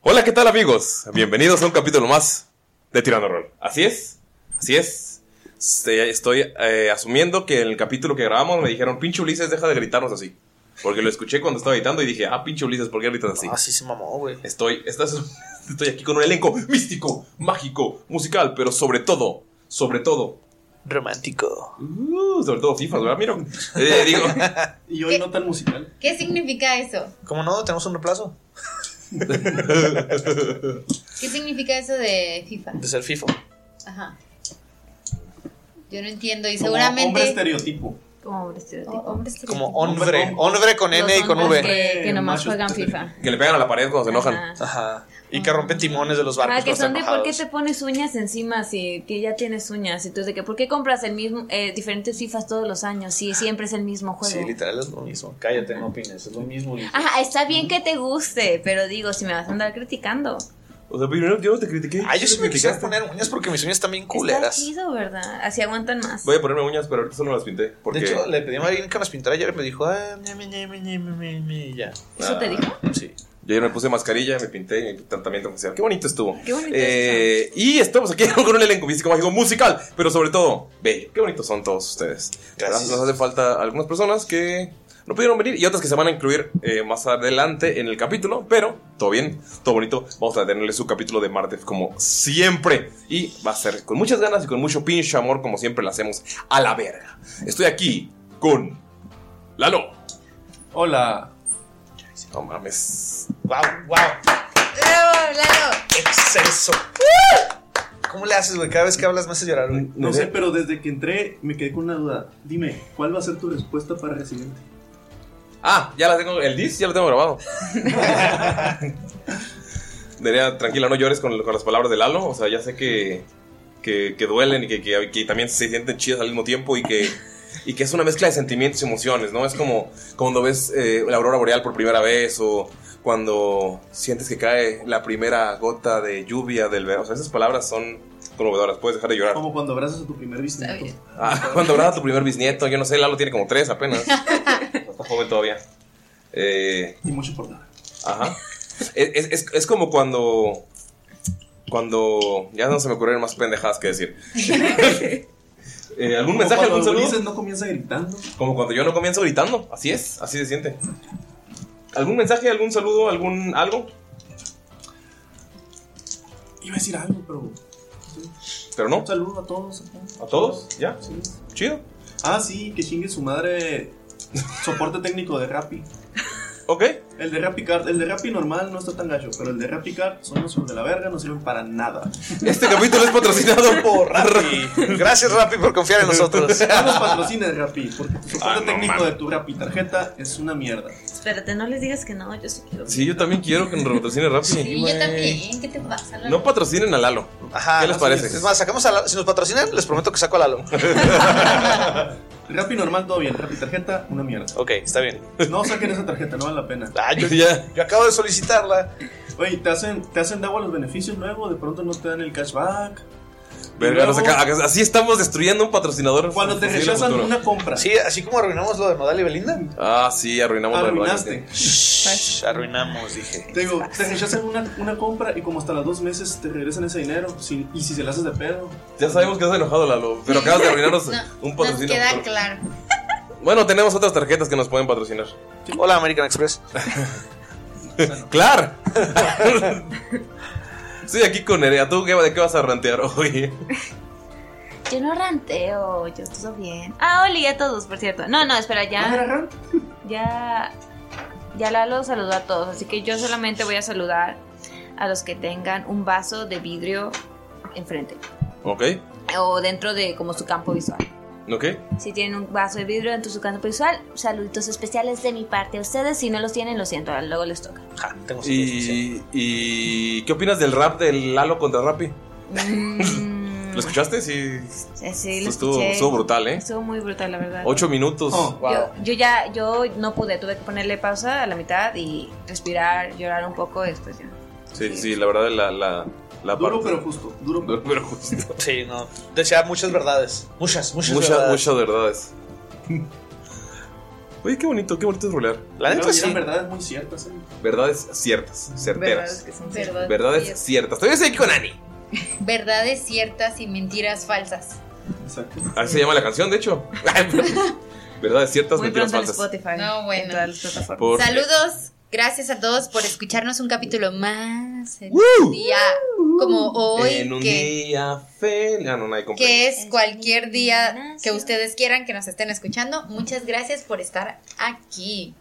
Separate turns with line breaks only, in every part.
Hola, ¿qué tal amigos? Bienvenidos a un capítulo más de Tirando Rol. Así es, así es. Este, Estoy eh, asumiendo que en el capítulo que grabamos me dijeron, pinche Ulises, deja de gritarnos así. Porque lo escuché cuando estaba editando y dije, ah, pinche Ulises, ¿por qué gritas así?
Así Ah, se mamó, güey.
Estoy, estás- estoy aquí con un elenco místico, mágico, musical, pero sobre todo, sobre todo,
Romántico.
uh, sobre todo FIFA, ¿verdad? Mira, eh, digo,
Y hoy no tan musical.
¿Qué significa eso?
¿Cómo no? ¿Tenemos un reemplazo?
¿Qué significa eso de FIFA?
De ser FIFO.
Pues
Ajá. Yo no entiendo y
Como Hombre
seguramente...
estereotipo.
Como hombre estereotipo.
Oh, hombre estereotipo.
Como hombre. Hombre con N y
Los
con
hombres
V.
Que, que nomás
Machos
juegan
estereotipos.
FIFA.
que le pegan a la pared cuando se enojan.
Ajá.
Ajá. Y que rompen timones de los barcos.
Ah, que
cuando
son de
están
por qué te
enojados.
pones uñas encima si ti- ya tienes uñas. Entonces, de que por qué compras el mismo, eh, diferentes FIFAs todos los años si siempre es el mismo juego. Ah.
Sí, literal es lo mismo. Cállate, no opines. Es lo mismo.
Ajá, está bien que te guste, pero digo, si me vas a andar criticando.
O sea, pero yo no- yo no te critiqué.
Ah, yo sí me quisiera poner
criticaste.
uñas porque mis uñas están bien
Está
culeras.
chido, ¿verdad? Así aguantan más.
Voy a ponerme uñas, pero ahorita solo las pinté. Porque...
De hecho, le pedí a alguien que las pintara ayer y me dijo, ah, ña, ña, ña, ña, ña, ña, ña, y ya.
¿Eso
Ah.
te dijo?
Sí.
Yo ayer me puse mascarilla, me pinté y tratamiento facial. Qué bonito estuvo.
Qué bonito
Eh, y estamos aquí con un elenco físico mágico musical, pero sobre todo, bello. Qué bonitos son todos ustedes.
Gracias.
Nos hace falta algunas personas que no pudieron venir y otras que se van a incluir eh, más adelante en el capítulo, pero todo bien, todo bonito. Vamos a tenerle su capítulo de martes como siempre. Y va a ser con muchas ganas y con mucho pinche amor, como siempre lo hacemos a la verga. Estoy aquí con Lalo.
Hola.
No mames.
Wow, wow.
¡Bravo, Lalo!
Exceso. ¿Cómo le haces, güey? Cada vez que hablas me hace llorar, güey.
No sé, pero desde que entré me quedé con una duda. Dime, ¿cuál va a ser tu respuesta para residente?
Ah, ya la tengo, el dis ya lo tengo grabado. Diría, tranquila, no llores con, con las palabras de Lalo. O sea, ya sé que, que, que duelen y que, que- que también se sienten chidas al mismo tiempo y que, y que es una mezcla de sentimientos y emociones, ¿no? Es como cuando ves eh, la aurora boreal por primera vez o cuando sientes que cae la primera gota de lluvia del verano. O sea, esas palabras son conmovedoras. Puedes dejar de llorar.
Como cuando abrazas a tu primer bisnieto.
Está
Ah, cuando habrá tu primer bisnieto, yo no sé, Lalo tiene como tres apenas. No está joven todavía. Eh.
Y mucho por nada.
Ajá. Es, es- es- es como cuando. Cuando. Ya no se me ocurrieron más pendejadas que decir. Eh, ¿Algún mensaje,
Cuando
algún saludo?
Ulises no comienza gritando.
Como cuando yo no comienzo gritando. Así es, así se siente. ¿Algún mensaje, algún saludo, algún algo?
Iba a decir algo, pero.
Pero no.
Un saludo a todos. acá.
¿A todos? ¿Ya?
Sí.
Chido.
Ah, sí, que chingue su madre. Soporte técnico de Rappi.
Ok.
El de Rappi Card, el de Rappi normal no está tan gacho, pero el de Rappi Card son los hijos de la verga, no sirven para nada.
Este capítulo es patrocinado por
Rappi. Gracias, Rappi, por confiar en nosotros.
No los patrocines, Rappi, porque tu soporte
Ah, no
técnico
mames.
de tu Rappi tarjeta es una mierda.
Espérate, no les digas que no, yo sí quiero.
Sí, yo también quiero que nos patrocine Rappi.
Sí, yo también. ¿Qué te pasa? Lalo?
No patrocinen a Lalo.
Ah,
Ajá.
¿Qué les parece?
Es más, sacamos a Lalo. Si nos patrocinan, les prometo que saco a Lalo.
Rappi normal todo bien, Rappi tarjeta, una mierda.
Ok, está bien.
No saquen esa tarjeta, no vale la pena.
Ah, yo,
Ya.
yo acabo de solicitarla.
Oye, te hacen, te hacen de agua los beneficios luego, de pronto no te dan el cashback.
Verga, nos
Luego,
acaba- así estamos destruyendo un patrocinador.
Cuando te
posible
rechazan
futuro.
una compra,
Sí, así como arruinamos lo de Nodal y Belinda.
Ah, sí, arruinamos la
arruinaste.
Shh, arruinamos, dije.
Te digo, te rechazan una, una compra y como hasta los dos meses te regresan ese dinero. si- y si se la haces de pedo.
Ya sabemos que has enojado, Lalo, pero acabas de arruinarnos
No,
un
nos
patrocinio.
queda
futuro.
claro.
Bueno, tenemos otras tarjetas que nos pueden patrocinar.
Hola, American Express.
¡Clar! Estoy aquí con Nerea. ¿Tú qué, de qué vas a rantear hoy?
Yo no ranteo, yo todo bien. Ah, Oli, a todos, por cierto. No, no, espera, ya.
Agarran.
Ya. Ya Lalo saludó a todos, así que yo solamente voy a saludar a los que tengan un vaso de vidrio enfrente
Ok,
o dentro de como su campo visual.
ok.
Si tienen un vaso de vidrio dentro de su campo visual, saluditos especiales de mi parte a ustedes. Si no los tienen, lo siento, luego les toca.
Ja, tengo saludos.
¿Y, y qué opinas del rap del Lalo contra Rappi?
Mm,
¿Lo escuchaste? Sí.
sí, sí, lo
Estuvo,
escuché.
estuvo brutal, ¿eh?
Estuvo muy brutal, la verdad.
Ocho minutos.
Oh,
Wow.
Yo, yo ya, yo no pude, tuve que ponerle pausa a la mitad y respirar, llorar un poco, después ya.
Sí, sí, la verdad, la, la, la
Duro
parte-
pero justo, duro pero
Duro pero justo.
Sí, no. Decía muchas verdades. Muchas, muchas
Muchas,
verdades.
muchas verdades. Oye, qué bonito, qué bonito es rolear.
La neta
Pero
sí.
eran verdades muy ciertas. ¿eh?
Verdades ciertas, certeras.
que son
Verdad.
Verdades
cier-
ciertas. Todavía estoy aquí con Ani.
Verdades ciertas y mentiras falsas.
Exacto.
Así se llama la canción, de hecho. verdades ciertas,
Muy
mentiras
pronto en
falsas.
Spotify.
No, bueno.
En todas las plataformas.
Por-
Saludos. Gracias a todos por escucharnos un capítulo más en
¡Woo!
un día como
en
hoy,
un
que,
día feliz. Ah, no, nadie comprende.
que es cualquier día que
Nació.
ustedes quieran que nos estén escuchando. Muchas gracias por estar aquí.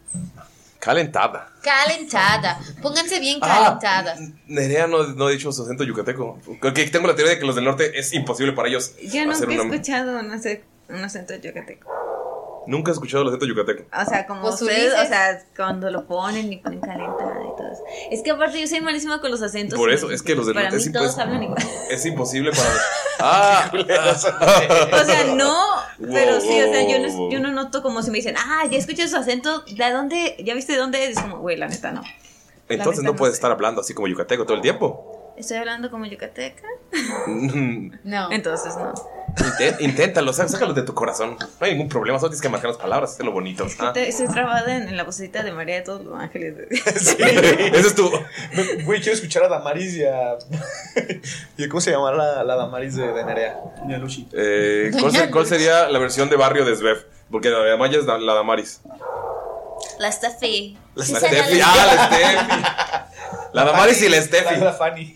Calentada.
Calentada. Pónganse bien
Ah,
calentadas.
Nerea no, no ha dicho su acento yucateco. Creo que tengo la teoría de que los del norte es imposible para ellos
Yo
hacer
nunca he
una-
escuchado un, ace- un acento yucateco.
Nunca he escuchado el acento yucateco.
O sea, como
Pues
ustedes,
Ulises.
o sea, cuando lo ponen y ponen calentada y todo eso. Es que aparte yo soy malísima con los acentos.
Por eso, es que los de-
Para mí
es
todos
imposible.
hablan igual.
Es imposible para. ¡Ah!
O sea, Ah, no, pero sí, o sea, yo
Wow.
no, yo no noto como si me dicen, ah, ya escuché su acento, ¿de dónde? ¿Ya viste de dónde? Es como, güey, la neta, no.
Entonces
La neta
no
no
puedes
sé.
estar hablando así como yucateco todo el tiempo.
Estoy hablando como yucateca.
No.
Entonces, no.
Inté- inténtalo, sá- sácalo de tu corazón. No hay ningún problema, solo tienes que marcar las palabras, es lo bonito. Ah.
Te- Estoy trabada en, en la vocecita de María de todos los ángeles.
Ese es tu.
Güey, quiero escuchar a Damaris y a. ¿Y cómo se llama la, la Damaris de, de Nerea?
Ni a Luchi.
Eh, ¿cuál, se- cuál sería la versión de barrio de Svev? Porque la de Amaya es la, la Damaris.
La Steffi.
La
Sí, será
Steffi.
la-
Ah, la Steffi. La Damaris y la
La,
Steffi.
la Fanny.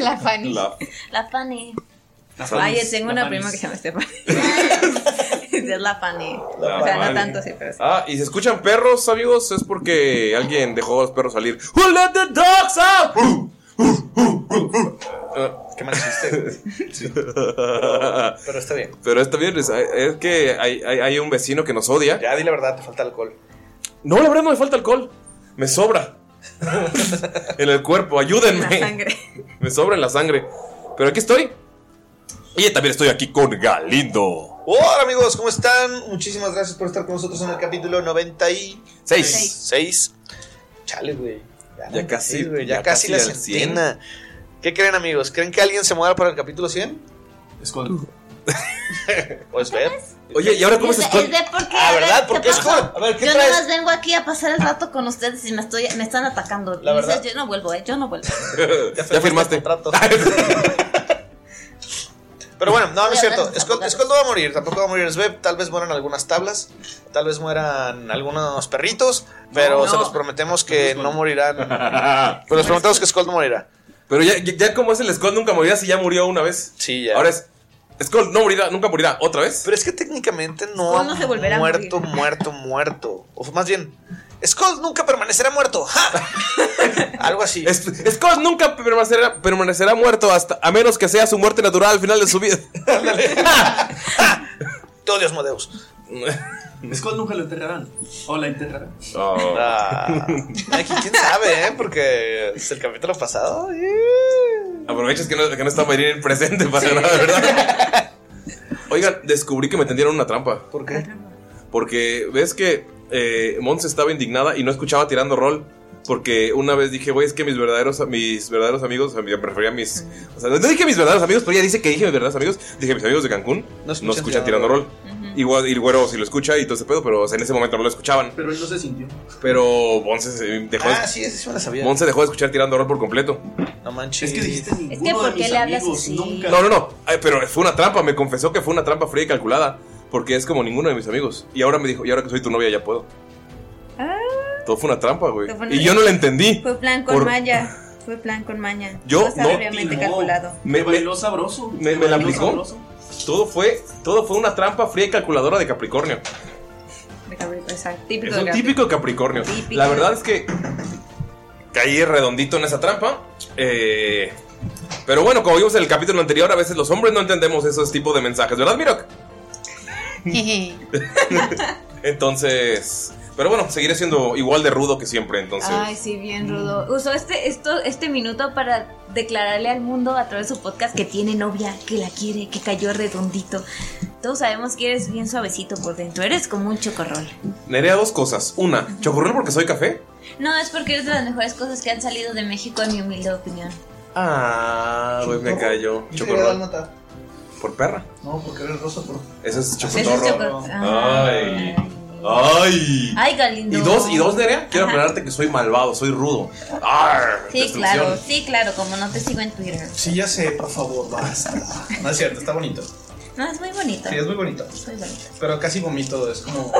La Fanny.
La-
La Fanny.
Las
Ay,
fanis,
tengo
las
una
fanis.
prima que se llama Stephanie. es la Fanny.
La
o sea,
Fanny.
no tanto, sí, pero sí.
Ah, y si escuchan perros, amigos, es porque alguien dejó a los perros salir. ¡Who let the dogs out? Uh, uh, uh, uh, uh. Ah,
Qué mal chiste, güey. Pero está bien.
Pero está bien, es, es que hay, hay- hay un vecino que nos odia.
Ya, di la verdad, te falta alcohol.
No, la verdad no me falta alcohol. Me sobra. en el cuerpo, ayúdenme.
La sangre.
Me sobra en la sangre. Pero aquí estoy. Y también estoy aquí con Galindo.
Hola, amigos, ¿cómo están? Muchísimas gracias por estar con nosotros en el capítulo 96.
Seis.
Seis.
Chale, güey.
Ya
96,
casi-
güey,
ya
ya casi la
casi al cien.
centena. ¿Qué creen, amigos? ¿Creen que alguien se muera para el capítulo 100?
Skull.
¿O es ver?
Oye, ¿y ahora cómo
Es
se
de,
esconde?
es de por qué.
Ah,
a ver,
¿verdad?
¿qué
Porque es
pasó?
como- a ver, ¿qué
Yo
traes?
nada más vengo aquí a pasar el rato con ustedes y me, estoy, me están atacando.
La verdad.
Dices, Yo
Ah,
no vuelvo, ¿eh? Yo no vuelvo.
Ya firmaste.
el contrato. Pero bueno, no, no es
Sí,
cierto.
hablando,
Scott,
hablando.
Scott no va a morir, tampoco va a morir Sveb. Tal vez mueran algunas tablas, tal vez mueran algunos perritos, pero
No,
se
no.
los prometemos que no morirán. Pero les prometemos que Scott no morirá.
Pero ya, ya, ya como es el Skull nunca morirá si ya murió una vez.
Sí, ya.
Ahora es. Skull no morirá, nunca morirá. ¿Otra vez?
Pero es que técnicamente no ha
Skull no se volverá a
muerto,
morir.
muerto, muerto. O más bien, Scott nunca permanecerá muerto. ¡Ja! Algo así.
Es- Skull nunca permanecerá, permanecerá muerto hasta a menos que sea su muerte natural al final de su vida.
Te odio, Modeus.
Scott nunca lo enterrarán. O la enterrarán.
Oh.
Ah. ¿Quién sabe, eh? Porque es el capítulo pasado. ¿eh?
Aprovechas que no, que no está Mayrin en presente para nada, ¿verdad? Oigan, descubrí que me tendieron una trampa.
¿Por qué?
Porque ves que eh, Monse estaba indignada y no escuchaba tirando rol. Porque una vez dije, güey, es que mis verdaderos, mis verdaderos amigos, o sea, me refería a mis. O sea, no dije mis verdaderos amigos, pero ella dice que dije mis verdaderos amigos. Dije, mis amigos de Cancún no escuchan, tirando rol. Igual, y el güero si lo escucha y todo ese pedo, pero o sea, en ese momento no lo escuchaban.
Pero él no se sintió.
Pero Monse se dejó, de-
Ah, sí, sí me la sabía.
Monse dejó de escuchar tirando rol por completo.
No manches.
Es que dijiste ninguno
Es que ¿por
de
qué
mis
le hablas
amigos
así?
nunca.
No, no, no. Ay, pero fue una trampa. Me confesó que fue una trampa fría y calculada. Porque es como ninguno de mis amigos. Y ahora me dijo, y ahora que soy tu novia ya puedo. Todo fue una trampa, güey.
Todo fue una-
Y yo no la entendí.
Ah, Fue plan con
Por-
maña. Fue plan con maña.
Yo
Todo estaba
no-
previamente
Te
calculado.
Me-
Me bailó sabroso.
me-
Te
me la
bailó
aplicó.
sabroso.
Todo fue, todo fue una trampa fría y calculadora de Capricornio.
De Gabriel, Exacto. Típico
Es
de
un
Gabriel.
típico Capricornio.
Típico.
La verdad es que caí redondito en esa trampa. Eh, pero bueno, como vimos en el capítulo anterior, a veces los hombres no entendemos esos tipos de mensajes, ¿verdad, Mirok?
Jeje.
Entonces. Pero bueno, seguiré siendo igual de rudo que siempre, entonces.
Ay, sí, bien rudo. Usó este, esto, este minuto para declararle al mundo a través de su podcast que tiene novia, que la quiere, que cayó redondito. Todos sabemos que eres bien suavecito por dentro. Eres como un chocorrol.
Nerea, dos cosas. Una, ¿chocorrol porque soy café?
No, es porque eres de las mejores cosas que han salido de México, en mi humilde opinión.
Ah, güey, me cayó. Chocorrol. Por perra.
No, porque eres rosa, por
Ese es
Ese es
chocotorro.
chocor-
Ay.
Ay.
Ay.
Ay, Galindo.
Y dos, y dos, Nerea, quiero
Ajá.
aclararte que soy malvado, soy rudo. Arr,
Sí,
destrucción.
claro, sí, claro, como no te sigo en Twitter.
Sí, ya sé, por favor, basta. No es cierto, está bonito. Sí,
No, es muy bonito.
es muy bonito.
muy bonito.
Pero casi vomito, es como.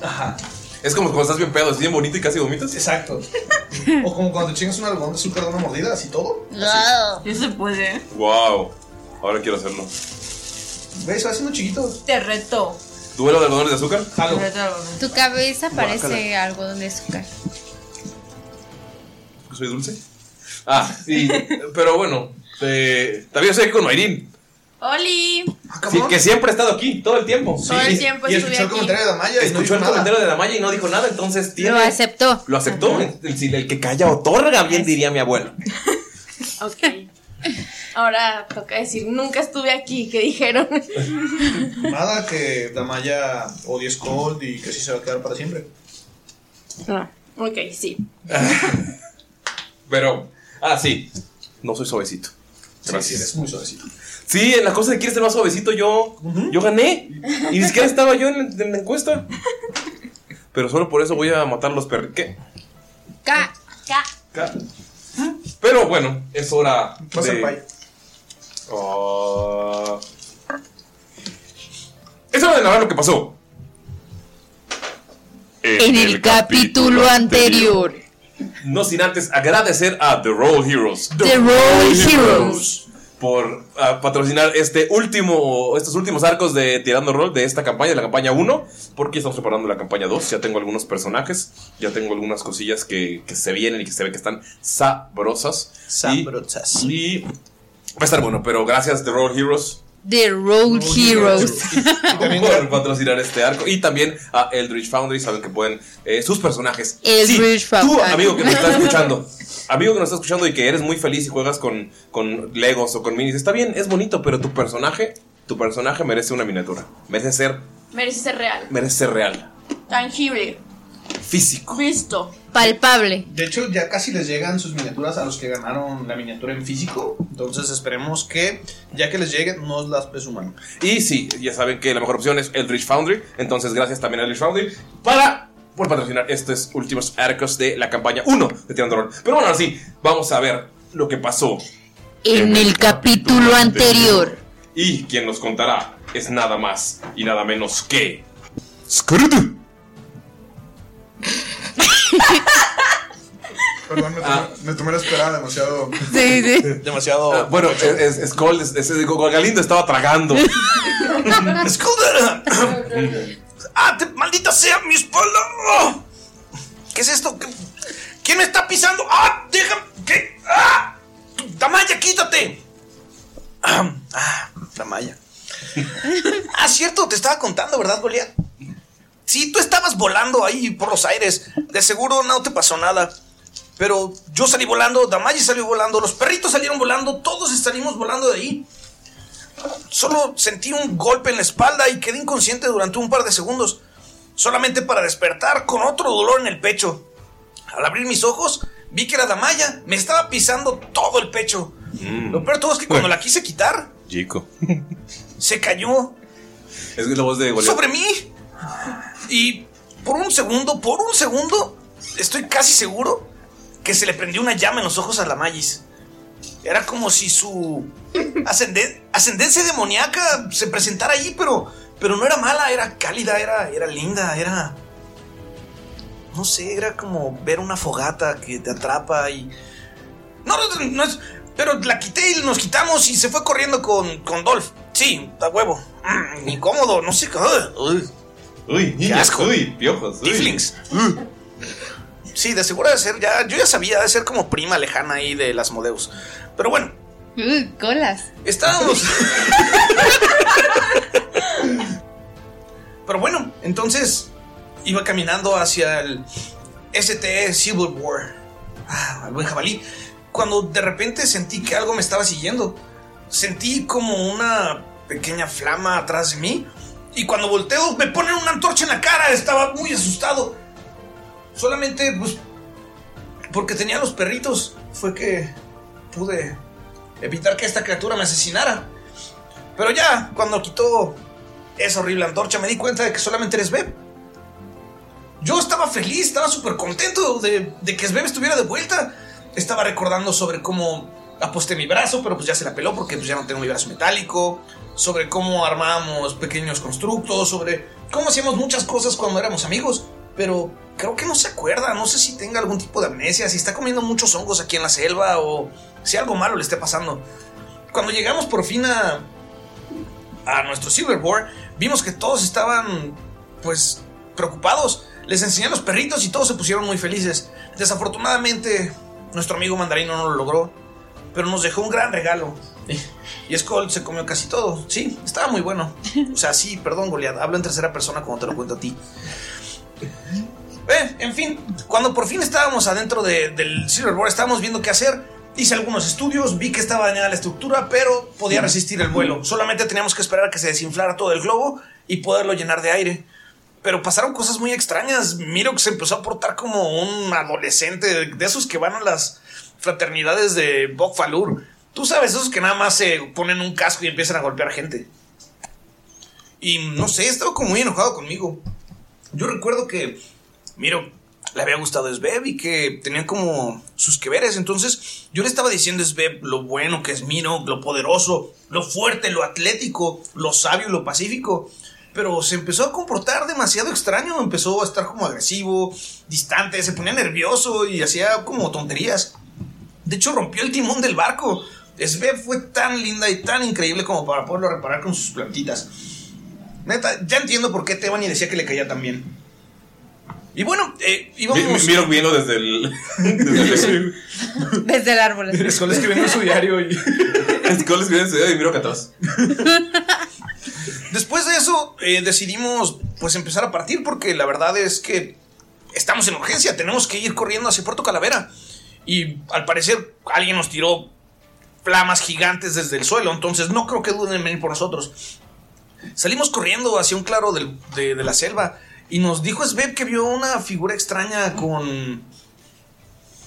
Ajá,
Es como cuando estás bien pedo, es bien bonito y casi vomitas.
exacto. O como cuando te chingas un algodón de azúcar de una mordida, así todo.
Eso puede.
Wow. Ahora quiero hacerlo.
¿Ves? Va haciendo chiquitos.
Te reto.
¿Duelo de algodones de azúcar?
Jalo.
Tu cabeza parece algodón de azúcar.
Porque Pues soy dulce. Ah, sí. pero bueno, eh, también estoy aquí con Mayrin.
Oli,
Sí, que siempre ha estado aquí, todo el tiempo.
todo el tiempo
Y
estuve
escuchó el
aquí.
comentario de Damaya y no
Escuchó
dijo
el
nada.
comentario de Damaya y no dijo nada, entonces tiene.
Lo aceptó.
Lo aceptó. El, el- el que calla otorga, bien diría mi abuelo.
Ok. Ahora toca decir, nunca estuve aquí, que dijeron.
Nada que Damaya odie Scold y que sí se va a quedar para siempre.
Ah.
No. Ok, sí.
Pero, ah, sí. No soy suavecito.
Sí,
Gracias.
eres muy suavecito.
Sí, en la cosa de quieres ser más suavecito, yo, yo gané. Y ni siquiera estaba yo en, la- en la encuesta. Pero solo por eso voy a matar los perros. ¿Qué?
Ca- ca-
Ca- Pero bueno, es hora
No
de-
senpai.
Ah. Es hora de narrar lo que pasó.
En el capítulo anterior.
No sin antes agradecer a The Roll Heroes.
The Roll Heroes.
Por ah, patrocinar este último, estos últimos arcos de Tirando Roll de esta campaña, de la campaña 1, porque estamos preparando la campaña 2. Ya tengo algunos personajes, ya tengo algunas cosillas que, que se vienen y que se ve que están sabrosas. Y-
Sabrosas.
Y, va a estar bueno, pero gracias The Roll Heroes
The Road Heroes.
por patrocinar este arco. Y también a Eldritch Foundry, saben que pueden eh, sus personajes.
Eldritch
Tú,
Foundry.
amigo que nos está escuchando, amigo que nos está escuchando y que eres muy feliz y juegas con, con Legos o con minis, está bien, es bonito, pero tu personaje, tu personaje merece una miniatura. Merece ser,
Merece ser real.
merece ser real,
Tangible.
físico.
Visto.
Palpable.
De hecho, ya casi les llegan sus miniaturas a los que ganaron la miniatura en físico. Entonces esperemos que, ya que les lleguen, nos las presuman.
Y sí, ya saben que la mejor opción es Eldritch Foundry, entonces gracias también a Eldritch Foundry para por patrocinar estos últimos arcos de la campaña 1 de Tirando Rol. Pero bueno, ahora sí, vamos a ver lo que pasó
En el capítulo anterior.
Y quien nos contará es nada más y nada menos que.
Perdón, me tomé,
Ah.
me tomé la esperada demasiado.
Sí, sí.
Demasiado.
Ah, bueno, es, es, es Col- es- es- Galindo estaba tragando.
¡Scooter! ¡Ah, te- maldita sea mi espalda! ¡Oh! ¿Qué es esto? ¿Qué- ¿Quién me está pisando? ¡Ah, déjame! ¿Qué? ¡Ah! ¡Tamaya, quítate! Ah, ah, Tamaya. Ah, cierto, te estaba contando, ¿verdad, Goliat? Sí, tú estabas volando ahí por los aires. De seguro no te pasó nada. Pero yo salí volando, Damaya salió volando, los perritos salieron volando, todos salimos volando de ahí. Solo sentí un golpe en la espalda y quedé inconsciente durante un par de segundos, solamente para despertar con otro dolor en el pecho. Al abrir mis ojos, vi que era Damaya, me estaba pisando todo el pecho. Lo peor de todo es que cuando la quise quitar,
Chico.
se cayó
Es que es la voz de Goliat.
sobre mí. Y por un segundo, por un segundo, estoy casi seguro que se le prendió una llama en los ojos a la Mayis. Era como si su ascenden- ascendencia demoníaca se presentara allí, pero, pero no era mala, era cálida, era, era linda, era... No sé, era como ver una fogata que te atrapa y... No, no, no es... Pero la quité y nos quitamos y se fue corriendo con, con Dolph. Sí, a huevo. Mm, incómodo, no sé qué. Uy,
uy,
qué asco.
uy, piojos. uy.
Tieflings. Sí, de seguro de ser ya. Yo ya sabía de ser como prima lejana ahí de las Modeus. Pero bueno,
Uh, colas.
estábamos. Pero bueno, entonces iba caminando hacia el STE Civil War. Ah, al buen jabalí. Cuando de repente sentí que algo me estaba siguiendo. Sentí como una pequeña flama atrás de mí. Y cuando volteo me ponen una antorcha en la cara. Estaba muy asustado. Solamente pues, porque tenía los perritos. Fue que pude evitar que esta criatura me asesinara. Pero ya, cuando quitó esa horrible antorcha, me di cuenta de que solamente eres Beb. Yo estaba feliz, estaba súper contento de, de que Sveb estuviera de vuelta. Estaba recordando sobre cómo aposté mi brazo, pero pues ya se la peló porque pues ya no tengo mi brazo metálico. Sobre cómo armábamos pequeños constructos, sobre cómo hacíamos muchas cosas cuando éramos amigos. Pero creo que no se acuerda, no sé si tenga algún tipo de amnesia, si está comiendo muchos hongos aquí en la selva o si algo malo le esté pasando. Cuando llegamos por fin a, a nuestro Silverboard, vimos que todos estaban, pues, preocupados. Les enseñé a los perritos y todos se pusieron muy felices. Desafortunadamente, nuestro amigo mandarino no lo logró, pero nos dejó un gran regalo. Y Skull se comió casi todo. Sí, estaba muy bueno. O sea, sí, perdón, Goliath. Hablo en tercera persona cuando te lo cuento a ti. Eh, en fin, cuando por fin estábamos adentro de- del Silverboard, estábamos viendo qué hacer. Hice algunos estudios, vi que estaba dañada la estructura, pero podía resistir el vuelo. Solamente teníamos que esperar a que se desinflara todo el globo y poderlo llenar de aire. Pero pasaron cosas muy extrañas. Miro que se empezó a portar como un adolescente de esos que van a las fraternidades de Bokfalur. Tú sabes, esos que nada más se ponen un casco y empiezan a golpear gente. Y no sé, estaba como muy enojado conmigo. Yo recuerdo que Miro, le había gustado Sveb y que tenían como sus que veres. Entonces yo le estaba diciendo a Sveb lo bueno que es Miro, lo poderoso, lo fuerte, lo atlético, lo sabio y lo pacífico. Pero se empezó a comportar demasiado extraño, empezó a estar como agresivo, distante, se ponía nervioso y hacía como tonterías. De hecho, rompió el timón del barco. Sveb fue tan linda y tan increíble como para poderlo reparar con sus plantitas. Neta, ya entiendo por qué Teban y decía que le caía tan bien. Y bueno, eh,
Mi- mi-
íbamos.
Miro viendo desde el. Desde el
Desde el árbol.
Skull escribiendo su diario y.
Skull escribiendo su dedo y miro que atrás.
Después de eso, eh, decidimos pues empezar a partir porque la verdad es que estamos en urgencia, tenemos que ir corriendo hacia Puerto Calavera. Y al parecer alguien nos tiró flamas gigantes desde el suelo, entonces no creo que duden en venir por nosotros. Salimos corriendo hacia un claro del- de, de la selva y nos dijo Sveb que vio una figura extraña con...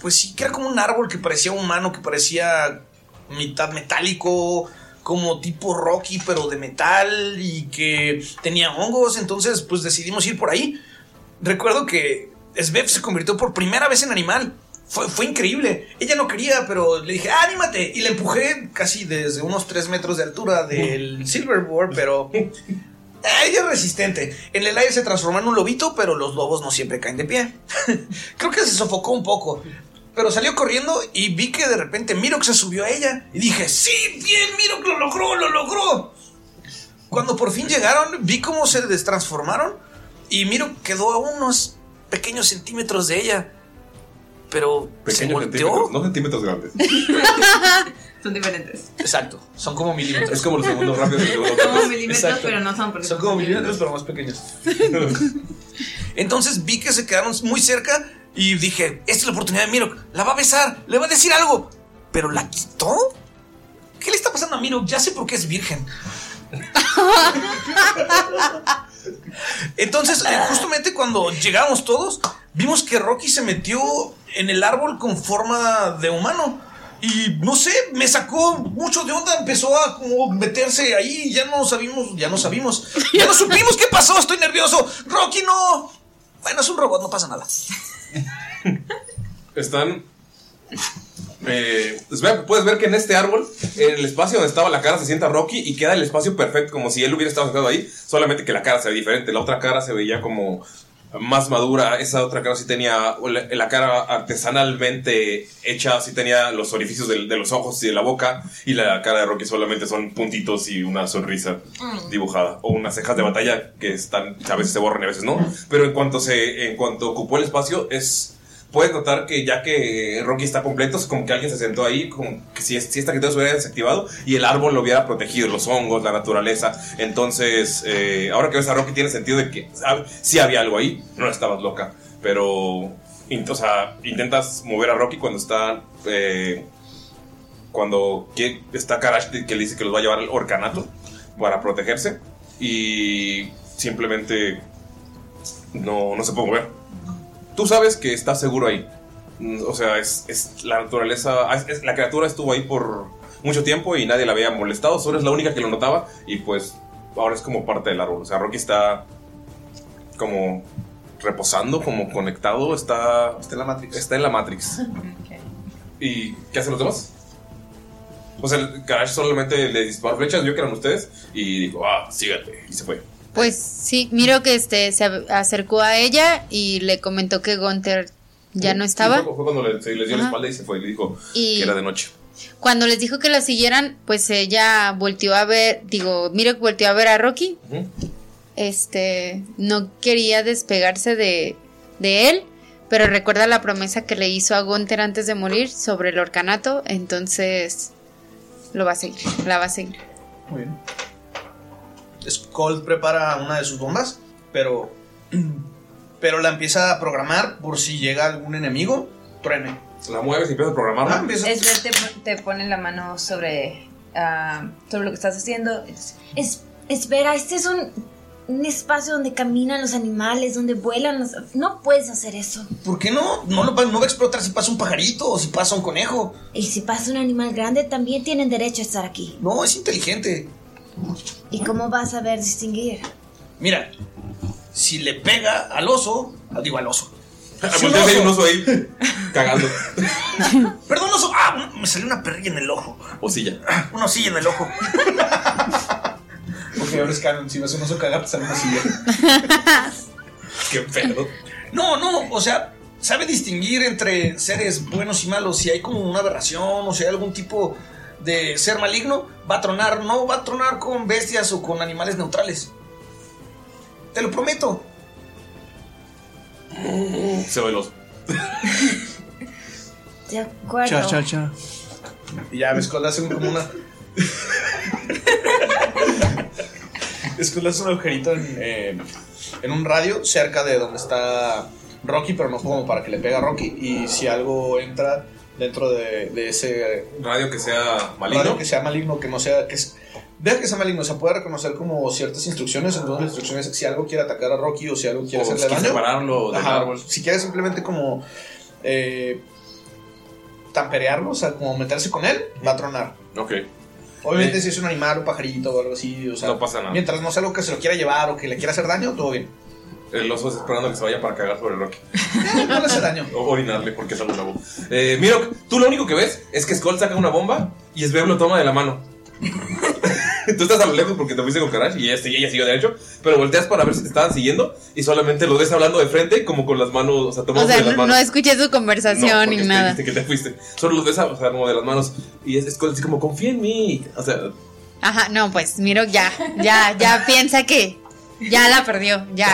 Pues sí, que era como un árbol que parecía humano, que parecía mitad metálico, como tipo Rocky, pero de metal y que tenía hongos. Entonces, pues decidimos ir por ahí. Recuerdo que Sveb se convirtió por primera vez en animal. Fue, fue increíble. Ella no quería, pero le dije, ¡anímate! Y la empujé casi desde unos 3 metros de altura del Silverboard, pero. Ah, Ella es resistente. En el aire se transformó en un lobito, pero los lobos no siempre caen de pie. Creo que se sofocó un poco. Pero salió corriendo y vi que de repente Mirok se subió a ella. Y dije, ¡sí, bien, Mirok lo logró, lo logró! Cuando por fin llegaron, vi cómo se destransformaron y Mirok quedó a unos pequeños centímetros de ella. Pero se
Pequeños
volteó.
centímetros, no centímetros grandes.
Son diferentes.
Exacto, son como milímetros.
Es como los segundos rápidos y los segundos
Como milímetros,
Exacto.
pero no son. porque
Son como milímetros, pero más pequeños. Entonces vi que se quedaron muy cerca y dije, esta es la oportunidad de Mirok, la va a besar, le va a decir algo. Pero la quitó. ¿Qué le está pasando a Mirok? Ya sé por qué es virgen. Entonces, eh, justamente cuando llegamos todos, vimos que Rocky se metió en el árbol con forma de humano. Y no sé, me sacó mucho de onda, empezó a como meterse ahí, y ya no sabíamos, ya no sabíamos, ya no supimos qué pasó, estoy nervioso, Rocky no. Bueno, es un robot, no pasa nada.
Están. eh, pues ve- puedes ver que en este árbol, en el espacio donde estaba la cara, se sienta Rocky y queda el espacio perfecto, como si él hubiera estado sentado ahí, solamente que la cara se ve diferente. La otra cara se veía como más madura, esa otra cara sí tenía la, la cara artesanalmente hecha, sí tenía los orificios del- de, los ojos y de la boca, y la cara de Rocky solamente son puntitos y una sonrisa dibujada o unas cejas de batalla que están a veces se borran y a veces no pero en cuanto se en cuanto ocupó el espacio es puedes notar que ya que Rocky está completo es como que alguien se sentó ahí como que si, si esta criatura se hubiera desactivado y el árbol lo hubiera protegido los hongos la naturaleza entonces eh, ahora que ves a Rocky tiene sentido de que ah, sí había algo ahí no estabas loca pero int- o sea, intentas mover a Rocky cuando está eh, cuando que- está Karash que le dice que los va a llevar al orcanato para protegerse y simplemente no, no se puede mover. Tú sabes que está seguro ahí. Mm, O sea, es, es la naturaleza, ah, es- es- la criatura estuvo ahí por mucho tiempo y nadie la había molestado, solo es la única que lo notaba y pues ahora es como parte del árbol. O sea, Rocky está como reposando, como conectado, está... Está en la Matrix. Está en la Matrix. ¿Y qué hacen los demás? O sea, Pues el Karash solamente le disparó flechas, vio que eran ustedes y dijo, ah, sígate. Y se fue.
Pues sí, miro que este se a- acercó a ella y le comentó que Gunther ya no
Sí,
estaba.
fue, fue cuando le, se- les dio la
Ajá.
espalda y se fue y le dijo
Y-
que era de noche.
Cuando les dijo que la siguieran, pues ella volteó a ver, digo, miro que volteó a ver a Rocky.
Ujú.
Este, no quería despegarse de, de él, pero recuerda la promesa que le hizo a Gunther antes de morir sobre el orcanato, entonces lo va a seguir, la va a seguir.
Muy bien. Skull prepara una de sus bombas, pero. Pero la empieza a programar por si llega algún enemigo, truene.
La mueves y empieza a programarla.
Ah, empieza-
Es ver, te, pon- te ponen la mano sobre, ah, sobre lo que estás haciendo. Entonces,
Es,
espera, este es un, un espacio donde caminan los animales, donde vuelan los... No puedes hacer eso.
¿Por qué no? No, lo, pa- no va a explotar si pasa un pajarito o si pasa un conejo.
Y si pasa un animal grande, también tienen derecho a estar aquí.
No, es inteligente.
¿Y cómo vas a ver distinguir?
Mira, si le pega al oso, ah, digo al oso. Si un
Volteas y hay un
oso-
oso ahí cagando.
Perdón, oso. Ah, me salió una perrilla en el ojo.
Osilla.
Una osilla en el ojo.
Porque ahora es canon. Si vas a un oso cagar, te sale una silla.
Qué pedo.
No, no, o sea, sabe distinguir entre seres buenos y malos. Si hay como una aberración o si hay algún tipo de ser maligno, va a tronar. No va a tronar con bestias o con animales neutrales. Te lo prometo.
Se ve el oso.
De acuerdo.
cha. Y ya, Skull hace un- como una. Skull hace un agujerito en, en- en un radio cerca de donde está Rocky, pero no como para que le pegue a Rocky. Y si algo entra dentro de, de ese
Radio que sea maligno.
radio que sea maligno, que no sea. Que es, vea que sea maligno, se puede reconocer como ciertas instrucciones. Entonces, las instrucciones si algo quiere atacar a Rocky o si algo quiere
O si
hacerle
quiere
daño.
separarlo del
Ajá,
árbol.
Si quiere simplemente como. eh, tamperearlo, o sea, como meterse con él, va a tronar.
Ok.
Obviamente,
Eh.
si es un animal, un pajarito o algo así, o sea.
No pasa nada.
Mientras no sea algo que se lo quiera llevar o que le quiera hacer daño, todo bien.
El oso es esperando que se vaya para cagar sobre Loki.
Eh, No le hace daño.
O orinarle porque sale una bomba. Eh, Mirok, tú lo único que ves es que Skull saca una bomba y Svev lo toma de la mano. tú estás a lo lejos porque te fuiste con Karash y ella, y ella siguió derecho, pero volteas para ver si te estaban siguiendo y solamente lo ves hablando de frente como con las manos, o sea,
O
tomando
sea,
de las
no,
manos.
no escuché tu conversación ni
porque
nada.
te- que te fuiste. Solo los ves o sea, como de las manos y es, es así como confía en mí. O sea,
Ajá, no, pues miro ya, ya, ya piensa que ya la perdió, ya.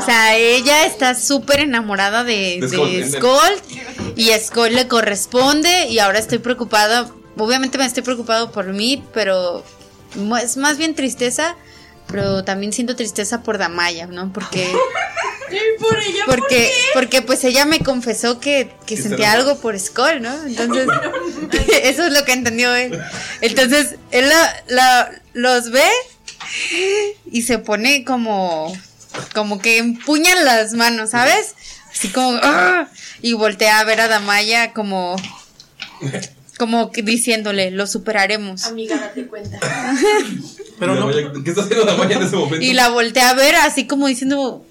O sea, ella está súper enamorada de,
De
de
Skull, ¿entienden?
Skull, y a Skull le corresponde y ahora estoy preocupada, obviamente me estoy preocupado por mí, pero mu- es más bien tristeza, pero también siento tristeza por Damaya, ¿no? Porque
por ella, ¿por
porque
qué?
porque pues ella me confesó que, que
Que se
sentía
enamoró.
algo por Skull, ¿no? Entonces eso es lo que entendió él. Entonces, él la- la- los ve y se pone como, como que empuñan las manos, ¿sabes? Así como, ¡ah! y voltea a ver a Damaya como, como que diciéndole, lo superaremos.
Amiga, date cuenta.
Pero no. ¿Qué está haciendo la malla en ese momento?
Y la voltea a ver así como diciendo,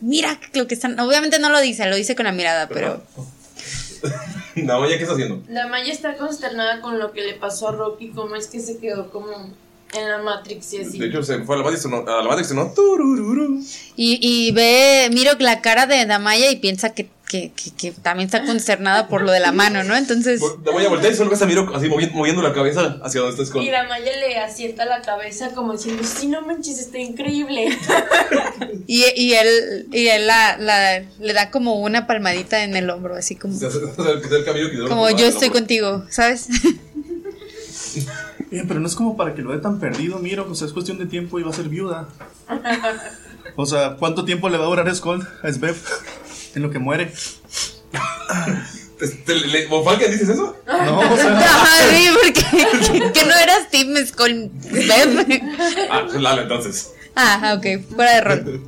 mira lo que están, obviamente no lo dice, lo dice con la mirada, pero...
La malla, ¿qué está haciendo?
La Maya está consternada con lo que le pasó a Rocky, cómo es que se quedó como en la Matrix y así.
De hecho, se fue a la Matrix, ¿no? A la Matrix, ¿no? Turururu.
Y, y ve, miro la cara de Damaya y piensa que, que- que- que también está consternada por lo de la mano, ¿no? Entonces...
La malla voltea y solo ves a Miro así movi- moviendo la cabeza hacia donde está Skull.
Y la Maya le asienta la cabeza como diciendo, sí, no manches, está increíble.
Y, y él, y él la, la- le da como una palmadita en el hombro, así como,
Se acerca- se acerca a Miro que
como yo estoy contigo, ¿sabes?
Bien, pero no es como para que lo dé tan perdido, mira, o sea, es cuestión de tiempo y va a ser viuda. O sea, ¿cuánto tiempo le va a durar Skull a Svev en lo que muere?
Este, le- le- ¿Bofalken dices eso?
No, o
Ajá,
sea,
sí, porque que, que no eras Team Skull Beb.
Ah, pues Lalo, entonces.
Ah, ok, fuera de rol.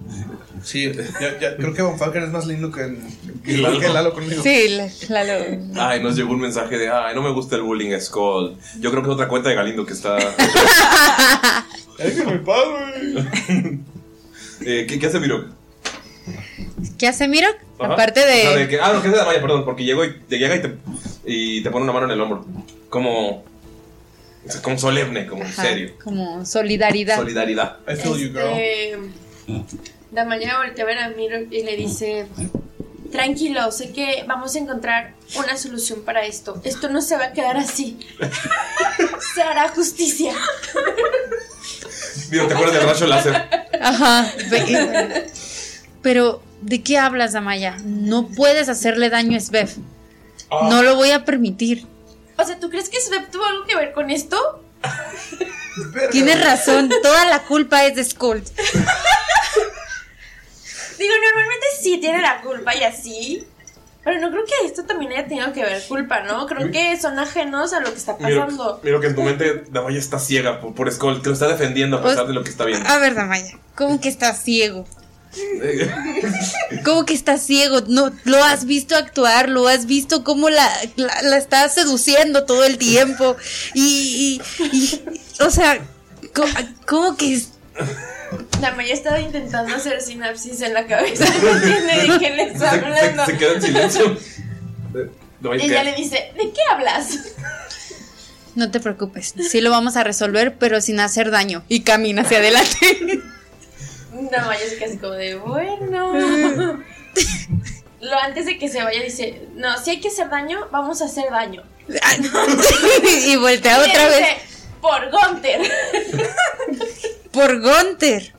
Sí, ya, ya, creo que Von Falken es más lindo que, en-
Que Lalo.
que Lalo conmigo.
Sí, la- Lalo.
Ay, nos llegó un mensaje de, ay, no me gusta el bullying, Skull. Yo creo que es otra cuenta de Galindo que está...
Es que me padre.
Eh, ¿qué, qué hace Miro?
¿Qué hace Miro?
Ajá.
Aparte
O sea,
de...
que- ah, no, que es de la malla, perdón, porque llegó y te llega y te, y te pone una mano en el hombro. Como... o sea, Como solemne, como
ajá,
serio.
como solidaridad.
Solidaridad. I feel you,
Este,
Eh, la Maya voltea a ver a Miro y le dice, tranquilo, sé que vamos a encontrar una solución para esto. Esto no se va a quedar así. Se hará justicia.
Miro, ¿te acuerdas del rayo láser?
Ajá. ve- Pero, ¿de qué hablas, Damaya? No puedes hacerle daño a Svev. No lo voy a permitir.
O sea, ¿tú crees que Svep tuvo algo que ver con esto?
Tienes razón, toda la culpa es de Skull.
Digo, normalmente sí tiene la culpa y así. Pero no creo que esto también haya tenido que ver culpa, ¿no? Creo que son ajenos a lo que está
Miro,
pasando.
miro que en tu mente Damaya está ciega por, por Skull, que lo está defendiendo a pesar de lo que está viendo.
A ver, Damaya, ¿cómo que estás ciego? ¿Cómo que estás ciego? No, lo has visto actuar, lo has visto cómo la, la, la estás seduciendo todo el tiempo. Y, y- y- o sea, co- ¿cómo, que es?
La Maya estaba intentando hacer sinapsis en la cabeza. No entiende de qué le está hablando.
Se queda en silencio. Eh, Damaya
Ella
queda-
le dice, ¿de qué hablas?
No te preocupes, sí lo vamos a resolver, pero sin hacer daño. Y camina hacia adelante.
La Maya es casi como de, bueno. Lo antes de que se vaya dice, no, si hay que hacer daño, vamos a hacer daño.
y voltea
Y le
otra vez
dice, Por Gunter.
por Gunter.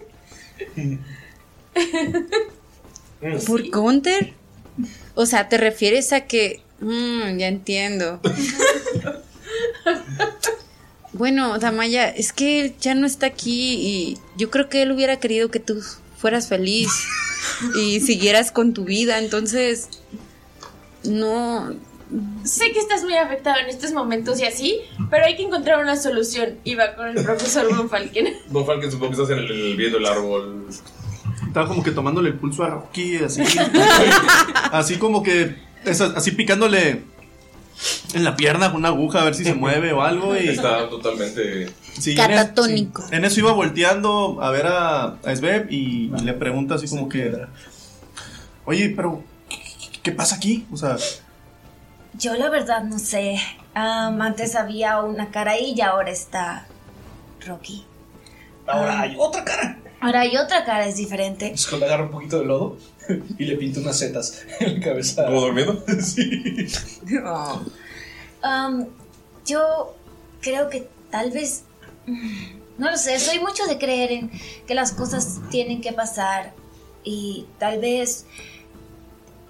¿Por Gunter? O sea, ¿te refieres a que... Mm, ya entiendo. Bueno, Damaya, es que él ya no está aquí y yo creo que él hubiera querido que tú fueras feliz y siguieras con tu vida, entonces... No...
Sé que estás muy afectado en estos momentos y así, pero hay que encontrar una solución. Y va con el profesor Von Falken.
Von Falken supongo que estás en el, el- viendo el árbol.
estaba como que tomándole el pulso a Rocky, así. así como que, esa- así picándole en la pierna con una aguja a ver si se mueve o algo. Y
Está totalmente
Sí, en es-
Catatónico.
En eso iba volteando a ver a, a Sveb y, y le pregunta así como que. Oye, pero. ¿qué, qué- qué pasa aquí? O sea.
Yo la verdad no sé. Am, antes había una cara ahí y ahora está Rocky.
Ahora hay otra cara.
Ahora hay otra cara, es diferente.
Skull agarra un poquito de lodo y le pinta unas setas en la cabeza. ¿Como
durmiendo?
sí.
Am, yo creo que tal vez... mm, No lo sé, soy mucho de creer en que las cosas tienen que pasar y tal vez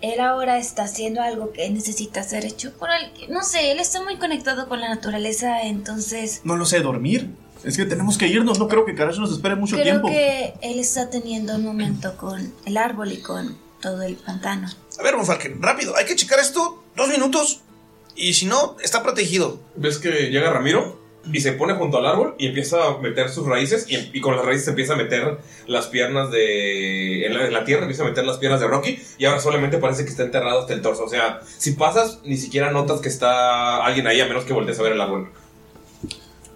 él ahora está haciendo algo que necesita ser hecho por alguien. No sé, él está muy conectado con la naturaleza, entonces
No lo sé, dormir. Es que tenemos que irnos. No creo que Karash nos espere mucho
creo
tiempo.
que él está teniendo un momento con el árbol y con todo el pantano.
A ver, Bonfalken, rápido, hay que checar esto. Dos minutos. Y si no, está protegido.
¿Ves que llega Ramiro? Y se pone junto al árbol y empieza a meter sus raíces y, y con las raíces empieza a meter las piernas de... En la, en la tierra empieza a meter las piernas de Rocky y ahora solamente parece que está enterrado hasta el torso. O sea, si pasas ni siquiera notas que está alguien ahí a menos que voltees a ver el árbol.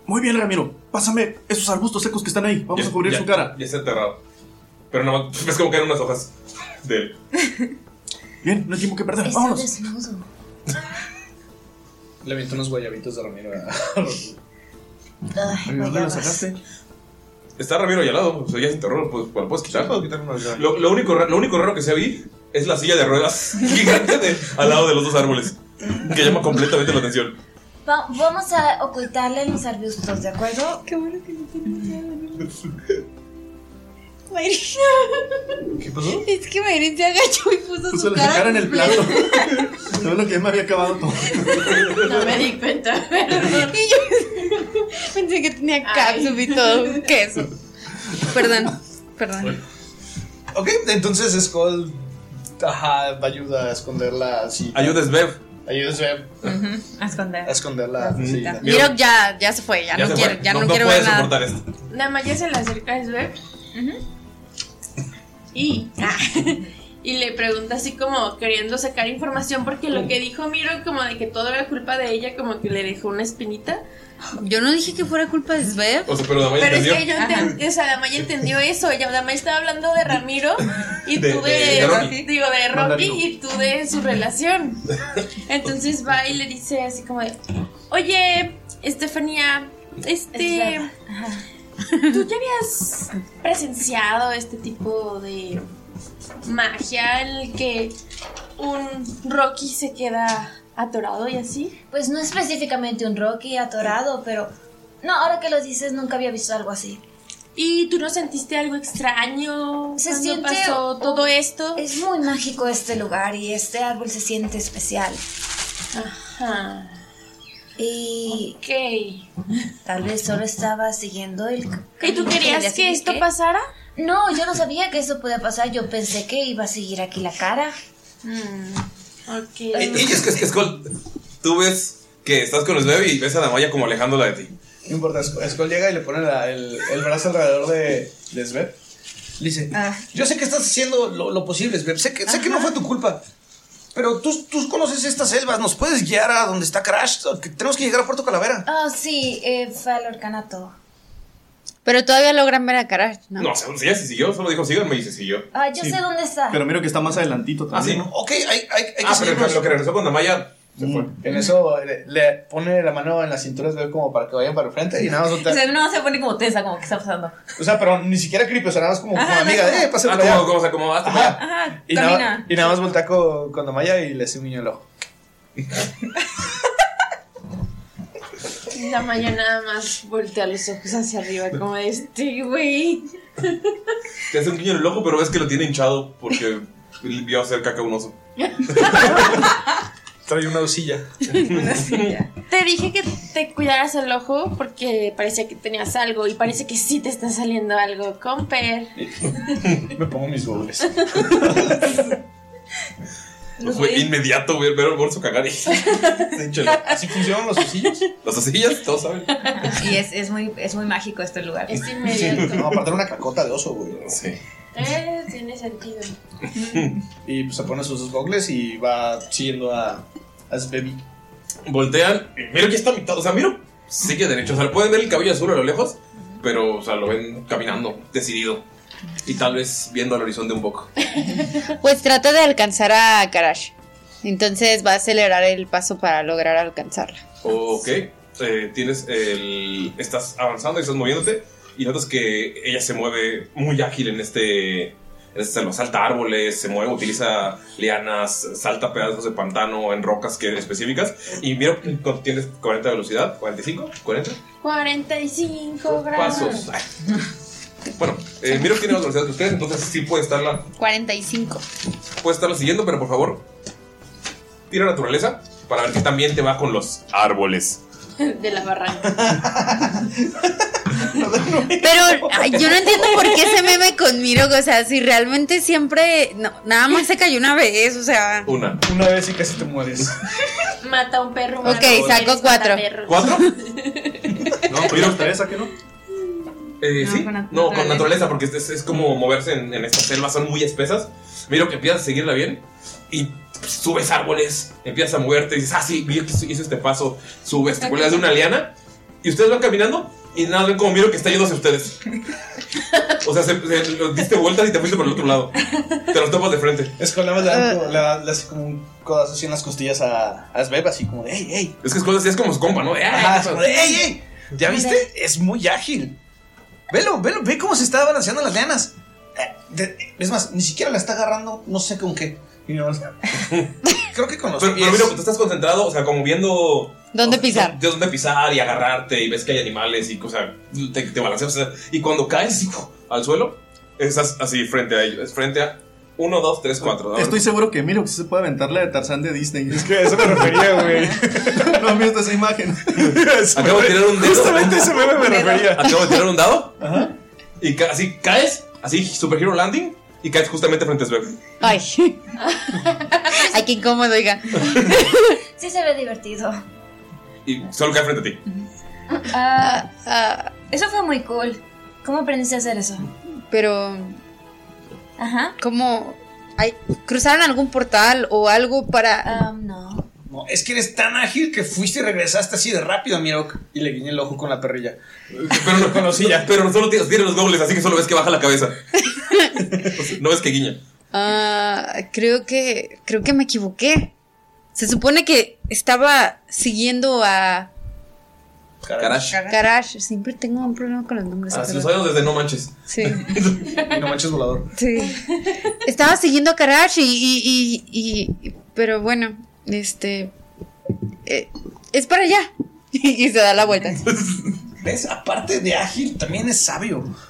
Muy bien, Ramiro. Pásame esos arbustos secos que están ahí. Vamos a cubrir
Ya-
su cara.
Ya está enterrado. Pero no, ves como caen unas hojas de él.
Bien, no hay tiempo que perder.
Está
Vámonos.
desnudo.
Le avienta unos guayabitos de Ramiro.
Ay, guayabas.
Está Ramiro ahí al lado, o sea, ya se enterró, pues, ¿lo puedes quitar? Lo, lo único, ra- lo único raro que se vi es la silla de ruedas gigante de- al lado de los dos árboles, que llama completamente la atención.
Va- vamos a ocultarle los arbustos, ¿de acuerdo? Qué bueno que no
¿Qué pasó?
Es que Mayrin se agachó y puso, su
Puso la
cara.
cara en el plato. No lo que ya me había acabado todo.
No me di cuenta, perdón. Y yo pensé que tenía capsup y todo queso. Perdón, perdón.
ok, entonces Skull ajá, va a ayudar a esconderla así.
Ayuda a Svev.
Ayuda a Svev
A esconder.
a esconderla. Sí,
Mira.
Mirok ya, ya se fue, ya,
Ya
no
se
quiero,
fue.
ya no,
No- no
quiero
puede
ver nada.
soportar esto.
Damaya se le acerca a Sveb. Y, y le pregunta así como queriendo sacar información porque lo que dijo Miro como de que todo era culpa de ella como que le dejó una espinita.
Yo no dije que fuera culpa de Svev.
O sea, pero Damaya
Pero es que
entendió.
ella entendió, o sea, Damaya entendió eso. Ella, Damaya estaba hablando de Ramiro y
De-
tú de,
de- de Rocky.
digo de Rocky
Mandarino.
y tú de su relación. Entonces va y le dice así como de, oye, Estefanía, este, tú ya habías presenciado este tipo de magia en el que un Rocky se queda atorado y así.
Pues no específicamente un Rocky atorado, pero. No, ahora que lo dices, nunca había visto algo así.
¿Y tú no sentiste algo extraño
Se
cuando
siente-
pasó todo esto?
Es muy mágico este lugar y este árbol se siente especial.
Ajá.
Y. Tal vez solo estaba siguiendo el.
¿Y tú querías que esto pasara?
No, yo no sabía que eso podía pasar. Yo pensé que iba a seguir aquí la cara.
Mm,
ok.
Y y es que es que Skull, tú ves que estás con Svev y ves a Damaya como alejándola de ti.
No importa, Skull Skull llega y le pone la- el, el brazo alrededor de, de Svev.
Le dice,
Ah.
yo sé que estás haciendo lo, lo posible, Sveb. Sé que, sé que no fue tu culpa. Pero tú, tú conoces estas selvas. ¿Nos puedes guiar a donde está Crash? Que Tenemos que llegar a Puerto Calavera.
Ah, sí, eh, fue al orcanato.
Pero todavía logran ver a Karash, ¿no?
No, o sea, ella sí siguió, solo dijo síganme y se siguió.
Ah, yo
Sí,
sé dónde está.
Pero miro que está más adelantito
Ah, sí.
también.
Ok, hay, hay, hay que
Ah, pero
seguirnos.
lo que regresó con Damaya se fue.
pues. En eso le, le pone la mano en la cintura de Svev como para que vayan para el frente y nada más
O
voltea.
sea, no se pone como tensa, como que está pasando.
O sea, pero ni siquiera creepy, o sea, nada más como, como
Ajá,
amiga,
no,
de, eh, pasa
Ah,
por allá.
¿cómo, cómo se acomodaste?
Ajá,
Y nada,
camina.
y nada más voltea con, con Damaya y le hace un guiño al ojo.
Damaya nada más voltea los ojos hacia arriba como de, este, güey.
Te hace un guiño en el ojo, pero ves que lo tiene hinchado porque vio hacer caca a un oso.
Trae una osilla.
Te dije que te cuidaras el ojo porque parecía que tenías algo y parece que sí te está saliendo algo, comper.
Me pongo mis gobles.
Los
Fue
vi.
inmediato ver, ver el bolso cagar y se hinchó.
¿Así funcionan los osillos?
Las osillas, todos saben.
Y es, es, muy, es muy mágico este lugar.
Es inmediato.
No, aparte era una cacota de oso, güey.
Sí.
Eh, tiene sentido.
Y pues se pone sus dos gogles y va siguiendo a, a Svevi.
Voltean. y Miro que está a mitad. O sea, Miro sigue derecho. O sea, pueden ver el cabello azul a lo lejos, pero, o sea, lo ven caminando, decidido. Y tal vez viendo al horizonte un poco.
Pues trata de alcanzar a Karash. Entonces va a acelerar el paso para lograr alcanzarla.
Ok. eh, tienes el. Estás avanzando y estás moviéndote. Y notas que ella se mueve muy ágil en este. en este salva. Salta árboles, se mueve, utiliza lianas, salta pedazos de pantano en rocas que específicas. Y mira, con- tienes 40 de velocidad, 45, 40
45 grados.
pasos. Bueno, eh, miro que tiene más velocidad que ustedes, entonces sí puede estarla,
45.
puede estarla siguiendo, pero por favor, tira naturaleza para ver que también te va con los árboles.
De la barranca.
Pero ay, yo no entiendo por qué ese meme con Miro, o sea, si realmente siempre, no, nada más se cayó una vez, o sea,
Una.
Una vez y casi te mueres.
Mata a un perro.
Ok, saco cuatro.
¿Cuatro? No, miro que no? Eh, sí,
con nat-
no, con
naturaleza.
naturaleza, porque es, es como moverse en, en estas selvas, son muy espesas. Miro que empiezas a seguirla bien y subes árboles, empiezas a moverte, y dices, ah, sí, vi que hice este paso, subes, te cuelgas de una liana y ustedes van caminando y nada, ven como Miro que está yendo hacia ustedes. O sea, se, se- lo- diste vueltas y te fuiste por el otro lado. Te los topas de frente.
Es con la le dan como- le dan- le hace como un codazo así en las costillas a, a Sveb, así como de, ¡ey, ey!
Es que es, cosa, así, es como su compa, ¿no? ¡Ey!
Ajá, es como de, ¡ey, ey! ¿Ya viste? Es muy ágil. Velo, velo, ve cómo se está balanceando las lianas. Eh, de- Es más, ni siquiera la está agarrando, no sé con qué. Y nada más- Creo que con los
Pero, pero
pies.
Miro, tú estás concentrado, o sea, como viendo
¿dónde pisar?
de dónde pisar y agarrarte y ves que hay animales y o sea, te, te balanceas. o sea, y cuando caes hijo, al suelo, estás así frente a ellos, frente a 1, 2, 3, 4.
Estoy seguro que Miro que sí se puede aventar la de Tarzán de Disney. Es
que a eso me refería, güey.
no han visto esa imagen.
Acabo de tirar un dedo.
Justamente ese meme me refería.
Acabo de tirar un dado. Y ca- así caes, así Super Hero Landing y caes justamente frente a Sveb.
Ay, ay, qué incómodo, oiga.
Sí se ve divertido.
Y solo caes frente a ti.
Ah, ah, eso fue muy cool. ¿Cómo aprendiste a hacer eso?
Pero,
Ajá.
¿cómo? Ay, ¿Cruzaron algún portal o algo para...?
Um, no.
No, es que eres tan ágil que fuiste y regresaste así de rápido, Mirok.
Y le guiñé el ojo con la perrilla.
Pero no conocía. Pero solo tiras, tiras los dobles, así que solo ves que baja la cabeza. O sea, no ves que guiña.
Ah, creo que, creo que me equivoqué. Se supone que estaba siguiendo a
Carash. Ah,
Karash. Siempre tengo un problema con los nombres.
Así lo
pero-
sabemos desde no manches.
Sí,
Y no manches volador.
sí. Estaba siguiendo a Karash y, y- y- y- Pero bueno, este... eh, es para allá. Y se da la vuelta.
¿Ves? Aparte de ágil, también es sabio.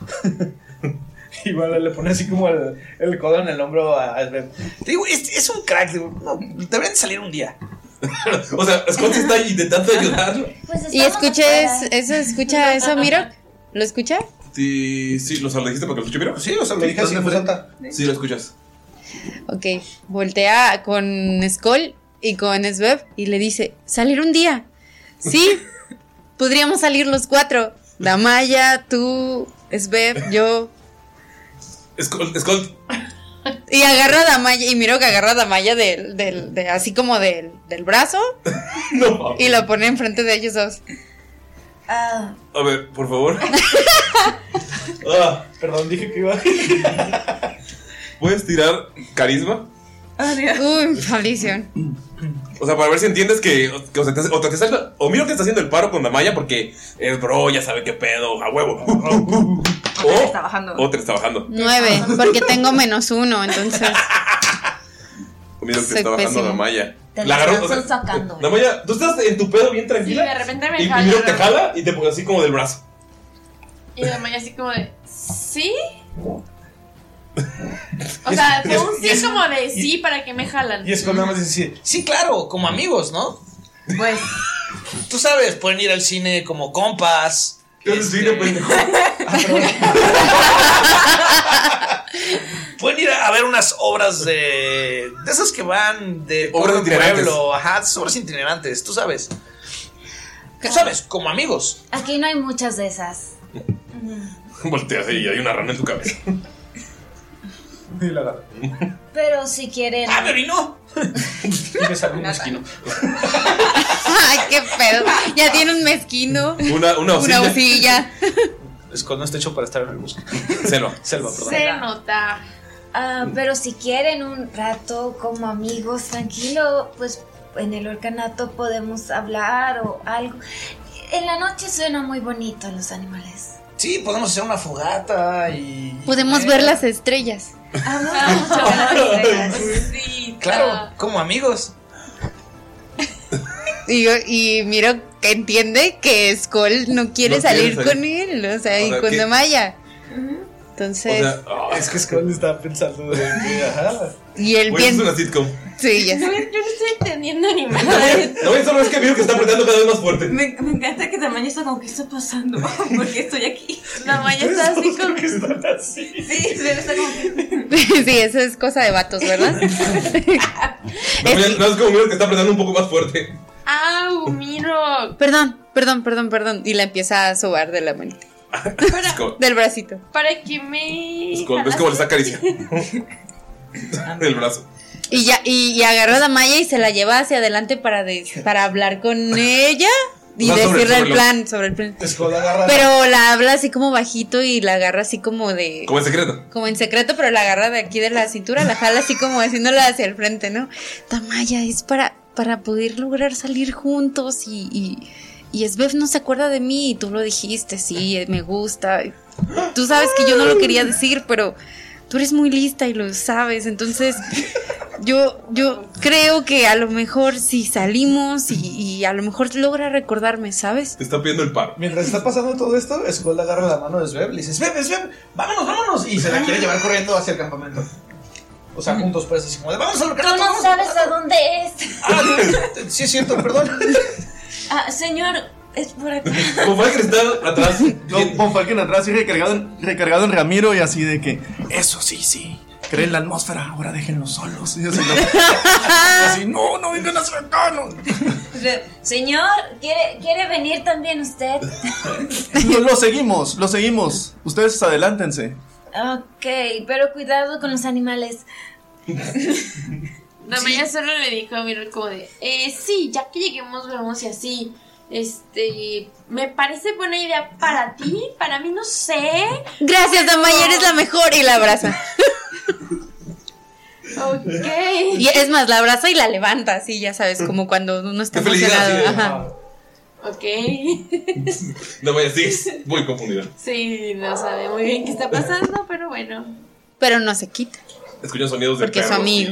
Igual le pone así como el, el codo en el hombro a, a Sveb.
Te digo, es, es un crack. digo, no, deberían salir un día.
o sea, Scott está intentando ayudarlo.
Y escuché es- eso, escucha eso, mira. ¿Lo escucha?
Sí, sí, ¿lo lo dijiste porque lo escuché primero?
Sí, o sea,
lo dije así en voz alta.
Sí, lo escuchas.
Ok, voltea con Skoll y con Sveb y le dice, salir un día. Sí, podríamos salir los cuatro. Damaya, tú, Sveb, yo.
Skull, Skull,
Y agarra a Damaya, y miro que agarra a Damaya del, del- de, así como del, del brazo
no.
y lo pone enfrente de ellos dos.
A ver, por favor. Ah,
Perdón, dije que iba.
¿Puedes tirar carisma?
Uy, maldición.
O sea, para ver si entiendes que. que, o, sea, te, hace- o, te hace- o miro que está haciendo el paro con Damaya porque es bro, ya sabe qué pedo, a huevo. o,
bajando.
o te está bajando.
Nueve, porque tengo menos uno, entonces.
O miro que te
Soy
está bajando
pésimo.
Damaya.
Te
La
lo
agarró. o sea,
están sacando.
Damaya, tú estás en tu pedo bien
Y
tranquila.
de repente me
Y, y
jala.
miro que te jala y te pone así como del brazo.
Y la Maya así como de, ¿sí? O sea,
Y es-
fue un
y
sí
es-
como de sí para que me jalan.
Y es cuando nada más dice, sí, claro, como amigos, ¿no?
Pues.
Tú sabes, pueden ir al cine como compas. este, pueden ir a ver unas obras de. de esas que van de
Obras
pueblo en
itinerantes.
pueblo, ajá, esas obras itinerantes, tú sabes. Tú sabes, como amigos.
Aquí no hay muchas de esas.
Volteas y hay una rana en tu cabeza.
Y la agarré.
Pero si quieren.
¡Ah, me orinó!
Y me salió un esquino.
Ay, qué pedo. Ya tiene un mezquino.
Una- una
Una
osilla.
osilla.
Skull no está hecho para estar en el bosque.
Selva.
Selva, perdón.
Se
nota.
Ah, pero si quieren un rato como amigos, tranquilo, pues en el orcanato podemos hablar o algo. En la noche suena muy bonito los animales.
Sí, podemos hacer una fogata y.
Podemos ver las estrellas.
Claro, como amigos.
Y, yo- y miro que entiende que Skull no quiere
No quiere
salir,
salir.
con él, o sea,
O
y
sea,
con
que-
Damaya. Entonces,
es que Skull estaba pensando de. de- ajá.
y
Pues,
él
Güey, es
piensa.
una sitcom.
Sí, ya
Yo
sé.
no estoy entendiendo ni madre.
No, eso no es que veo que está apretando cada vez más fuerte.
Me, me encanta que tamaño está como, ¿qué está pasando? Porque estoy aquí.
Tamaño está así como.
Sí, se está como.
sí, eso es cosa de vatos, ¿verdad?
No, ya- no, es como miro que está apretando un poco más fuerte.
Oh.
¡Au, miro!
Perdón, perdón, perdón, perdón. Y la empieza a sobar de la manita.
Skull.
Del bracito.
Para que me.
Skull, ¿Ves cómo le está acaricia? Del brazo.
Y ya, y, y agarró a Damaya y se la lleva hacia adelante para, des- para hablar con ella y
No, sobre-
decirle el
sobre lo-
plan, sobre el plan.
Skull agarra.
Pero la habla así como bajito y la agarra así como de.
Como en secreto.
Como en secreto, pero la agarra de aquí de la cintura, la jala así como haciéndola hacia el frente, ¿no? Tamaya, es para, para poder lograr salir juntos y. y y Svev no se acuerda de mí y tú lo dijiste, sí, eh, me gusta. Tú sabes que yo no lo quería decir, pero tú eres muy lista y lo sabes. Entonces, yo, yo creo que a lo mejor si salimos y, y a lo mejor logra recordarme, ¿sabes?
Te está pidiendo el paro.
Mientras está pasando todo esto, Skull agarra la mano de Sveb, le dice, Sveb, Sveb, vámonos, vámonos. Y se la quiere llevar corriendo hacia el campamento. O sea, juntos pues, así como de, vamos a lo Ah,
Tú no sabes a dónde es.
Sí, es cierto, perdón.
Ah, señor, es por acá.
Con Falken está atrás.
Yo, con Falken atrás y recargado en, recargado en Ramiro y así de que, eso sí, sí. Creen la atmósfera, ahora déjenlos solos. Y así, no,
Ah,
así, no, no vengan a ser
Señor, ¿quiere, ¿quiere venir también usted?
Lo, lo seguimos, lo seguimos. Ustedes adelántense.
Ok, pero cuidado con los animales.
Damaya solo le dijo a Miro como de, eh, sí, ya que lleguemos vemos y así. Este, me parece buena idea para ti, para mí no sé.
Gracias, Damaya, eres la mejor. Y la abraza.
Ok.
Y es más, la abraza y la levanta, así, ya sabes,
Mm.
como cuando uno está
Qué felicidad, sí,
emocionado.
de-
Ajá.
Ok.
No vaya, sí, muy confundida.
Sí, no sabe muy bien qué está pasando, pero bueno.
Pero no se quita.
Escuchan sonidos de
Porque es
perros.
amigo.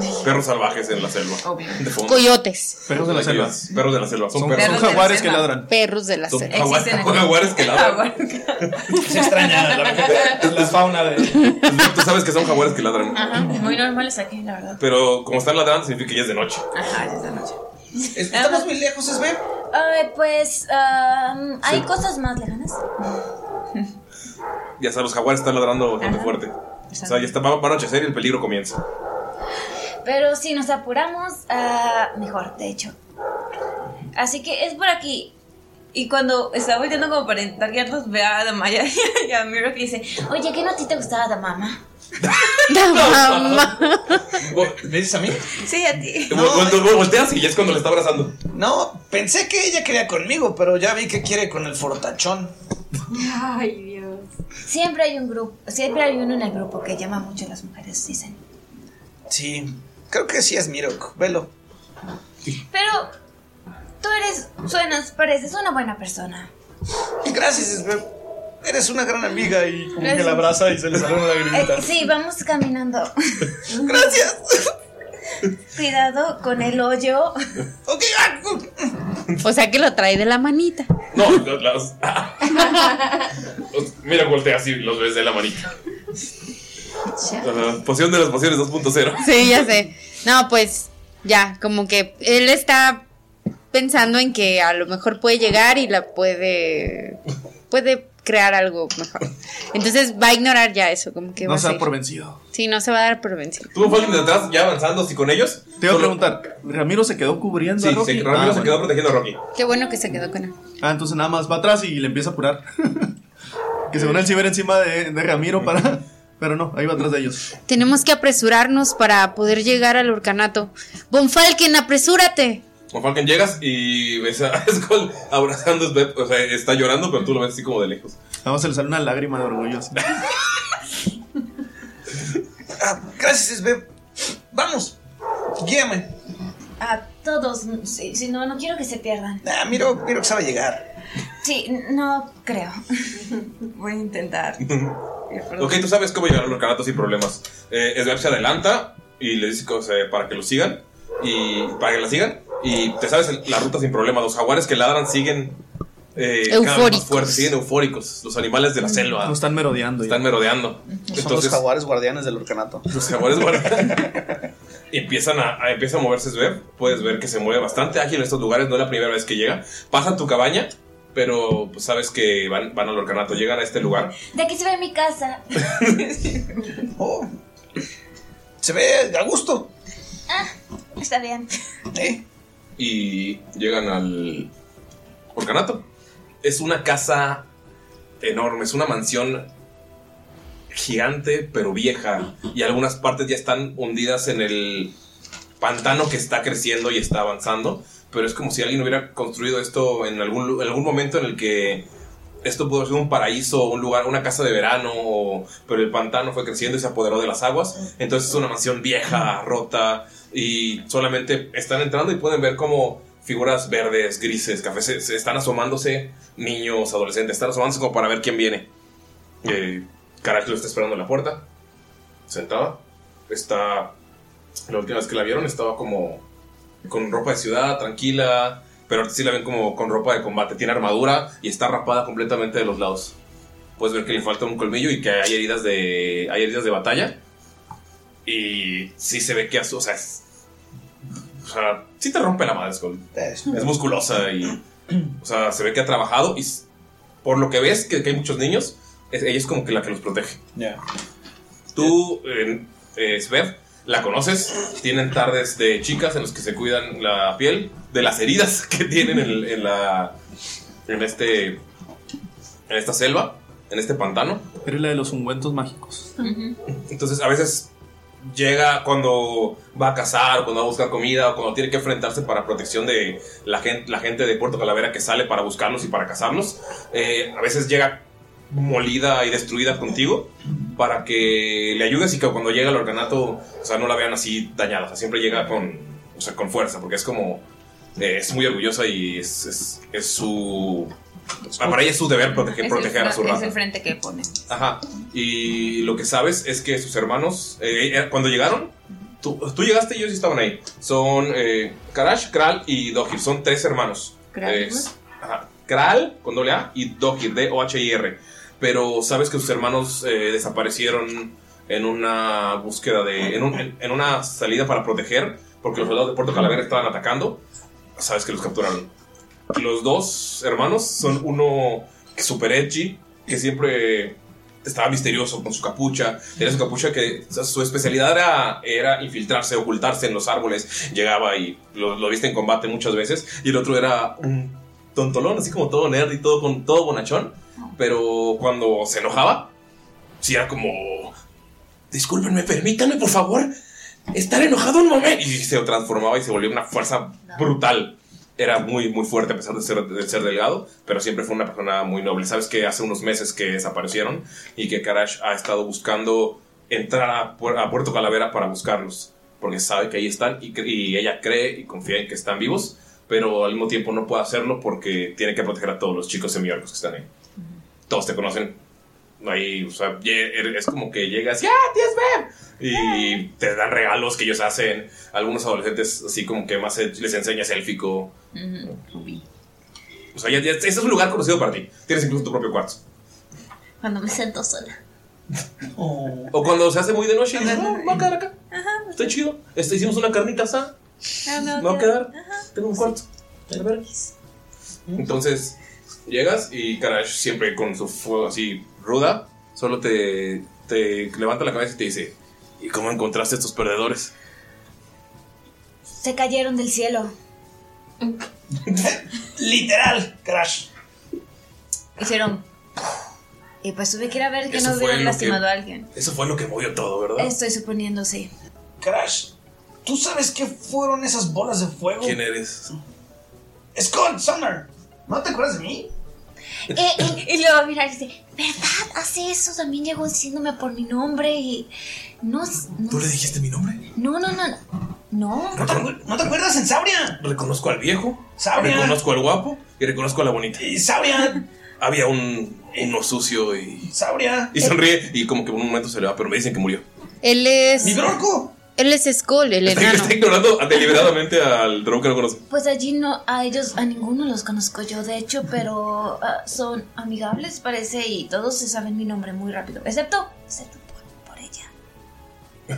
y Perros salvajes en la selva. De fondo.
Coyotes.
Perros de la selva. Perros de la selva. Son,
Son
perros.
perros de la jaguares selva. que ladran.
Perros de la
Son
selva.
jagua- jaguares que ladran.
Se extraña la, la fauna de.
Tú sabes que son jaguares que ladran.
Ajá, muy normales aquí, la verdad.
Pero como están ladrando, significa que ya es de noche.
Ajá, ya está noche.
Estamos muy lejos, Sveb.
Ah. Ay, pues, am, hay
Sí.
cosas más lejanas.
Ya sabes, los jaguares están ladrando bastante fuerte. O sea, ya está, va va a anochecer y el peligro comienza.
Pero si nos apuramos, ah, mejor, de hecho.
Así que es por aquí. Y cuando está volteando como para intentar guiarlos, ve a Damaya y a Miro que dice:
Oye, ¿qué no a ti te gustaba la mamá?
¿Me dices a mí?
Sí, a ti.
Vol- vol- vol- Volteas y ya es cuando le está abrazando.
No, pensé que ella quería conmigo, pero ya vi que quiere con el fortachón.
Ay, Dios. Siempre hay un grupo, siempre hay uno en el grupo que llama mucho a las mujeres, dicen.
Sí, creo que sí es Mirok. Velo.
Pero tú eres, suenas, pareces una buena persona.
Gracias, Sveb. Eres una gran amiga y
como que la abraza
y se le sale una
Eh, sí, vamos caminando.
Gracias.
Cuidado con el hoyo.
O sea que lo trae de la manita.
No, los- los- los- mira, voltea así los ves de la manita. Ajá, Poción de las pociones 2.0.
Sí, ya sé. No, pues ya, como que él está pensando en que a lo mejor puede llegar y la puede puede crear algo mejor. Entonces va a ignorar ya eso, como que va
No
a
se da
seguir.
por vencido.
Sí, no se va a dar por vencido.
¿Tuvo Falken de atrás ya avanzando así con ellos?
Te iba a preguntar, ¿Ramiro se quedó cubriendo
Sí,
a Rocky?
se- Ramiro
Ah,
se
bueno.
quedó protegiendo a Rocky.
Qué bueno que se quedó con él.
Ah, entonces nada más va atrás y le empieza a apurar. que según él sí era encima de, de Ramiro para... Pero no, ahí va atrás de ellos.
Tenemos que apresurarnos para poder llegar al orcanato. Bonfalken, apresúrate.
Con Falcon llegas y ves a Skull abrazando a Sveb. O sea, está llorando, pero tú lo ves así como de lejos.
Vamos a sale una lágrima de orgullo. así.
Ah, gracias, Sveb. Vamos, guíame.
A todos, si, si no, no quiero que se pierdan.
Ah, miro, miro que sabe llegar.
Sí, no creo. Voy a intentar.
Ok, tú sabes cómo llegar a los canatos sin problemas. Eh, Sveb se adelanta y le dice que, o sea, para que lo sigan. Y para que la sigan. Y te sabes el- la ruta sin problemas. Los jaguares que ladran siguen eh, cada vez más
Eufóricos.
fuertes, siguen eufóricos. Los animales de la selva.
Nos Mm, están merodeando.
Están merodeando.
Son los jaguares guardianes del orcanato.
Los jaguares guardan. Y empiezan a, a- empieza a moverse Sveb. Puedes ver que se mueve bastante ágil en estos lugares. No es la primera vez que llega. Pasa tu cabaña, pero pues, sabes que van, van al orcanato. Llegan a este lugar.
De aquí se ve mi casa.
Se ve a gusto.
Está bien.
Y llegan al orcanato. Es una casa enorme. Es una mansión gigante, pero vieja. Y algunas partes ya están hundidas en el pantano que está creciendo y está avanzando. Pero es como si alguien hubiera construido esto en algún, lu- algún momento en el que esto pudo ser un paraíso, un lugar, una casa de verano, o- pero el pantano fue creciendo y se apoderó de las aguas. Entonces es una mansión vieja, rota, y solamente están entrando y pueden ver como figuras verdes, grises, cafés, se- se están asomándose niños, adolescentes, están asomándose como para ver quién viene. Eh, Caracol está esperando en la puerta, sentada. Está. La última vez que la vieron estaba como con ropa de ciudad, tranquila, pero ahorita sí la ven como con ropa de combate. Tiene armadura y está rapada completamente de los lados. Puedes ver que le falta un colmillo y que hay heridas de, hay heridas de batalla. Y sí se ve que, as- o sea, es- o sea, sí te rompe la madre, Skull. Es musculosa y, o sea, se ve que ha trabajado y s- por lo que ves que, que hay muchos niños, es- ella es como que la que los protege.
Ya.
Tú, eh, eh, Svev, la conoces. Tienen tardes de chicas en las que se cuidan la piel de las heridas que tienen en, en la. en este. en esta selva, en este pantano.
Eres la de los ungüentos mágicos.
Entonces, a veces llega cuando va a cazar, cuando va a buscar comida, o cuando tiene que enfrentarse para protección de la gente, la gente de Puerto Calavera que sale para buscarlos y para cazarlos. Eh, a veces llega molida y destruida contigo para que le ayudes y que cuando llega al organato, o sea, no la vean así dañada. O sea, siempre llega con, o sea, con fuerza, porque es como. eh, es muy orgullosa y es, es- es su. Para ella es su deber proteger,
Es el
proteger a
fra-
su raza.
Es el frente que pone.
Ajá. Y lo que sabes es que sus hermanos, eh, eh, cuando llegaron, tú, tú llegaste y ellos estaban ahí. Son eh, Karash, Kral y Dohir. Son tres hermanos.
Kral,
Eh, ajá. Kral con doble A y Dohir, D-O-H-I-R. Pero sabes que sus hermanos eh, desaparecieron en una búsqueda de. En, un- en- en una salida para proteger, porque los soldados de Puerto Calavera estaban atacando. Sabes que los capturaron. Los dos hermanos son uno super edgy, que siempre estaba misterioso con su capucha. Tenía su capucha que o sea, su especialidad era, era infiltrarse, ocultarse en los árboles. Llegaba y lo, lo viste en combate muchas veces. Y el otro era un tontolón, así como todo nerd y todo, con, todo bonachón. Pero cuando se enojaba, sí era como... Discúlpenme, permítanme por favor estar enojado un momento. Y se transformaba y se volvió una fuerza brutal. Era muy, muy fuerte a pesar de ser, de ser delgado, pero siempre fue una persona muy noble. Sabes que hace unos meses que desaparecieron y que Karash ha estado buscando entrar a, Puer- a Puerto Calavera para buscarlos, porque sabe que ahí están y, cre- y ella cree y confía en que están vivos, pero al mismo tiempo no puede hacerlo porque tiene que proteger a todos los chicos semiorcos que están ahí. Todos te conocen. Ahí, o sea, ye- er, es como que llegas, ¡ya, tienes Beb! Y te dan regalos que ellos hacen. Algunos adolescentes, así como que más eh, les enseñas élfico. O sea, ya, ya- ese es un lugar conocido para ti. Tienes incluso tu propio cuarto.
Cuando me siento sola.
O cuando se hace muy de noche y dices, "Ah, va a quedar acá. Está chido. Este, hicimos una carnita asada.
Ah,
Me va a quedar. Tengo un cuarto. A la verga". Entonces, llegas y Karash siempre con su fuego así ruda, solo te, te levanta la cabeza y te dice, ¿y cómo encontraste estos perdedores?
Se cayeron del cielo.
Literal, crash.
Hicieron. Y pues tuve que ir a ver que
Eso
no
fue
hubieran
lo que-
lastimado a alguien.
Eso fue lo que movió todo, ¿verdad?
Estoy suponiendo, sí.
Crash, ¿Tú sabes qué fueron esas bolas de fuego?
¿Quién eres?
¡Skull Summer! ¿No te acuerdas de mí?
Eh, y, y luego va a mirar y dice, ¿verdad? Hace eso también llegó diciéndome por mi nombre y no, s- no
¿Tú le dijiste mi nombre?
no, no, no, no.
¿No te, acuer- no te acuerdas en Sabria?
Reconozco al viejo,
Sabria.
reconozco al guapo y reconozco a la bonita.
Y Sabria.
Había un uno sucio y.
Sabria.
Y sonríe y como que por un momento se le va, pero me dicen que murió.
Él es.
¡Mi brorco!
Él es Skull, el
Está,
enano.
está ignorando deliberadamente al drone que no conoce.
Pues allí no, a ellos, a ninguno los conozco yo, de hecho, pero ah, son amigables, parece, y todos se saben mi nombre muy rápido, excepto, excepto por,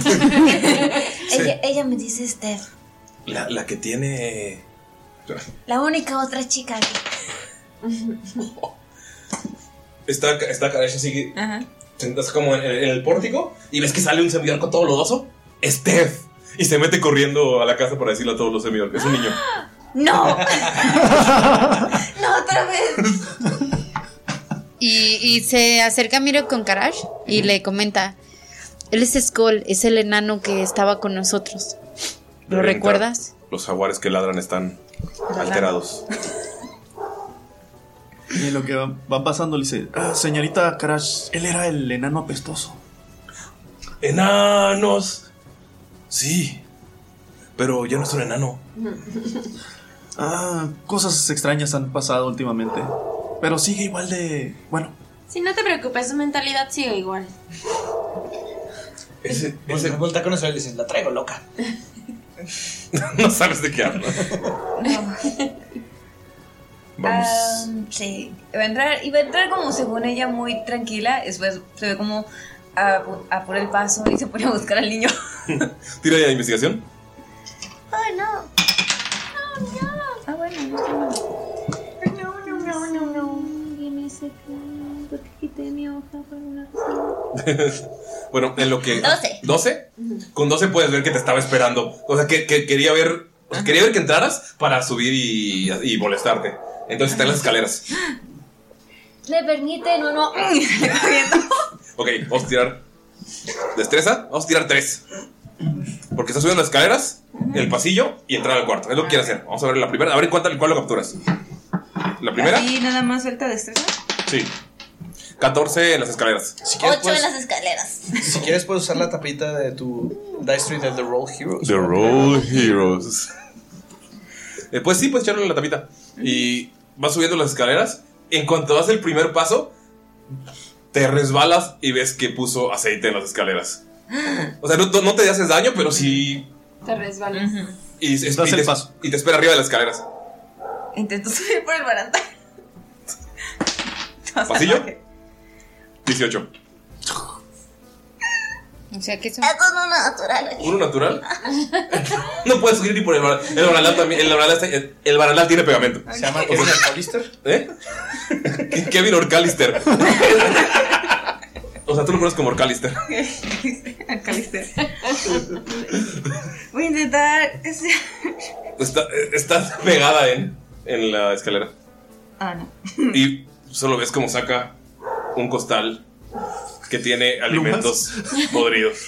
por ella. ella. Ella me dice Steph,
La, la que tiene.
la única otra chica que...
Está, está Karesh así.
Ajá.
Estás como en, en el pórtico y ves que sale un servidor con todo lodoso. Steph. Y se mete corriendo a la casa para decirle a todos los servidores que es un niño.
¡No! ¡No, otra vez!
Y, y se acerca a Miro con Karash y le comenta: Él es Skull, es el enano que estaba con nosotros. ¿Lo
Deben
recuerdas?
entrar. Los jaguares que ladran están alterados.
Y lo que va, va pasando le dice, "Ah, señorita Karash, él era el enano apestoso.
¡Enanos! Sí. Pero ya no es un enano.
Ah, cosas extrañas han pasado últimamente. Pero sigue igual de... Bueno,
Sí, no te preocupes, su mentalidad sigue igual.
Ese,
ese vuelta con eso y dices, la traigo loca.
no sabes de qué habla. Vamos.
Am,
sí. Va a entrar, y va a entrar como según ella muy tranquila. Después se ve como a, a por el paso y se pone a buscar al niño.
Tira ya investigación.
¡Ay, no! ¡No, no! Ah, bueno, no, no. Ay, no, no, no, no, no. Viene ese plan, porque quité mi hoja por una razón.
bueno, en lo que.
Doce.
¿12? Con 12 puedes ver que te estaba esperando. O sea, que, que quería ver. o sea, quería ver que entraras para subir y, y molestarte. Entonces está en las escaleras.
¿Le permiten o no?
Ok, vamos a tirar. ¿Destreza? Vamos a tirar 3. Porque estás subiendo las escaleras, el pasillo y entrar al cuarto. Es lo que
Ah.
quieres hacer. Vamos a ver la primera. A ver en cuánta- cuál lo capturas. La primera.
Y nada más suelta destreza.
Sí. 14 en las escaleras.
Si quieres,
Ocho en
puedes,
las escaleras.
si quieres, puedes usar la tapita de tu Dice Street de The Roll Heroes.
The Roll Heroes. Eh, pues sí, pues echarle la tapita. Y vas subiendo las escaleras. En cuanto das el primer paso, te resbalas y ves que puso aceite en las escaleras. O sea, no, no te haces daño, pero sí.
Te resbalas.
Y, es- y te, y te espera arriba de las escaleras.
Intento subir por el baranda.
¿Pasillo? 18.
O sea que es
con una natural.
¿Uno natural? No puedes subir ni por el barandal. El barandal también. El barandal, está- el- el barandal tiene pegamento.
Se llama Kevin Alcalister.
¿Eh? Kevin Orcalister. o sea, tú lo conoces como Orcalister.
Calister. Voy a intentar. este-
Está, eh, está pegada en, en la escalera.
Ah, no.
Y solo ves cómo saca un costal que tiene alimentos podridos.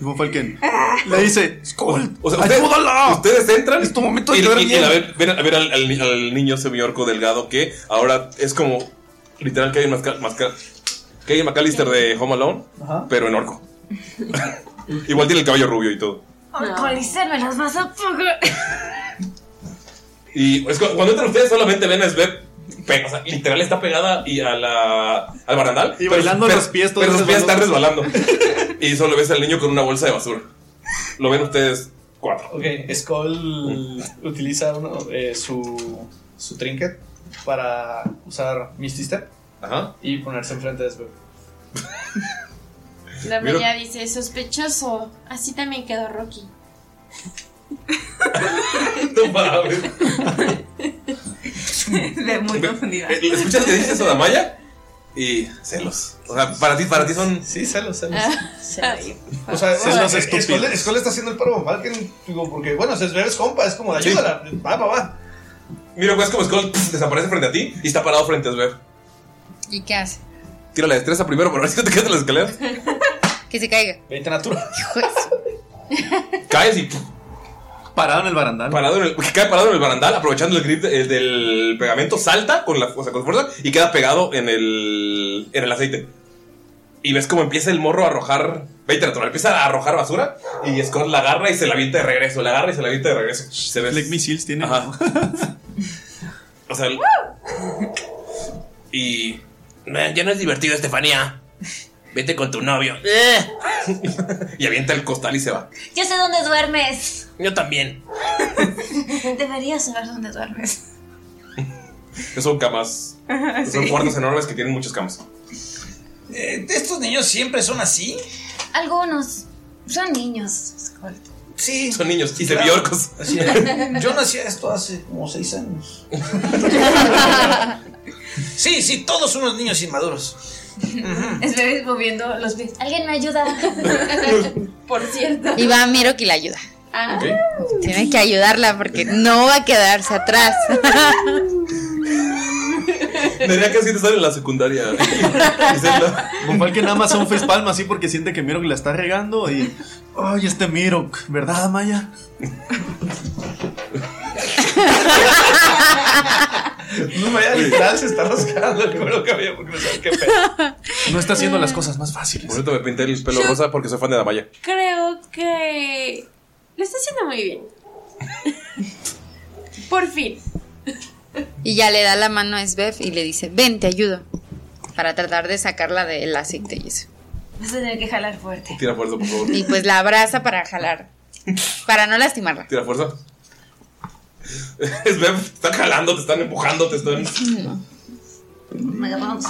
como Falken. Le dice, Skull,
Ah. O sea, ustedes,
ayúdala.
ustedes entran.
Es tu momento de
y,
quedar
y- y
bien.
a ver, ven a ver al, al ni- al niño semiorco delgado que ahora es como literal que hay un que hay McAllister de Home Alone, pero en orco. Igual tiene el cabello rubio y todo.
Alcalister, me las vas a pagar.
Y es cu- cuando entran ustedes solamente ven a Sveb, pe- o sea, literal está pegada y a la, al barandal.
Y bailando los pies todos
Pero los pies están
resbalosos.
resbalando. y solo ves al niño con una bolsa de basura. Lo ven ustedes cuatro.
Ok, Skull Mm. utiliza uno, eh, su, su trinket para usar Misty Step
Ajá.
y ponerse enfrente de Sveb.
La
Miro-
media dice, sospechoso. Así también quedó Rocky.
No mames.
De muy confundida.
Eh, ¿Escuchas que dices eso, Damaya? Y celos. O sea, para ti, para ti son.
Sí, celos, celos.
Ah.
Ah,
O sea,
Skull- Skull, Skull eh, está haciendo el paro con Falken, digo, porque bueno, si Sveb es compa, es como de ayúdala, va, va, va.
Mira, pues como Skull pf, desaparece frente a ti y está parado frente a Sveb.
¿Y qué hace?
Tira la destreza primero para ver si no te quedas en las escaleras.
Que se caiga.
20 natural.
Caes y.
Parado en el barandal.
Parado en el, cae parado en el barandal, aprovechando el grip de- del pegamento, salta con la o sea, con fuerza y queda pegado en el, en el aceite. Y ves cómo empieza el morro a arrojar. Veinte natural, empieza a arrojar basura y Scott la agarra y se la avienta de regreso. La agarra y se la avienta de regreso. Se ve.
Missiles tiene.
O sea, el- y. "Man, ya no es divertido, Estefanía. Vete con tu novio. y avienta el costal y se va.
Yo sé dónde duermes.
Yo también.
Deberías saber dónde duermes.
Son camas. Son
Ah,
Sí.
cuartos enormes que tienen muchas camas.
Eh, ¿Estos niños siempre son así?
Algunos son niños.
Sí.
Son niños. Y se vio orcos.
Así Yo no hacía esto hace como seis años. Sí, sí, todos unos niños inmaduros. Mm.
Estoy moviendo los pies. Alguien me ayuda.
Por cierto.
Y va a Miro que la ayuda.
Ah.
Tiene que ayudarla porque no va a quedarse atrás.
Tendría que así te sale en la secundaria.
Igual que nada más un face palma así porque siente que Mirok la está regando y. ¡Ay, este Mirok! ¿Verdad, Maya?
No me vaya literal, se está rascando el cuero que había porque no sabe qué pedo.
No está
haciendo las
cosas más fáciles. Por eso me pinté el pelo rosa porque soy fan de Damaya.
Creo que lo está haciendo muy bien. Por fin.
Y ya le da la mano a Svev y le dice, ven, te ayudo. Para tratar de sacarla del aceite y eso.
Vas a tener que jalar fuerte.
Tira fuerza, por favor.
Y pues la abraza para jalar. Para no lastimarla.
Tira fuerza. Es ver, te están jalando, te están empujando, te están.
Me vamos.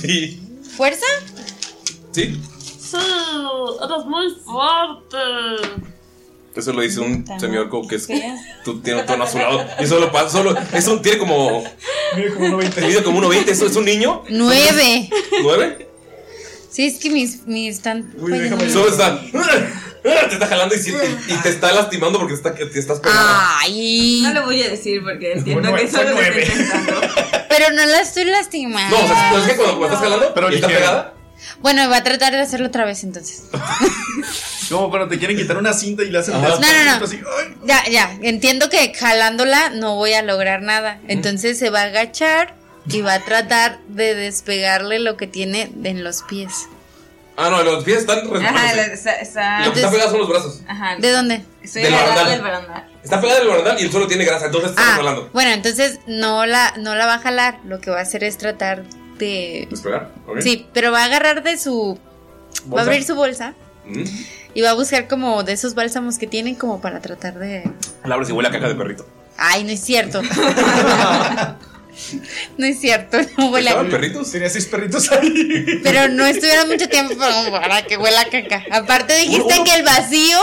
Sí.
¿Fuerza?
Sí.
Sí, eres muy fuerte.
Eso lo dice un
Tan-
semiorco que es.
¿Qué?
Tú, tiene un tono azulado. Y solo pasa, solo. Eso tiene como.
Mira como uno veinte.
Mide como 1.20. Eso es un niño.
Nueve.
¿Nueve?
Sí, es que mis, mis están...
Solo están. Te está jalando y, sí- y- y te está lastimando porque está- te estás
Ah,
pegando.
Ay.
No lo voy a decir porque entiendo
Fue
que
nue- fue
solo lo
nueve.
estoy pensando.
Pero no la estoy lastimando.
No, o sea, es que cuando cuando estás jalando
Pero
y está
ligero.
pegada.
Bueno, va a tratar de hacerlo otra vez entonces.
Como cuando te quieren quitar una cinta y le hacen
No, no, no. Ya, ya. Entiendo que jalándola no voy a lograr nada. Entonces se va a agachar y va a tratar de despegarle lo que tiene en los pies.
Ah, no, los pies están
Ajá, la-
resbalándose.
esa- esa-
Lo que está pegado son los brazos.
Ajá.
¿De dónde?
Estoy
Del
agarrada
barandal.
del barandal.
Está pegada el barandal y el suelo tiene grasa, entonces está
Ah,
resbalando.
bueno, entonces no la, no la va a jalar. Lo que va a hacer es tratar de.
¿Despegar? ¿Ok?
Sí, pero va a agarrar de su. Va a
¿Bolsa?
abrir su bolsa
Mm.
y va a buscar como de esos bálsamos que tienen como para tratar de.
La abres y huele a caca de perrito.
Ay, no es cierto. no es cierto, no huele a-
¿Estaban perritos?
Tenía seis perritos ahí.
Pero no estuvieron mucho tiempo para, para que huela a caca. Aparte dijiste que el vacío.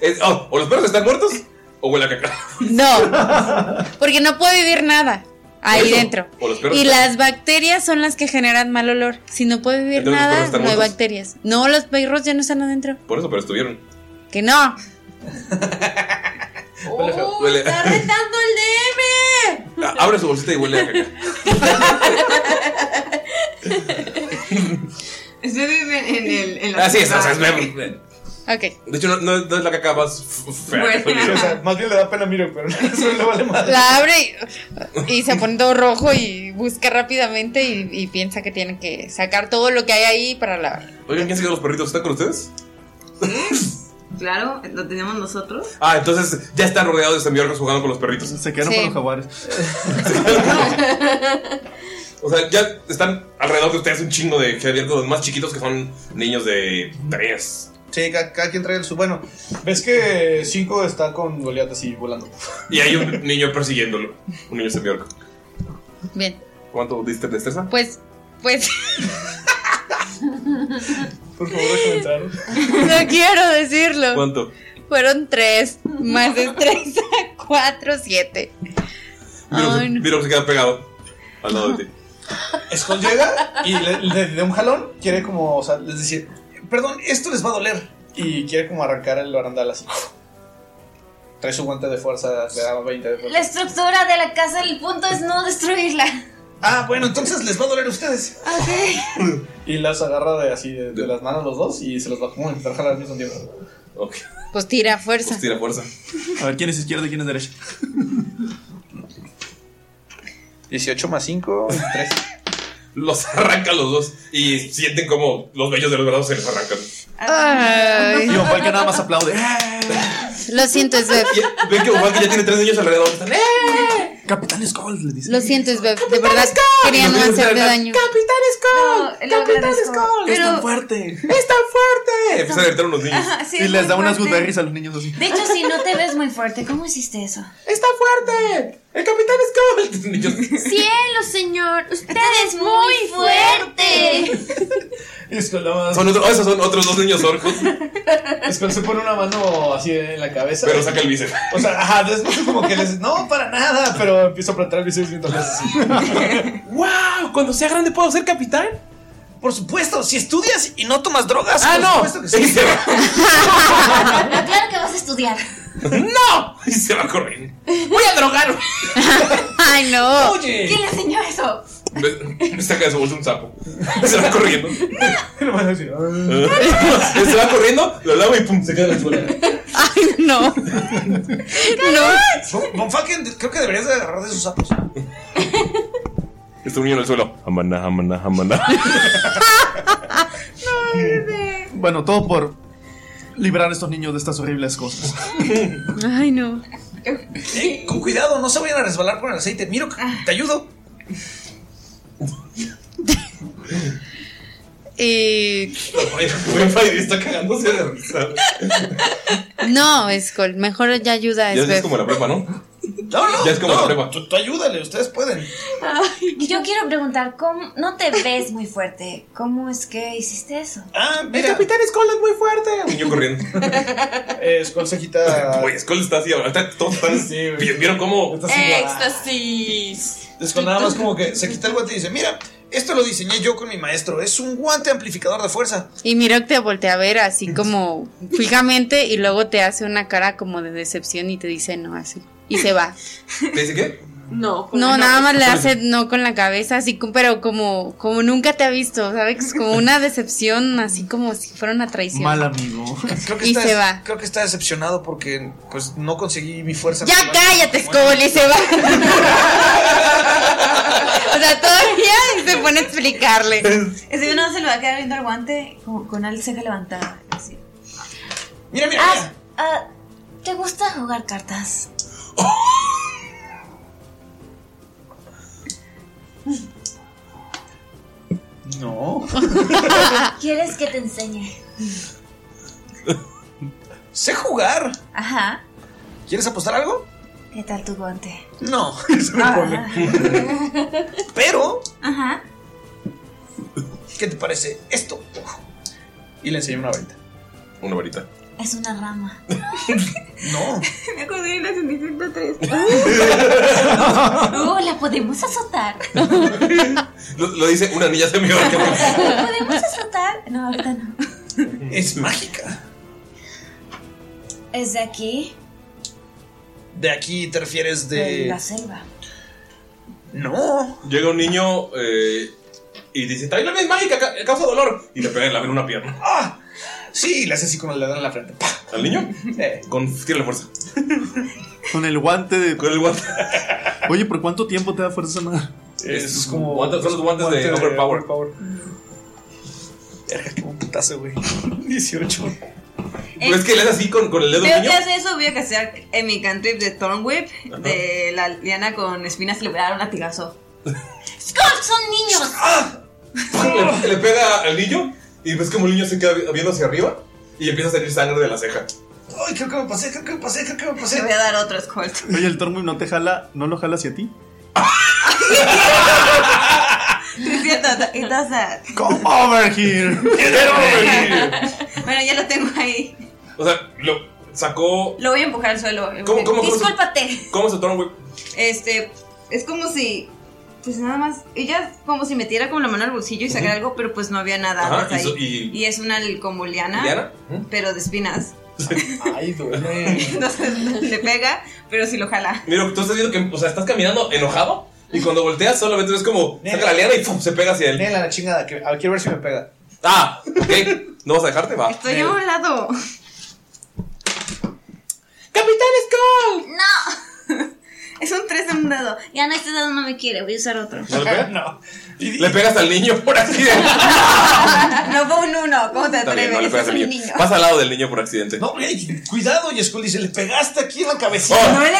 Es- oh, o los perros están muertos o huele a caca.
No. Porque no puede vivir nada ahí
Eso.
dentro.
O los perros
Y
están-
las bacterias son las que generan mal olor. Si no puede vivir
Entonces, los perros
nada,
están
no hay
muertos.
bacterias. No, los perros ya no están adentro.
Por eso, pero estuvieron.
Que no.
Huele a caca. Huele
¡Está retando el DM!
a- Abre su bolsita y huele a caca.
Estoy en, en el. En la
Así Ah, es, o sea, es
barandal.
ver-
Ok.
De hecho, no, no- no es la caca más f- fea que he
Bueno.
Sí, o
olido.
sea, más bien le da pena a Miro, pero eso le vale madre.
La abre y, y se pone todo rojo y busca rápidamente y, y piensa que tiene que sacar todo lo que hay ahí para lavar.
Oigan, ¿quién se quedó los perritos? ¿Están con ustedes?
Claro, lo tenemos nosotros.
Ah, entonces ya están rodeados de semiorcos jugando con los perritos.
Se quedaron
Sí.
con los jaguares.
O sea, ya están alrededor de ustedes un chingo de semiorcos más chiquitos que son niños de tres.
Sí, ca- cada, quien trae el su. Bueno, ves que Cinco está con Goliath así volando.
Y hay un niño persiguiéndolo. Un niño semiorco.
Bien.
¿Cuánto diste de destreza?
Pues, pues,
Por favor, comentaron.
no quiero decirlo.
¿Cuánto?
Fueron tres, más destreza, cuatro, siete.
Miro,
Ay, no.
Miro se queda pegado al lado de ti.
Skull llega y le, le- de un jalón quiere como, o sea, les dice, perdón, esto les va a doler. Y quiere como arrancar el barandal así. Trae su guante de fuerza, le da 20 de
La
fuerza.
estructura de la casa, el punto es no destruirla.
Ah, bueno, entonces les va a doler a ustedes.
Y las agarra de así de, de las manos los dos y se los va como a intentar jalar al mismo tiempo.
Ok.
Pues tira a fuerza.
Tira fuerza.
A ver, ¿quién es izquierda y quién es derecha?
18 más 5, 3.
Los arranca los dos y sienten como los vellos de los brazos se les arrancan.
Ay.
Y Von que nada más aplaude.
Lo siento, Sveb.
Ven que Juan que ya tiene tres niños alrededor. Están, ¡eh!
Capitán Skull le dice.
Lo siento, Sveb. De verdad quería no hacerte daño.
Capitán Skull. Capitán Skull.
Es tan fuerte.
Es tan
Eh,
fuerte.
Empiezan a gritar unos niños.
Ajá, sí,
y
es
les
muy
da unas
fuerte.
goodberries a los niños así.
De hecho, si no te ves muy fuerte, ¿cómo hiciste eso?
¡Está fuerte! ¡El capitán es Skull! Niños,
¡Cielo, señor! ¡Usted es
muy
muy fuerte!
Skull nada más-
Son otro- esos son otros dos niños orcos,
Skull se pone una mano así en la cabeza.
pero saca el bíceps.
O sea, ajá, después es como que les no, para nada, pero empiezo a plantar el bíceps mientras les
¡Wow! Cuando sea grande puedo ser capitán. Por supuesto, si estudias y no tomas drogas.
¡Ah,
por
no!
supuesto que sí.
Claro que vas a estudiar.
¡No!
Y se va corriendo.
¡Voy a drogarme!
Ay, no.
Oye.
¿Quién le enseñó eso?
Ve- Saca de su bolsa un sapo. Se va corriendo.
Nomás así, "Ah".
Se va corriendo, lo lava y pum, se cae en la escuela.
Ay, no. No.
Von- Von Falken, creo que deberías de agarrar de sus sapos.
Está un niño en el suelo. Amaná, amaná, amaná.
Bueno, todo por librar a estos niños de estas horribles cosas.
Ay, no.
Eh, con cuidado, no se vayan a resbalar con el aceite. Miro,
Ah.
te ayudo.
Y.
Wi-Fi está cagándose de risa.
No, Skull. Mejor ya ayuda a
Ya es
Sveb.
como la prepa, ¿no?
No, no.
Ya es como
no,
la prepa.
Tú, tú ayúdale, ustedes pueden.
Yo quiero preguntar, ¿cómo no te ves muy fuerte? ¿Cómo es que hiciste eso?
Ah, mira.
Skull es muy fuerte. Un niño corriendo.
Eh, Skull se quita.
Oye, Skull está así. Ahorita todos están.
Sí, güey.
¿Vieron cómo?
Está así, "Ah".
¡Éxtasis!
Después nada más como que se quita el guante y dice, mira, esto lo diseñé yo con mi maestro. Es un guante amplificador de fuerza.
Y Mirok te voltea a ver así como fijamente y luego te hace una cara como de decepción y te dice no así. Y se va.
¿Te dice qué?
No,
No, nada más le hace no con la cabeza, así como- pero como, como nunca te ha visto, ¿sabes? Como una decepción, así como si fuera una traición.
Mal amigo.
Creo que
Y
está,
se va.
Creo que está decepcionado porque pues no conseguí mi fuerza.
Ya
natural.
cállate, Scobol, y se va. o sea, todavía se pone a explicarle.
Ese uno se le va a quedar viendo el guante como con la ceja levantada. así.
Mira, mira,
Ah,
mira.
ah, ¿Te gusta jugar cartas?
No.
¿Quieres que te enseñe?
Sé jugar.
Ajá.
¿Quieres apostar algo?
¿Qué tal tu guante?
No.
Ah,
Pero,
Ajá.
¿qué te parece esto?
Y le enseñó una varita.
Una varita.
Es una rama.
No.
Me acordé de la Cenicienta 3. Oh, la podemos azotar.
Lo, lo dice una niña semi orca.
¿La podemos azotar? No, ahorita no.
Es mágica.
Es de aquí,
¿De aquí te refieres
de
de...?
la selva.
No.
Llega un niño eh, y dice: Trae es mágica, ca- causa dolor. Y le pega en la en una pierna.
Ah, sí, le hace así con el dedo en la frente. ¡Pah!
¿Al niño?
Eh,
Con tira la fuerza.
Con el guante de.
Con el guante.
Oye, ¿por cuánto tiempo te da fuerza esa madre?
Es como. Guantes, son los guantes de Overpower.
verga, qué un putazo, güey. 18.
Pero es que le das así con, con el dedo
Veo
al
que
niño.
hace eso, voy a castear en mi cantrip de Thorn Whip, de la liana con espinas que le voy a dar un latigazo. ¡Scott, son niños!
¡Ah! Le, le pega al niño y ves como el niño se queda vi- viendo hacia arriba y empieza a salir sangre de la ceja.
Ay, creo que me pasé, creo que me pasé, creo que me
Te voy a
pasé.
dar otro Scott.
Oye, el Tormund no te jala, no lo jala hacia ti.
Es cierto, estás a...
Come over here.
Bueno, ya lo tengo ahí.
O sea, lo sacó.
Lo voy a empujar al suelo.
¿Cómo, cómo, cómo?
Discúlpate.
¿Cómo se torna, güey?
Este, es como si... Pues nada más, ella como si metiera como la mano al bolsillo y sacara algo, pero pues no había nada
Ajá,
más
y so-
ahí.
y-
es una como liana,
¿Liana?
pero de espinas.
Ay, duele.
Entonces le pega, pero si lo jala.
Mira, tú estás viendo que, o sea, estás caminando enojado Y cuando volteas, solamente ves como saca la liana y ¡fum! se pega hacia él.
Nela, la chingada, que, a ver, quiero ver si me pega.
Ah, ok. ¿No vas a dejarte? Va.
Estoy a un lado.
¡Capitán
Skull! ¡No! Es un 3 de un dado. Ya no, este dado no me quiere, voy a usar otro.
¿No le pegas? Le pegas al niño por accidente.
No fue un 1, ¿cómo te
Está bien,
atreves?
no le pegas
Es
al
un
niño.
niño.
Vas al lado del niño por accidente.
No, ey, cuidado. Y Skull dice: Le pegaste aquí en la cabeza.
Oh.
No le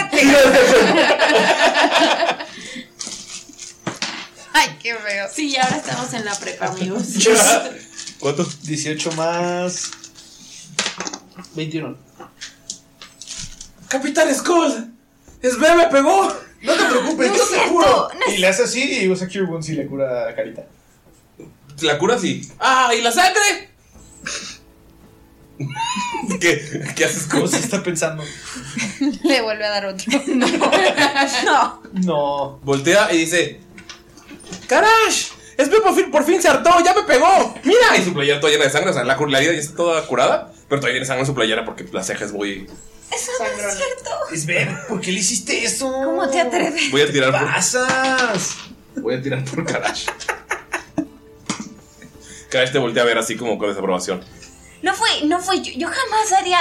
Ay, qué feo. Sí, ahora estamos en la prepa, amigos.
¿Cuánto?
18 más. 21.
¡Capitán Skull! ¡Esbe me pegó!
No te preocupes,
No
yo
es
te
cierto,
juro.
no es-
Y le hace así y usa Cure Wounds y le cura la carita.
La cura sí. ¡Ah! ¿Y la sangre? ¿Qué, ¿Qué haces con
se está pensando?
Le vuelve a dar otro.
No.
No.
Voltea y dice: ¡Carash! ¡Esbe por fin, por fin se hartó! ¡Ya me pegó! ¡Mira! Y su playera toda llena de sangre. O sea, la, cur- la herida ya está toda curada. Pero todavía tiene sangre en su playera porque la ceja es muy.
Eso no es cierto.
Esbe, ¿por qué le hiciste eso?
¿Cómo te atreves?
Voy a tirar por.
¡Pasas!
Voy a tirar por Carash. Carash te voltea a ver así como con desaprobación.
No fue, no fue yo. Yo jamás haría.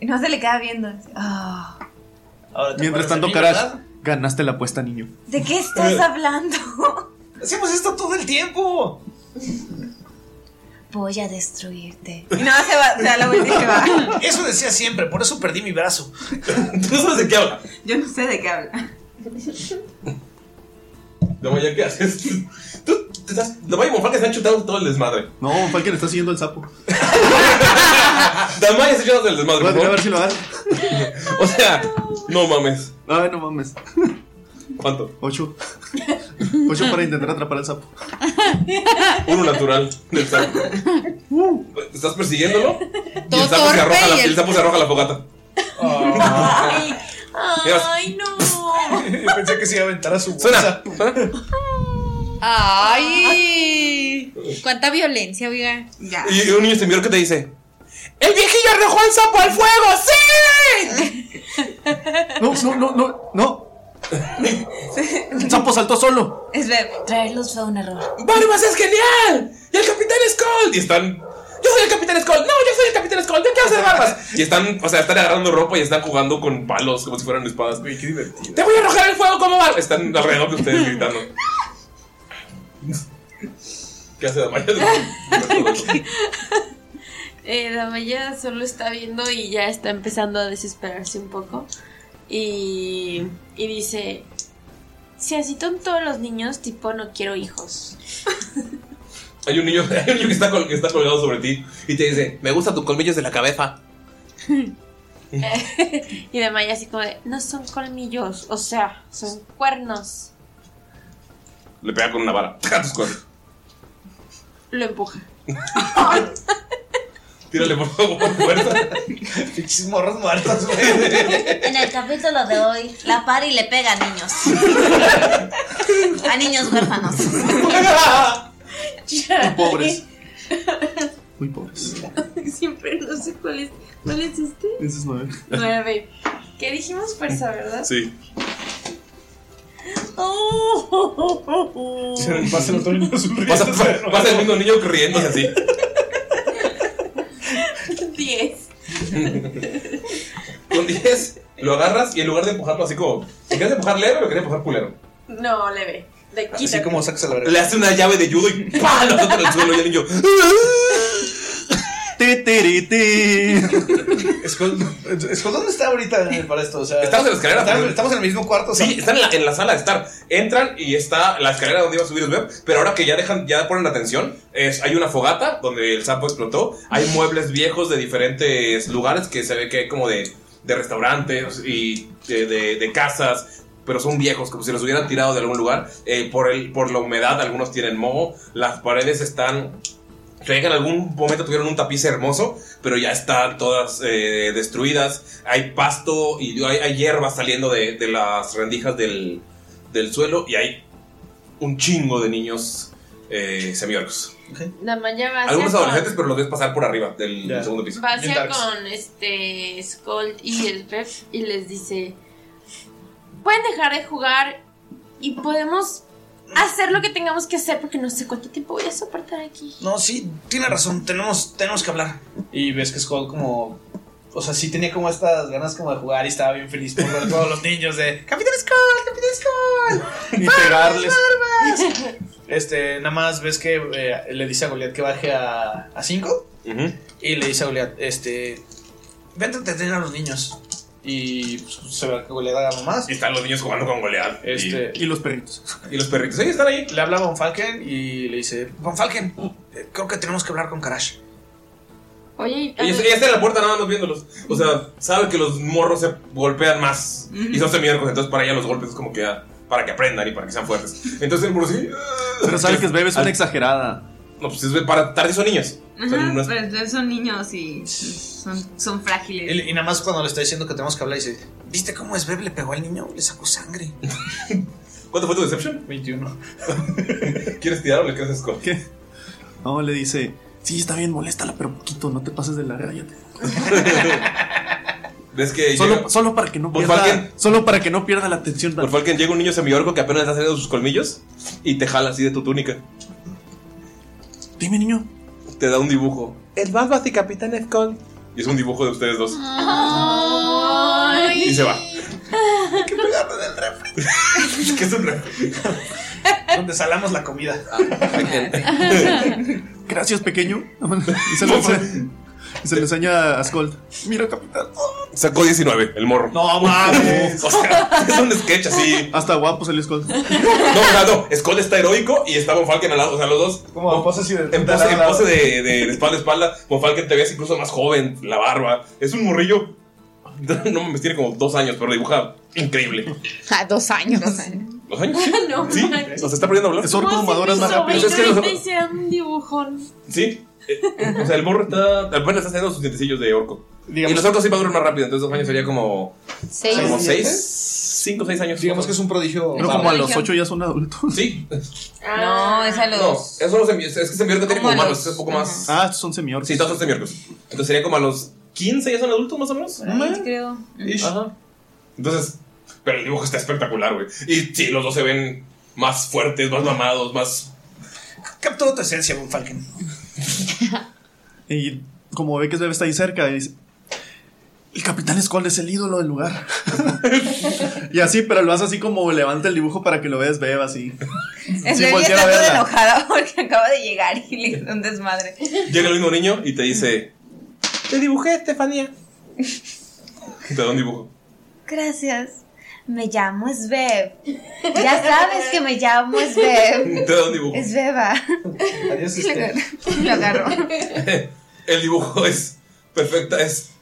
No se le queda viendo. Ah,
Mientras tanto,
acuerdas de mí,
Karash, ganaste la apuesta, niño.
¿De qué
Eh,
estás hablando?
Hacemos esto todo el tiempo.
Voy a destruirte.
Y
nada, se va, se da la vuelta y se va.
Eso decía siempre, por eso perdí mi brazo.
¿Tú no sabes de qué habla?
Yo no sé de qué habla.
No, ya qué haces. Tú te estás. No vaya a que se han chutado todo el desmadre.
No, Falken está siguiendo el sapo.
Damaya se ha chutado todo el desmadre.
Voy a
por
tirar a
favor.
ver si lo das.
O sea, no mames.
Ay, Ah, no mames.
¿Cuánto?
Ocho. Ocho para intentar atrapar al sapo.
Uno natural del sapo.
Uh.
¿Estás persiguiéndolo? Y el
Todo
sapo se
torpe
arroja,
y
la,
el-
el sapo se arroja la fogata.
Ay, ay, no.
Pensé que se iba a aventar a su
Suena.
¡Ay! ¿Cuánta violencia, oiga? Ya.
Y un niño se miró que te dice:
¡El viejillo arrojó al sapo al fuego! ¡Sí!
No, no, no, no, no. El sapo saltó solo.
Es ver, traerlos fue un error.
¡Barbas es genial! ¡Y el capitán Skull! Y están. ¡Yo soy el capitán Skull! ¡No, yo soy el capitán Skull! ¡Yo quiero ser barbas! Y están, o sea, están agarrando ropa y están jugando con palos como si fueran espadas.
Güey, qué divertido.
¡Te voy a arrojar el fuego como barbas! Están alrededor de ustedes gritando. ¿Qué hace Damaya?
Eh, Damaya solo está viendo y ya está empezando a desesperarse un poco. Y, y dice: Si así son todos los niños, tipo, no quiero hijos.
Hay un niño, hay un niño que, está col- que está colgado sobre ti y te dice: Me gusta tus colmillos de la cabeza.
Y Damaya, así como de: No son colmillos, o sea, son cuernos.
Le pega con una vara. ¡Taca tus cosas!
Lo empuja.
Tírale por favor por fuerza.
Pinches morros muertos, güey.
En el capítulo de hoy, la pari le pega a niños. A niños huérfanos.
Pobres. Muy pobres.
Siempre no sé cuál es. ¿Cuál es este?
Ese es nueve.
9. ¿Qué dijimos fuerza, verdad?
Sí.
Oh.
Pasa el otro niño sonriendo.
Pasa, pa- pasa el mismo niño riéndose así.
10.
Con 10 lo agarras y en lugar de empujarlo así como. ¿Lo querías empujar leve o lo querías empujar culero?
No, leve. De quita.
sacas la
Le hace una llave de judo y ¡pam! Lo suelta en el suelo y el niño.
Ti, ti, ti, ti.
Skull, Skull, ¿dónde está ahorita para esto? O sea,
Estamos en la escalera,
Estamos,
pero-
estamos en el mismo cuarto. o sea,
Sí, están en la, en la sala de estar. Entran y está la escalera donde iba a subir el web. Pero ahora que ya dejan, ya ponen atención, es, hay una fogata donde el sapo explotó. Hay muebles viejos de diferentes lugares que se ve que hay como de, de restaurantes y de, de- de casas. Pero son viejos, como si los hubieran tirado de algún lugar. Eh, por, el, por la humedad, algunos tienen moho. Las paredes están Creía que en algún momento tuvieron un tapiz hermoso, pero ya están todas eh, destruidas. Hay pasto y hay, hay hierba saliendo de, de las rendijas del, del suelo y hay un chingo de niños eh, semiorcos.
Damaya va hacia
Algunos
con-
adolescentes, pero los ves pasar por arriba del, del segundo piso.
Va hacia con este Scold y el Pep y les dice: pueden dejar de jugar y podemos hacer lo que tengamos que hacer porque no sé cuánto tiempo voy a soportar aquí.
No, sí, tiene razón, tenemos, tenemos que hablar.
Y ves que Skull como... O sea, sí tenía como estas ganas como de jugar y estaba bien feliz por ver todos los niños de...
Capitán Skull, Capitán Skull.
Ni pegarles. Este, nada más ves que eh, le dice a Goliath que baje a 5 y le dice a Goliath, este, vente a entretener a los niños. Y pues, se ve que Goliath agarra más.
Y están los niños jugando con Goliath.
Este,
Y-
los perritos.
Y los perritos, sí, están ahí.
Le habla a Von Falken y le dice,
Von Falken, eh, creo que tenemos que hablar con Karash.
Oye,
Ella, ella está en la puerta nada más viéndolos. O sea, sabe que los morros se golpean más y son semiércoles. Entonces, para ella, los golpes es como que ah, para que aprendan y para que sean fuertes. Entonces, el morro sí.
Pero sabe que es bebé, es una
exagerada. No, pues es be- para tarde son niños. O sea,
Ajá,
no es-
pero entonces son niños y son, son frágiles.
y, y nada más cuando le está diciendo que tenemos que hablar, dice,
¿Viste cómo es Beb le pegó al niño? Le sacó sangre.
¿Cuánto fue tu deception?
21.
¿Quieres tirar o le crees a Scott?
¿Qué? No, le dice, sí, está bien, moléstala, pero poquito, no te pases de la raya.
¿Ves que
Solo, solo para que no
Von
pierda,
Falken.
solo para que no pierda la atención.
Por favor, que llega un niño semiorco que apenas está saliendo sus colmillos y te jala así de tu túnica.
Dime, niño.
Te da un dibujo. El Babas y Capitán Skull. Y es un dibujo de ustedes dos. Y se va.
que pegarle del refri.
¿Qué es un refri?
Donde salamos la comida.
Gracias, pequeño. Y se lo enseña, y se lo enseña a Skold. Mira, capitán.
Sacó 19, el morro.
No mames.
O sea, es un sketch así.
Hasta guapo salió Skold.
No, o sea, no. Skull está heroico y está Von Falken al lado. O sea, los dos.
Como en pose así de.
En pose, en pose de, de- de espalda a espalda. Von Falken te veas incluso más joven, la barba. Es un morrillo. No mames, tiene como dos años, pero dibuja increíble.
A Ah, dos años.
¿Dos años? Sí.
No
sí.
manches.
O sea, está perdiendo hablar.
¿Cómo si mi
Pues es que
sobrino
los-
ahorita hiciera un dibujón.
Sí. Eh, O sea, el morro está. Apenas está haciendo sus dientecillos de orco. Y los orcos sí maduran más rápido, entonces dos años sería como.
Seis.
Como seis. Cinco o seis años. Digamos que es
un prodigio.
Pero como a los ocho ya son adultos.
Sí.
No, es a los.
No, eso no se- es que semiorco tiene como
Como a
humanos,
los-
es un poco más.
Ah, estos son semiorcos.
Sí, todos son semiorcos. Entonces sería como a los 15 ya son adultos, más o menos.
Por ahí, creo.
Ajá. Entonces, pero el dibujo está espectacular, güey. Y sí, los dos se ven más fuertes, más mamados, más.
Capturó tu esencia, Von Falken.
Y como ve que Bebe está ahí cerca, dice: El capitán Skold es el ídolo del lugar. y así, pero lo hace así como levanta el dibujo para que lo veas, Bebe, así.
Es
Sí,
Bebby
voltear a
está toda
verla.
enojada porque acaba de llegar y le hizo un desmadre.
Llega el mismo niño y te dice: Te dibujé, Estefanía. Te da un dibujo.
Gracias. Me llamo Sveb. Ya sabes que me llamo Sveb.
Te da un dibujo. Este,
Sveba.
Adiós,
Lo agarró.
El dibujo es perfecta, es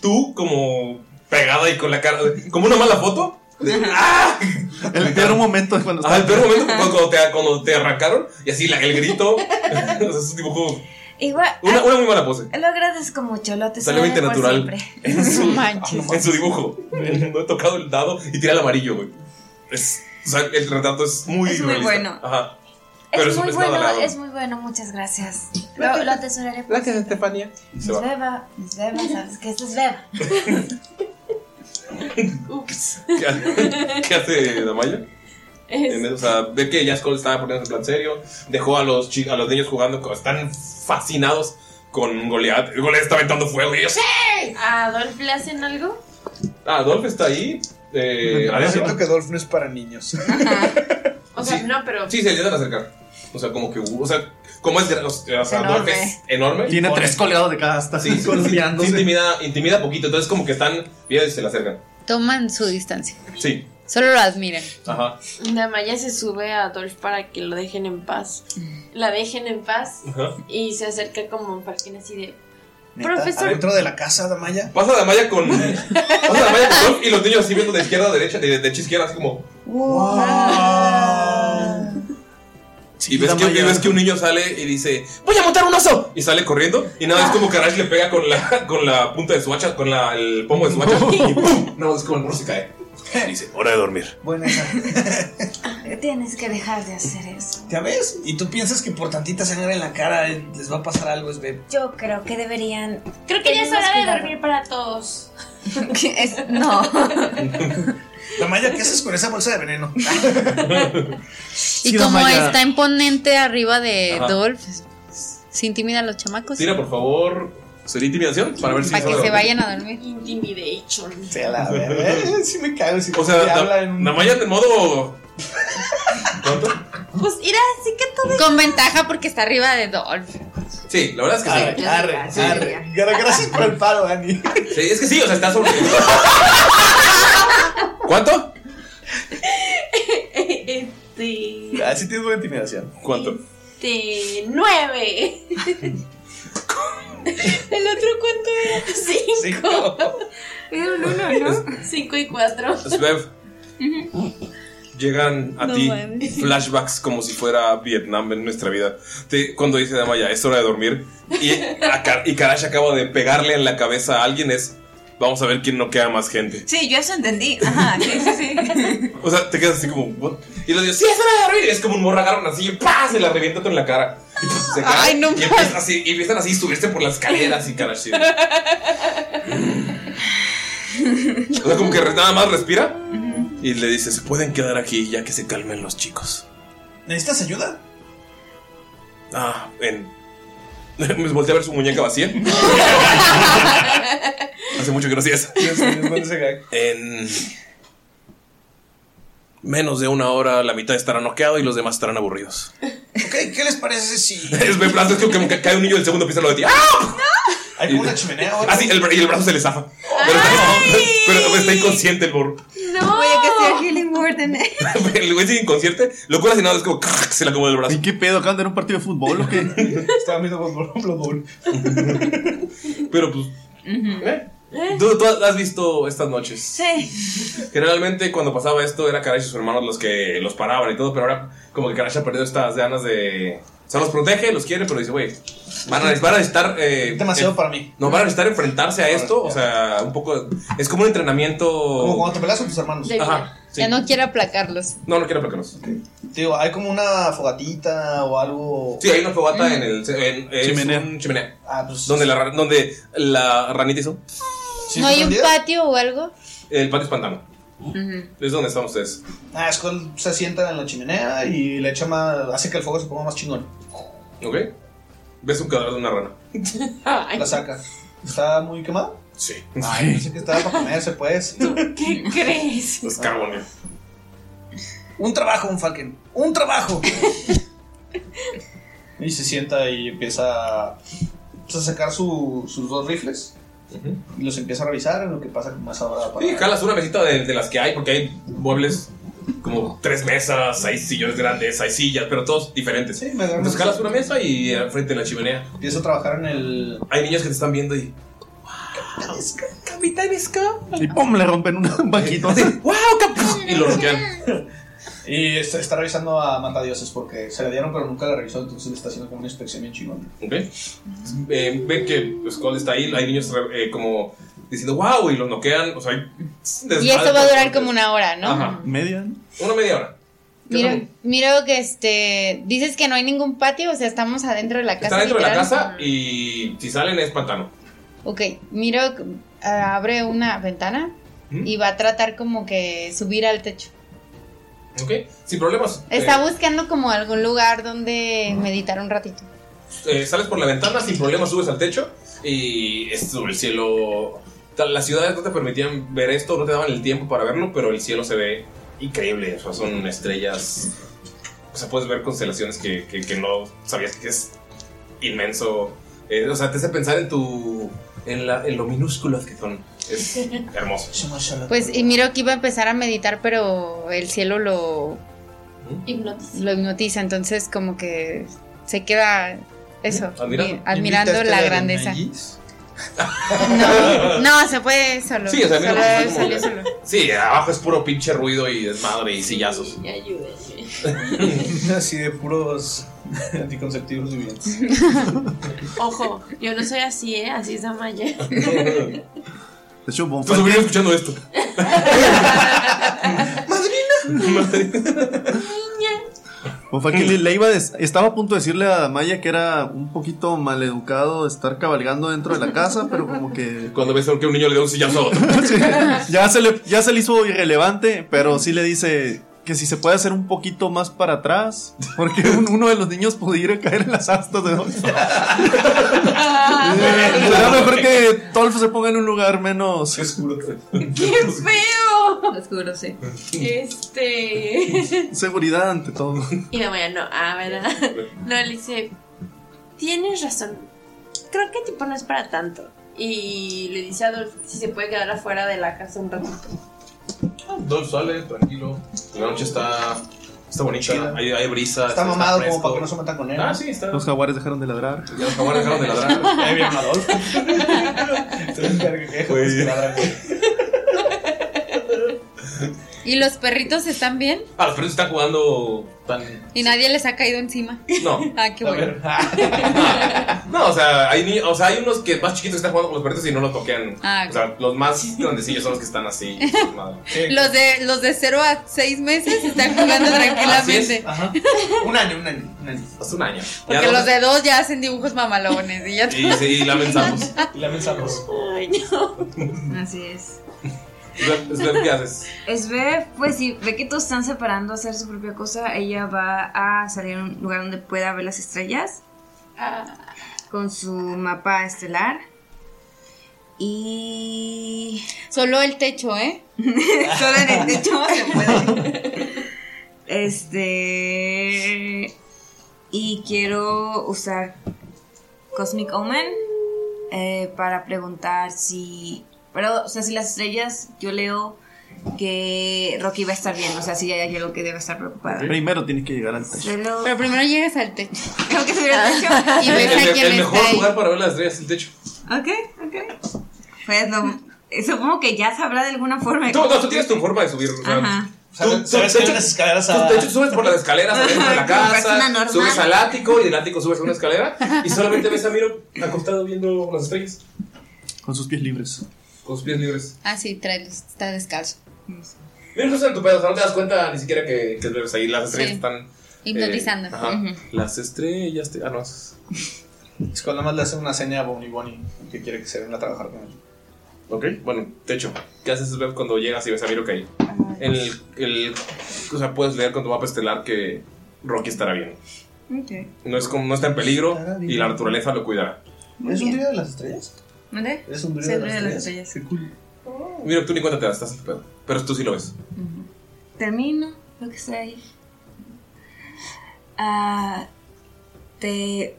tú como pegada y con la cara, como una mala foto.
El peor momento es cuando
Ah, el peor momento cuando, cuando te, cuando te arrancaron y así la- el grito. O sea, es un dibujo,
Igual. ah,
una, una muy mala pose.
Lo agradezco mucho, lo te
Salió 20 natural
siempre.
en su,
Manches.
en su dibujo. No he tocado el dado y tira el amarillo, güey. Es, o sea, el retrato es muy
Es muy
realista.
bueno.
Ajá. Pero
Es
eso
muy
está
bueno,
avalado.
es muy bueno, muchas gracias. Lo, lo atesoraré. Gracias,
Estefanía. Y se va.
Sveba, Sveba, sabes que es Sveba.
¿Qué, ha- qué hace Damaya?
Es-
En eso, o sea, ve que ya Skull estaba poniendo en plan serio. Dejó a los, chi- a los niños jugando. co- Están fascinados con Goliath. El Goliath está aventando fuego. Y ellos,
¿A Adolf le hacen algo?
ah, Dolph está ahí. Eh, adentro.
Siento que Dolph no es para niños.
O sea, no, pero.
Sí, se intentan acercar. O sea, como que. O sea, como es. gran- O sea, Dolph
enorme.
es enorme.
Tiene tres colgados de cada hasta.
Sí, sí, sí, sí, intimida, intimida poquito. Entonces, como que están. Mira, se le acercan.
Toman su distancia.
Sí,
Solo lo admiran.
ajá.
Damaya se sube a Adolf para que lo dejen en paz.
Mm.
La dejen en paz
ajá.
y se acerca como un parquín así de.
¿Neta?
Profesor.
¿Adentro
de la casa, Damaya?
Pasa Damaya con. Pasa Damaya con Dolph y los niños así viendo de izquierda a derecha, de, de derecha a izquierda, así como. y, ves que,
Damaya.
y ves que un niño sale y dice: ¡Voy a montar un oso! Y sale corriendo. Y nada, es como que Arash le pega con la, con la punta de su hacha, con la, el pomo de su hacha. Y ¡pum! No, es como el morro se cae. Y dice: Hora de dormir.
Tienes que dejar de hacer eso.
¿Ya ves? Y tú piensas que por tantita sangre en la cara eh, les va a pasar algo, es Beb.
Yo creo que deberían.
Creo que ya es
tener más
hora de
cuidado.
dormir para todos.
¿Qué es? No.
Damaya, ¿qué haces con esa bolsa de veneno?
Y
Sí,
como
Damaya.
está imponente arriba de
Ajá.
Dolph, se intimida a los chamacos.
Tira, por favor, sería intimidación para ver si.
Pues Para que
sale
se
la-
vayan a dormir.
Intimidation.
Eh,
Si me cago, eh. si
O sea, Na- Namaya en modo.
Pues irá, así que todo. Con ventaja porque está arriba de Dolph.
Sí, la verdad es que sí.
Arre, arre, arre. Gra- Gracias por el paro, Dani.
Sí, es que sí, o sea, está sobre. ¿Cuánto?
Este.
Así tienes una intimidación.
¿Cuánto?
Este. Nueve. ¿El otro cuánto era? Cinco. Era un uno, ¿no? Cinco y cuatro.
Svev, llegan a
No
ti
mames.
flashbacks como si fuera Vietnam en nuestra vida. Te- cuando dice Damaya, es hora de dormir. Y, a Kar- y Karash acaba de pegarle en la cabeza a alguien, es. Vamos a ver quién no queda más gente.
Sí, yo eso entendí. Ajá, sí, sí, sí.
O sea, te quedas así como, ¿what? Y le digo, sí, es hora de dormir. Y es como un morro agarran así y ¡pah! se la revienta todo en la cara. Y pues, se cae.
Ay, no
y empiezan así, y empiezan así a subirse por las escaleras y Karash. sí. O sea, como que re- nada más respira y le dice, se pueden quedar aquí ya que se calmen los chicos.
¿Necesitas ayuda?
Ah, en... Me volteé a ver su muñeca vacía. Hace mucho que no hacía eso. En... Menos de una hora la mitad estará noqueado y los demás estarán aburridos.
Ok, ¿qué les parece si
Es me plazo, es que como que cae un niño del segundo piso lo de ti. ¡Ah!
hay como una chimenea o algo?
Ah, sí, el, bra- y el brazo se le zafa. Pero, pero está inconsciente el burro.
No. Voy a que sea Healing Word en él.
El güey sigue inconsciente, lo cura sin nada, es como se le acomoda el brazo.
¿Y qué pedo? ¿Acaban de ver un partido de fútbol o qué?
Estaba viendo Blood Bowl- Blood Bowl.
Pero pues, ¿tú, tú has visto estas noches.
Sí.
Generalmente cuando pasaba esto era Karash y sus hermanos los que los paraban y todo, pero ahora como que Karash ha perdido estas ganas de... O sea, los protege, los quiere, pero dice, güey, van a, van a necesitar... eh,
Demasiado
eh,
para mí.
No, van a necesitar enfrentarse a esto, o sea, un poco... Es como un entrenamiento...
Como cuando te peleas con tus hermanos.
Ajá, sí.
Ya no quiere aplacarlos.
No, no quiero placarlos.
Digo, hay como una fogatita o algo.
Sí, hay una fogata en el... En, es
Chimenea.
un chimenea.
Ah, pues.
Donde la, ra- donde la ranita hizo...
¿No hay un patio o algo?
El patio es pantano.
Uh,
Es donde están ustedes.
Ah, es cuando se sienta en la chimenea y le echa más. hace que el fuego se ponga más chingón.
¿Ok? Ves un cadáver de una rana.
La saca. ¿Está muy quemada?
Sí.
Ay, pensé que estaba para comerse, pues.
¿Qué crees?
Es carbonio.
Un trabajo, un Falken. Un trabajo. y se sienta y empieza a, pues, a sacar su- sus dos rifles. Y los empieza a revisar en lo que pasa más ahora. Para...
Sí, jalas una mesita de, de las que hay, porque hay muebles como tres mesas, hay sillones grandes, hay sillas, pero todos diferentes. Sí,
me da
Entonces
una-
jalas una mesa y al frente de la chimenea.
Empiezo a trabajar en el.
Hay niños que te están viendo y.
Capitán
Y pum, le rompen un un banquito.
¡Wow! Y lo roquean.
Y está, está revisando a Matadioses porque se le dieron, pero nunca la revisó. Entonces le está haciendo como una inspección bien chingona.
¿Ok? Eh, ven que Skull está ahí, hay niños eh, como diciendo wow y los noquean. O sea, hay
Y esto va a durar como una hora, ¿no?
Ajá.
¿Media?
Una media hora.
Mira, mira que este. Dices que no hay ningún patio, o sea, estamos adentro de la casa.
Está dentro de la
literal.
casa y si salen es pantano.
Ok, miro, que, ah, abre una ventana y va a tratar como que subir al techo.
¿Ok? Sin problemas.
Está
Eh,
buscando como algún lugar donde meditar un ratito.
eh, sales por la ventana, sin problemas subes al techo y es sobre el cielo. Ta- Las ciudades no te permitían ver esto, no te daban el tiempo para verlo, pero el cielo se ve increíble. O sea, son estrellas. O sea, puedes ver constelaciones que, que- que no sabías que es inmenso. Eh, o sea, te hace pensar en tu. en, la- en lo minúsculas que son. Es hermoso.
Pues, y miro que iba a empezar a meditar, pero el cielo lo,
Hipnotiza.
lo hipnotiza, entonces como que se queda eso,
Admirando.
mi- admirando
Ah, ¿Invitaste
la
a
grandeza.
Denayis?
No, no, se puede solo.
Sí, o sea,
solo,
mira, es como-
salió solo.
Sí, abajo es puro pinche ruido y desmadre y sillazos.
Así de puros anticonceptivos vivientes.
Ojo, yo no soy así, ¿eh? Así es Amaya.
De
hecho, Von
Falken- escuchando esto.
Madrina. Niña.
O fue que le, le iba a des- estaba a punto de decirle a Maya que era un poquito maleducado estar cabalgando dentro de la casa, pero como que
Cuando ves a que un niño le da un sillazo a otro.
ya se le ya se le hizo irrelevante, pero sí le dice que si se puede hacer un poquito más para atrás, porque un- uno de los niños pudiera caer en las astas de Dolph. Ah. Será mejor que Dolph se ponga en un lugar menos
oscuro.
¡Qué feo!
Oscuro, sí.
Este.
Seguridad ante todo.
Y la Maya, no, ah, ¿verdad? No, le dice, tienes razón. Creo que tipo no es para tanto. Y le dice a Adolf si se puede quedar afuera de la casa un ratito.
Dolph sale, tranquilo. La noche está, está bonita. Hay, hay brisa.
Está mamado como
fresco.
para que no se metan con él.
Ah, sí, está.
Pues
Los jaguares dejaron de ladrar.
Los jaguares dejaron de ladrar.
Ahí vieron a Dolph. Pues,
Güey.
¿Y los perritos están bien?
Ah, los perros están jugando tan.
¿Y nadie les ha caído encima?
No.
Ah, qué
A
bueno.
ver. no, o sea, hay niños, o sea, hay unos que más chiquitos que están jugando con los perritos y no los toquean.
Ah,
o sea, los más grandecillos son los que están así. madre.
Los de, los de 0 a 6 meses están jugando
eh, Así
tranquilamente.
es, ajá. Un año, un año, un año. Hasta Pues un año. Ya
Porque
dos-
los de 2 ya hacen dibujos mamalones. Y ya
Y, sí, y lamentamos.
Y lamentamos.
Ay, no.
Así es.
Slep, Slep, ¿Qué haces?
Esbe, pues si ve que todos están separando a hacer su propia cosa, ella va a salir a un lugar donde pueda ver las estrellas
Ah.
con su mapa estelar. Y.
Solo el techo, ¿eh?
Solo en el techo se puede. Este. Y quiero usar Cosmic Omen eh, para preguntar si. Pero, o sea, si las estrellas, yo leo que Rocky va a estar bien. O sea, si hay algo que debe estar preocupado.
Primero tienes que llegar al techo.
Solo-
Pero primero llegas al techo.
Tengo que subir al techo.
Y ves
el,
a
el
quién
mejor
está ahí.
lugar para ver las estrellas es el techo.
Ok, ok. Pues no, eh, supongo que ya sabrá de alguna forma. de
No,
cómo-
no, tú tienes tu forma de subir. o sea,
Ajá.
Tú,
sabes
tú-
que hay
de
unas
hecho-
escaleras
tú-
a-
de hecho, subes por las escaleras a dentro de la
Como persona
casa,
normal.
subes al ático y del ático subes a una escalera y solamente ves a Miro acostado viendo las estrellas
Con sus pies libres.
con sus pies libres.
Ah, sí, trae, está descalzo.
Mira, no está en tu pedo, o sea, no te das cuenta ni siquiera que, que bebes ahí. Las estrellas
Sí.
están.
Hipnotizando.
eh, ajá.
Ujú.
Las estrellas te. Ah, no. es-
Es cuando más le hace una seña a Bonnie Bonnie que quiere que se venga a trabajar con él.
Ok, bueno, techo. ¿Qué haces Beb, cuando llegas y ves a Miro que ahí? El, el, o sea, puedes leer con tu mapa estelar que Rocky estará bien.
Ok.
No, es como, no está en peligro y la naturaleza lo cuidará.
¿Eres un día de las estrellas?
¿Mande?
¿Eres un
Sí,
día de
druida
las
de las
estrellas? Qué cool.
Miro, tú ni cuenta te das, estás en tu pedo. Pero tú sí lo ves.
Termino lo que está ahí. Ah, te.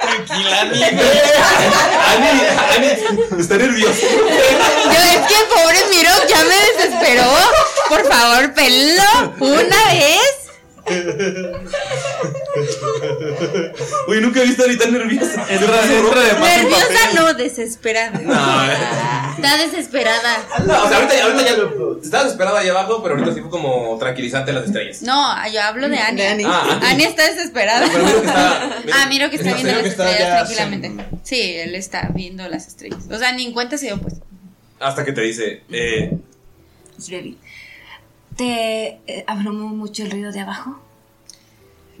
Tranquila, Ani. Ani, Ani, está nervioso.
Yo, es que pobre Miro ya me desesperó. Por favor, pelo una vez.
Uy, nunca he visto a Ani tan nerviosa.
Nerviosa, no, desesperada.
eh.
Está desesperada.
No, o sea, ahorita, ahorita ya estaba desesperada ahí abajo, pero ahorita sí fue como tranquilizante las estrellas.
No, yo hablo de Ani. Ani.
Ah, Ani.
está desesperada.
Pero miro que está-
ah, Miro que está
está
viendo las
serio que está
estrellas
ya
tranquilamente. Sí, él está viendo las estrellas. O sea, ni en cuenta se dio pues.
Hasta que te dice, eh,
Es Revi. ¿Te eh, abrumó mucho el ruido de abajo?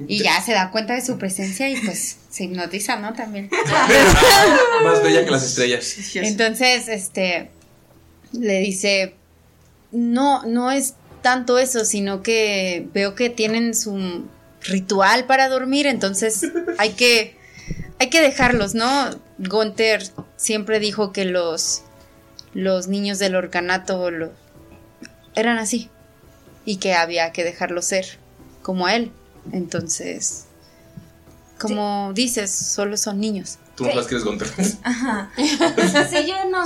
Y ya se da cuenta de su presencia y pues se hipnotiza, ¿no? También.
más bella que las estrellas.
Entonces, este, le dice, no, no es tanto eso, sino que veo que tienen su ritual para dormir, entonces hay que, hay que dejarlos, ¿no? Gunther siempre dijo que los, los niños del orcanato lo- eran así y que había que dejarlos ser como a él. Entonces, como dices, solo son niños.
Tú no las quieres contar.
Ajá. sí, yo no,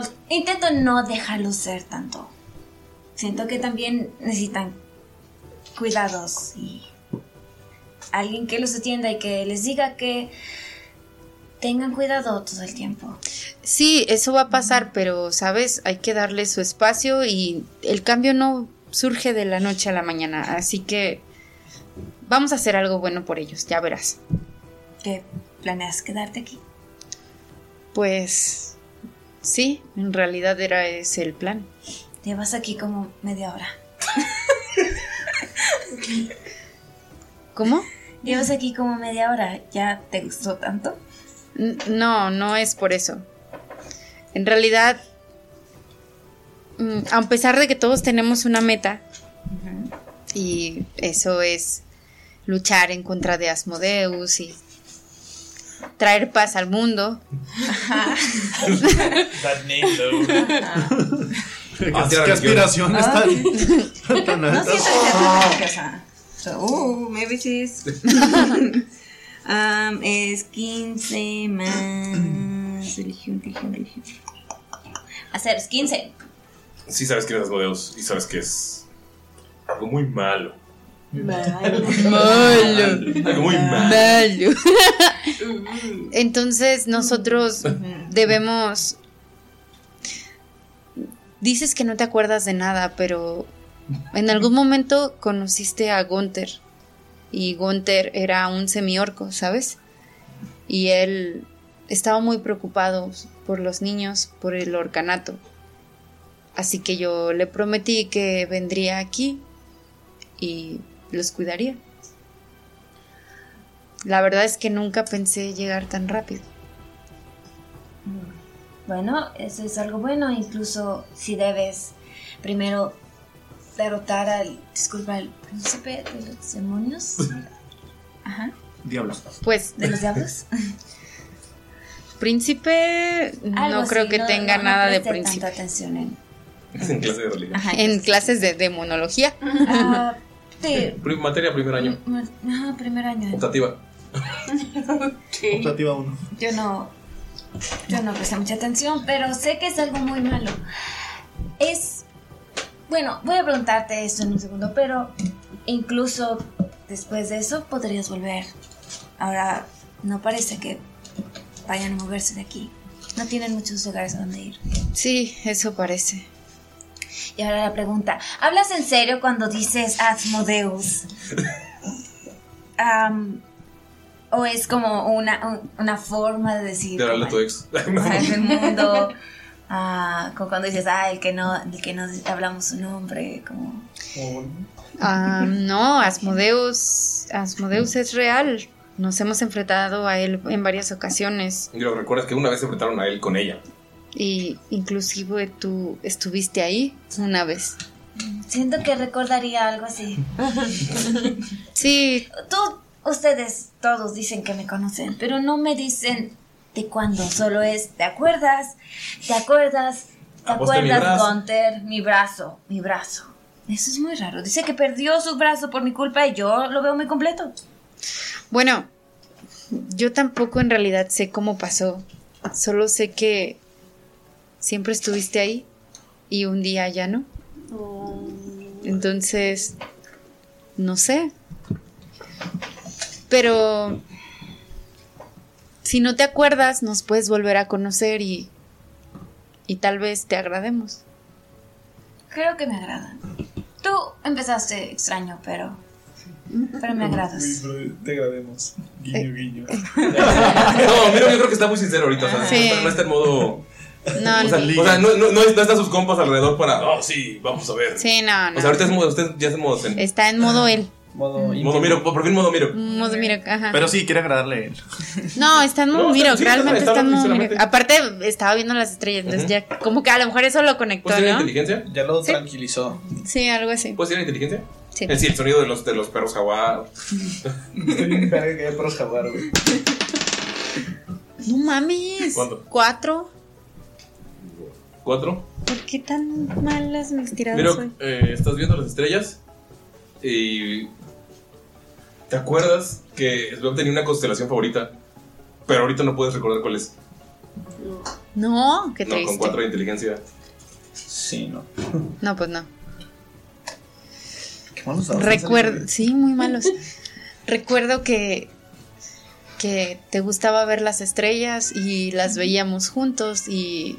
no. Intento no dejarlo ser tanto. Siento que también necesitan cuidados y alguien que los atienda y que les diga que tengan cuidado todo el tiempo.
Sí, eso va a pasar, pero, ¿sabes? Hay que darle su espacio y el cambio no surge de la noche a la mañana, así que vamos a hacer algo bueno por ellos, ya verás.
¿Qué planeas quedarte aquí?
Pues sí, en realidad era ese el plan.
Llevas aquí como media hora.
¿Cómo?
Llevas aquí como media hora. ¿Ya te gustó tanto?
N- No, no es por eso. En realidad, mm, a pesar de que todos tenemos una meta, y eso es luchar en contra de Asmodeus y traer paz al mundo.
That name, though.
¿Qué,
Ah, sí,
qué aspiración
Ah.
está? tan
No
altas?
siento que sea tan ambiciosa. So, uh, maybe it is. Um, es 15 más. Religión, religión, religión. Hacer es 15.
Sí sabes quién es Asmodeus y sabes que es algo muy malo.
Malo.
Algo muy malo.
Entonces nosotros debemos... Dices que no te acuerdas de nada, pero en algún momento conociste a Gunther y Gunther era un semiorco, ¿sabes? Y él estaba muy preocupado por los niños, por el orcanato. Así que yo le prometí que vendría aquí y los cuidaría. La verdad es que nunca pensé llegar tan rápido.
Bueno, eso es algo bueno. Incluso si debes primero derrotar al. Disculpa, al príncipe de los demonios. Ajá.
Diablo.
Pues.
¿De los diablos?
Príncipe,
Algo
no creo
así,
que tenga
no
nada de
presté tanta
príncipe.
atención en-
Es en clase de religión.
Ajá,
en clases de demonología.
Ah, sí.
Prim- materia primer año.
Ajá, primer año.
Optativa.
Optativa 1.
Yo no. Yo no presté mucha atención, pero sé que es algo muy malo. Es. Bueno, voy a preguntarte esto en un segundo, pero incluso después de eso podrías volver. Ahora no parece que vayan a moverse de aquí. No tienen muchos lugares a donde ir.
Sí, eso parece.
Y ahora la pregunta: ¿hablas en serio cuando dices Asmodeus? Am, ¿O es como una, un- una forma de decir.
De hablarle a tu ex.
Ajá, es el mundo. Ah, como cuando dices, ah, el que no, el que no hablamos su nombre, como.
Ah, no, Asmodeus, Asmodeus es real. Nos hemos enfrentado a él en varias ocasiones
Y lo recuerdas que una vez se enfrentaron a él con ella.
y inclusive tú estuviste ahí una vez.
Siento que recordaría algo así.
Sí.
Tú, ustedes todos dicen que me conocen, pero no me dicen de cuándo. Solo es, ¿te acuerdas? ¿Te acuerdas? ¿Te
Ah, vos de mi
acuerdas,
brazo.
Gunter? Mi brazo, mi brazo. Eso es muy raro. Dice que perdió su brazo por mi culpa y yo lo veo muy completo.
Bueno, yo tampoco en realidad sé cómo pasó. Solo sé que siempre estuviste ahí y un día ya no. Entonces, no sé. Pero si no te acuerdas, nos puedes volver a conocer y, y tal vez te agrademos.
Creo que me agradan. Tú empezaste extraño, pero. Pero me agradas.
Te agrademos. Guiño, guiño.
No, mira, yo creo que está muy sincero ahorita. O sea,
Sí. Ah,
no, está- no está en modo.
No,
o sea,
no.
o sea, no, no, no es- no está sus compas alrededor para. Oh, sí, vamos a ver.
Sí, no, no.
O sea, ahorita es modo, usted ya es modo. zen.
Está en modo él.
Modo miro, por fin modo miro.
Modo mira, ajá.
Pero sí, quiere agradarle a él.
No, están muy
No, está-
miro,
sí,
realmente
está- está-
están muy
sinceramente.
miro. Aparte, estaba viendo las estrellas, entonces ya, como que a lo mejor eso lo conectó,
¿Puedes tirar
¿no?
inteligencia?
Ya lo tranquilizó.
Sí, algo así.
¿Puedes tirar inteligencia?
Sí.
Eh, sí, el sonido de los, de los perros jaguar.
Estoy bien verga que hay perros jaguar, güey.
No mames.
¿Cuánto?
¿Cuatro?
¿Cuatro?
¿Por qué tan malas mis tiradas
Miro,
hoy?
eh, estás viendo las estrellas y. ¿Te acuerdas que Svelte tenía una constelación favorita? Pero ahorita no puedes recordar cuál es.
No, qué
No, con
triste.
cuatro de inteligencia.
Sí, no.
No, pues no.
Qué malos dados.
Recuerdo, sí, muy malos. Recuerdo que que te gustaba ver las estrellas y las veíamos juntos y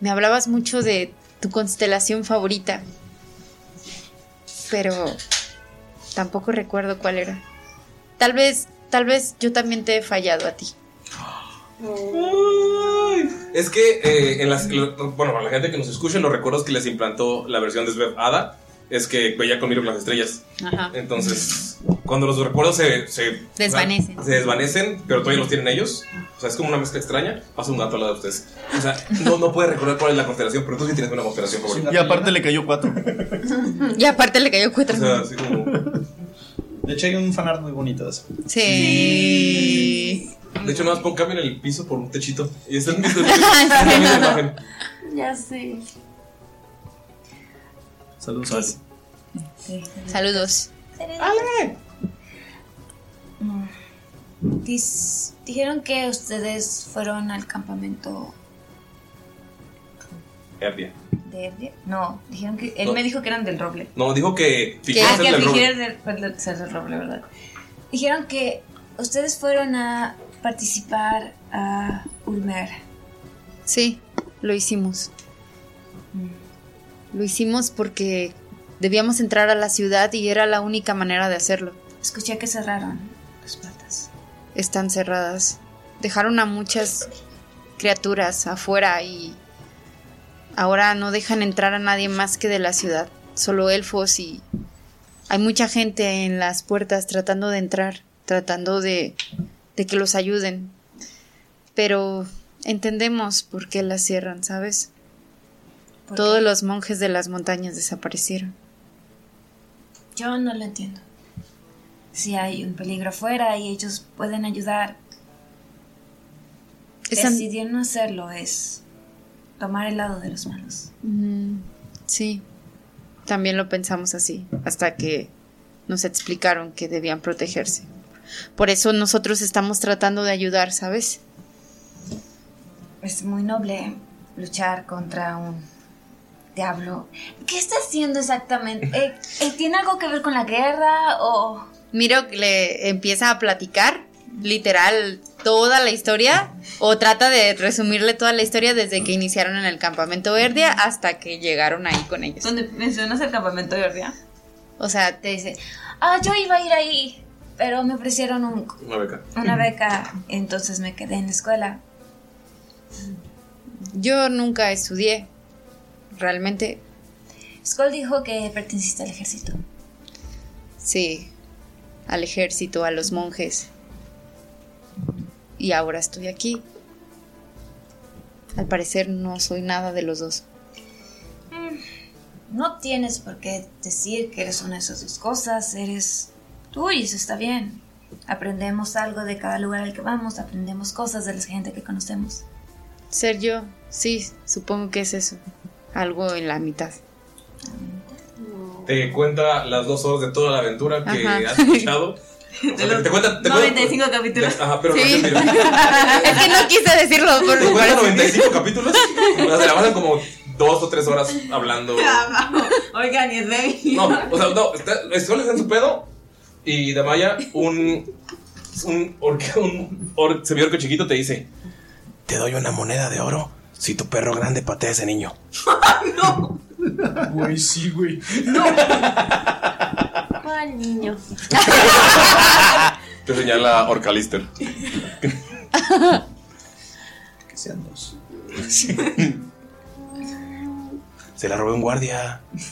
me hablabas mucho de tu constelación favorita. Pero tampoco recuerdo cuál era. Tal vez tal vez yo también te he fallado a ti.
Oh.
Es que, eh, en las, lo- bueno, para la gente que nos escucha, los recuerdos que les implantó la versión de Svev Ada es que veía conmigo las estrellas.
Ajá.
Entonces, cuando los recuerdos se, se
Desvanecen.
se desvanecen, pero todavía los tienen ellos. O sea, es como una mezcla extraña. Pasa un gato al lado de ustedes. O sea, no, no puedes recordar cuál es la constelación, pero tú sí tienes una constelación favorita.
Y aparte le cayó cuatro.
Y aparte le cayó cuatro.
O sea, así como.
De hecho, hay un fanart muy bonito de eso.
Sí.
De hecho, nada más pon cambio en el piso por un techito. Y es el mismo. es la misma imagen.
Ya sé.
Saludos, Ale.
Saludos.
Mm. Dis- dijeron que ustedes fueron al campamento
Erdia.
de Evia. No, dijeron que. Él
No.
me dijo que eran del roble.
No, dijo que
Ah,
Tijeras era
que
el del roble.
Tijeras del- fue del- ser del roble, ¿verdad? Dijeron que ustedes fueron a participar a Ulmer.
Sí, lo hicimos.
Mm.
Lo hicimos porque debíamos entrar a la ciudad y era la única manera de hacerlo.
Escuché que cerraron las puertas.
Están cerradas. Dejaron a muchas criaturas afuera y ahora no dejan entrar a nadie más que de la ciudad. Solo elfos y hay mucha gente en las puertas tratando de entrar, tratando de, de que los ayuden. Pero entendemos por qué las cierran, ¿sabes? Todos los monjes de las montañas desaparecieron.
Yo no lo entiendo. Si hay un peligro afuera y ellos pueden ayudar,
Esa-
decidir no hacerlo es tomar el lado de los malos.
Mm, sí, también lo pensamos así, hasta que nos explicaron que debían protegerse. Por eso nosotros estamos tratando de ayudar, ¿sabes?
Es muy noble luchar contra un diablo. ¿Qué está haciendo exactamente? Eh, eh, ¿Tiene algo que ver con la guerra o...?
Miro que le empieza a platicar literal toda la historia o trata de resumirle toda la historia desde que iniciaron en el campamento verde hasta que llegaron ahí con ellos.
Donde mencionas el campamento de Ordea.
O sea, te
dice, Ah, yo iba a ir ahí, pero me ofrecieron un-
Una beca.
una beca, entonces me quedé en la escuela.
yo nunca estudié, realmente
Skull dijo que perteneciste al ejército.
Sí, al ejército, a los monjes. Y ahora estoy aquí. Al parecer no soy nada de los dos.
Mm, No tienes por qué decir que eres una de esas dos cosas, eres tú y eso está bien. Aprendemos algo de cada lugar al que vamos, aprendemos cosas de la gente que conocemos.
Ser yo, sí, supongo que es eso. Algo en la mitad.
Te cuenta las dos horas de toda la aventura que
Ajá.
has escuchado. O sea, te, te cuenta. Te cuenta
95 capítulos.
ajá, pero
Sí.
pero-
es que no quise decirlo por
Te cuentan 95 capítulos. O sea, se la pasan como dos o tres horas hablando.
Oigan, y es baby.
No, o sea, no, está, Skull está en su pedo. Y Damaya, un. Un orca, un or, semiorco chiquito te dice: Te doy una moneda de oro si tu perro grande patea a ese niño.
Güey, sí, güey.
¿Cuál niño?
Te señala Orcalister.
Que sean dos.
Mm,
Se la robé un guardia.